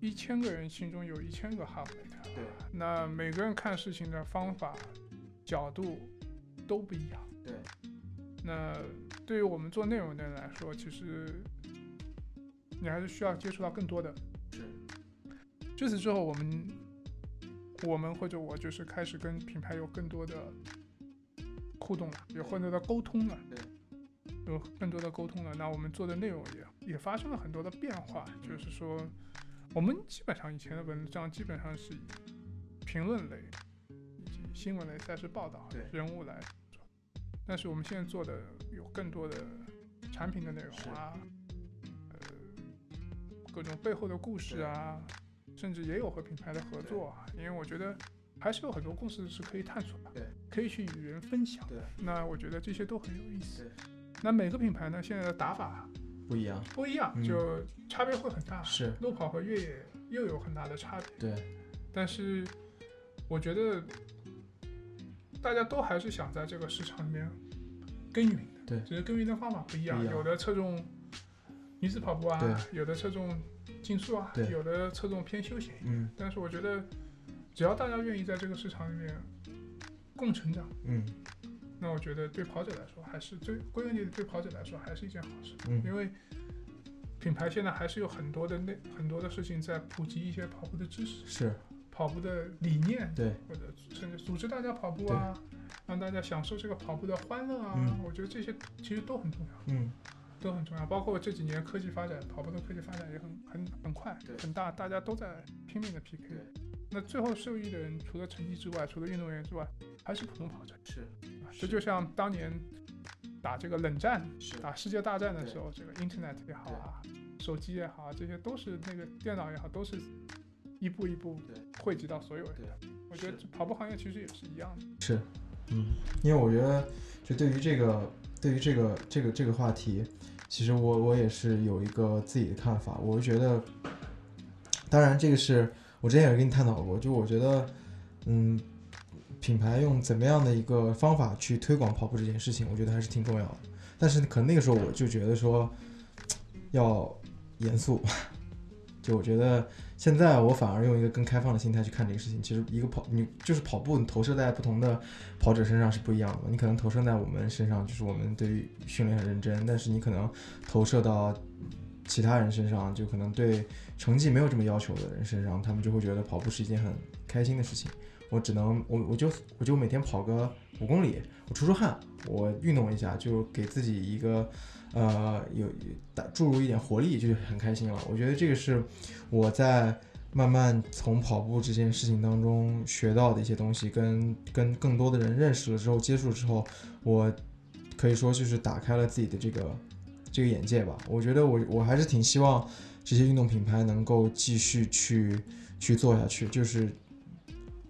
[SPEAKER 2] 一千个人心中有一千个哈姆雷特，
[SPEAKER 1] 对。
[SPEAKER 2] 那每个人看事情的方法、角度都不一样。
[SPEAKER 1] 对。
[SPEAKER 2] 那对于我们做内容的人来说，其实你还是需要接触到更多的。
[SPEAKER 1] 是。
[SPEAKER 2] 至此之后，我们我们或者我就是开始跟品牌有更多的互动了，有更多的沟通了。
[SPEAKER 1] 对。
[SPEAKER 2] 有更多的沟通了，那我们做的内容也也发生了很多的变化，就是说，我们基本上以前的文章基本上是以评论类以及新闻类赛事报道啊
[SPEAKER 1] 对
[SPEAKER 2] 人物来做，但是我们现在做的有更多的产品的内
[SPEAKER 1] 是
[SPEAKER 2] 容啊，呃，各种背后的故事啊，甚至也有和品牌的合作啊，因为我觉得还是有很多故事是可以探索
[SPEAKER 1] 对
[SPEAKER 2] 的，可以去与人分享的。
[SPEAKER 1] 对，
[SPEAKER 2] 那我觉得这些都很有意
[SPEAKER 1] 对
[SPEAKER 2] 思。那每个品牌呢，现在的打法
[SPEAKER 1] 不一样。
[SPEAKER 2] 不一样，
[SPEAKER 1] 嗯
[SPEAKER 2] 就差别会很大。
[SPEAKER 1] 是，
[SPEAKER 2] 路跑和越野又有很大的差别。
[SPEAKER 1] 对，
[SPEAKER 2] 但是我觉得大家都还是想在这个市场里面耕耘的，
[SPEAKER 1] 对
[SPEAKER 2] 只是耕耘的方法不一
[SPEAKER 1] 不
[SPEAKER 2] 样，
[SPEAKER 1] 一样
[SPEAKER 2] 有的侧重女子跑步啊
[SPEAKER 1] 对，
[SPEAKER 2] 有的侧重竞速啊
[SPEAKER 1] 对，
[SPEAKER 2] 有的侧重偏休闲一点。
[SPEAKER 1] 嗯
[SPEAKER 2] 但是我觉得，只要大家愿意在这个市场里面共成长，
[SPEAKER 1] 嗯
[SPEAKER 2] 那我觉得对跑者来说还是对归根结底对跑者来说还是一件好事，
[SPEAKER 1] 嗯
[SPEAKER 2] 因为品牌现在还是有很多的那很多的事情在普及一些跑步的知识、
[SPEAKER 1] 是
[SPEAKER 2] 跑步的理念，
[SPEAKER 1] 对
[SPEAKER 2] 或者甚至组织大家跑步啊，让大家享受这个跑步的欢乐啊，
[SPEAKER 1] 嗯
[SPEAKER 2] 我觉得这些其实都很重要，
[SPEAKER 1] 嗯
[SPEAKER 2] 都很重要。包括这几年科技发展，跑步的科技发展也很很很快
[SPEAKER 1] 对，
[SPEAKER 2] 很大，大家都在拼命的 PK
[SPEAKER 1] 对。
[SPEAKER 2] 那最后受益的人，除了成绩之外，除了运动员之外，还是普通跑者。
[SPEAKER 1] 是
[SPEAKER 2] 啊这就像当年打这个冷战、
[SPEAKER 1] 是
[SPEAKER 2] 打啊世界大战的
[SPEAKER 1] 对
[SPEAKER 2] 时候，这个 Internet 也好啊，手机也好啊，这些都是那个电脑也好，都是一步一步
[SPEAKER 1] 对
[SPEAKER 2] 汇集到所有人
[SPEAKER 1] 对
[SPEAKER 2] 的。我觉得
[SPEAKER 1] 是
[SPEAKER 2] 跑步行业其实也是一样的。
[SPEAKER 1] 是，嗯，因为我觉得，就对于这个，对于这个这个这个话题，其实我我也是有一个自己的看法。我是觉得，嗯当然这个是我之前也跟你探讨过，就我觉得，嗯，品牌用怎么样的一个方法去推广跑步这件事情，我觉得还是挺重要的。但是可能那个时候我就觉得说，要严肃。 就我觉得现在我反而用一个更开放的心态去看这个事情。其实一个跑，你就是跑步，你投射在不同的跑者身上是不一样的嘛。你可能投射在我们身上，就是我们对于训练很认真，但是你可能投射到其他人身上，就可能对成绩没有这么要求的人身上，他们就会觉得跑步是一件很开心的事情。我只能我我就我就每天跑个五公里，我出出汗，我运动一下，就给自己一个呃有打注入一点活力，就是很开心了。我觉得这个是我在慢慢从跑步这件事情当中学到的一些东西，跟跟更多的人认识了之后，接触之后，我可以说就是打开了自己的这个这个眼界吧。我觉得我我还是挺希望这些运动品牌能够继续去去做下去，就是。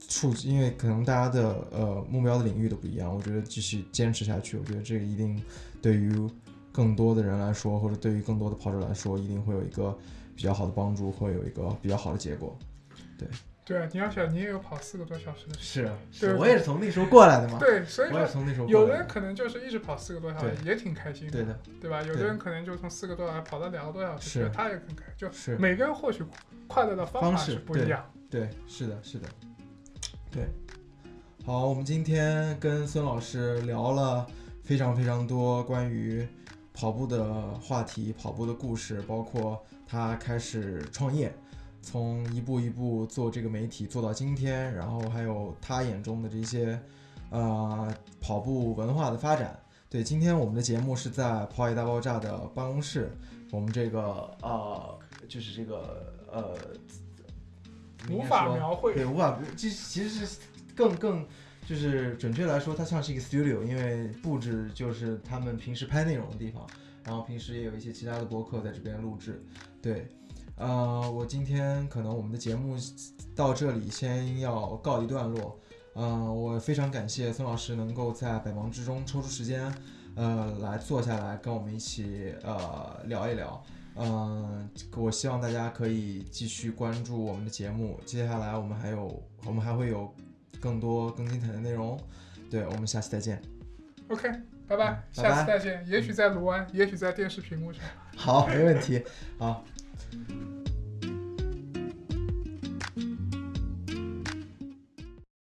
[SPEAKER 1] 触，因为可能大家的呃目标的领域都不一样，我觉得继续坚持下去，我觉得这个一定对于更多的人来说，或者对于更多的跑者来说，一定会有一个比较好的帮助，会有一个比较好的结果。
[SPEAKER 2] 对啊，你要想，你也有跑四个多小时的时
[SPEAKER 1] 是，
[SPEAKER 2] 对
[SPEAKER 1] 我也是从那时候过来的嘛
[SPEAKER 2] 间。，对，所以
[SPEAKER 1] 啊我也
[SPEAKER 2] 说
[SPEAKER 1] 是从那时候
[SPEAKER 2] 有
[SPEAKER 1] 过
[SPEAKER 2] 的
[SPEAKER 1] 来
[SPEAKER 2] 人
[SPEAKER 1] 的。
[SPEAKER 2] 可能就是一直跑四个多小时，也挺开心
[SPEAKER 1] 对
[SPEAKER 2] 的，
[SPEAKER 1] 的，
[SPEAKER 2] 对吧？有的
[SPEAKER 1] 对
[SPEAKER 2] 人可能就从四个多小时跑到两个多小时，
[SPEAKER 1] 是，
[SPEAKER 2] 觉得他也很开心。就是每个人获取快乐的方
[SPEAKER 1] 方
[SPEAKER 2] 法
[SPEAKER 1] 式
[SPEAKER 2] 是不一样。
[SPEAKER 1] 对，是的，是的，对。好，我们今天跟孙老师聊了非常非常多关于跑步的话题、跑步的故事，包括他开始创业，从一步一步做这个媒体做到今天，然后还有他眼中的这些呃跑步文化的发展。对，今天我们的节目是在跑野大爆炸的办公室，我们这个呃，就是这个呃，应
[SPEAKER 2] 无
[SPEAKER 1] 该
[SPEAKER 2] 法
[SPEAKER 1] 说
[SPEAKER 2] 描绘
[SPEAKER 1] 对，无法，其实其实是更更就是准确来说，它像是一个 studio，因为布置就是他们平时拍内容的地方，然后平时也有一些其他的播客在这边录制。对，呃，我今天可能我们的节目到这里先要告一段落。嗯、我非常感谢孙老师能够在百忙之中抽出时间，呃，来坐下来跟我们一起呃聊一聊。嗯，我希望大家可以继续关注我们的节目，接下来我们还有我们还会有更多更精彩的内容。对，我们下期再见。
[SPEAKER 2] OK，拜拜
[SPEAKER 1] 嗯，拜
[SPEAKER 2] 下
[SPEAKER 1] 拜嗯
[SPEAKER 2] 次再见。也许在卢湾，也许在电视屏幕上。
[SPEAKER 1] 好，没问题。好，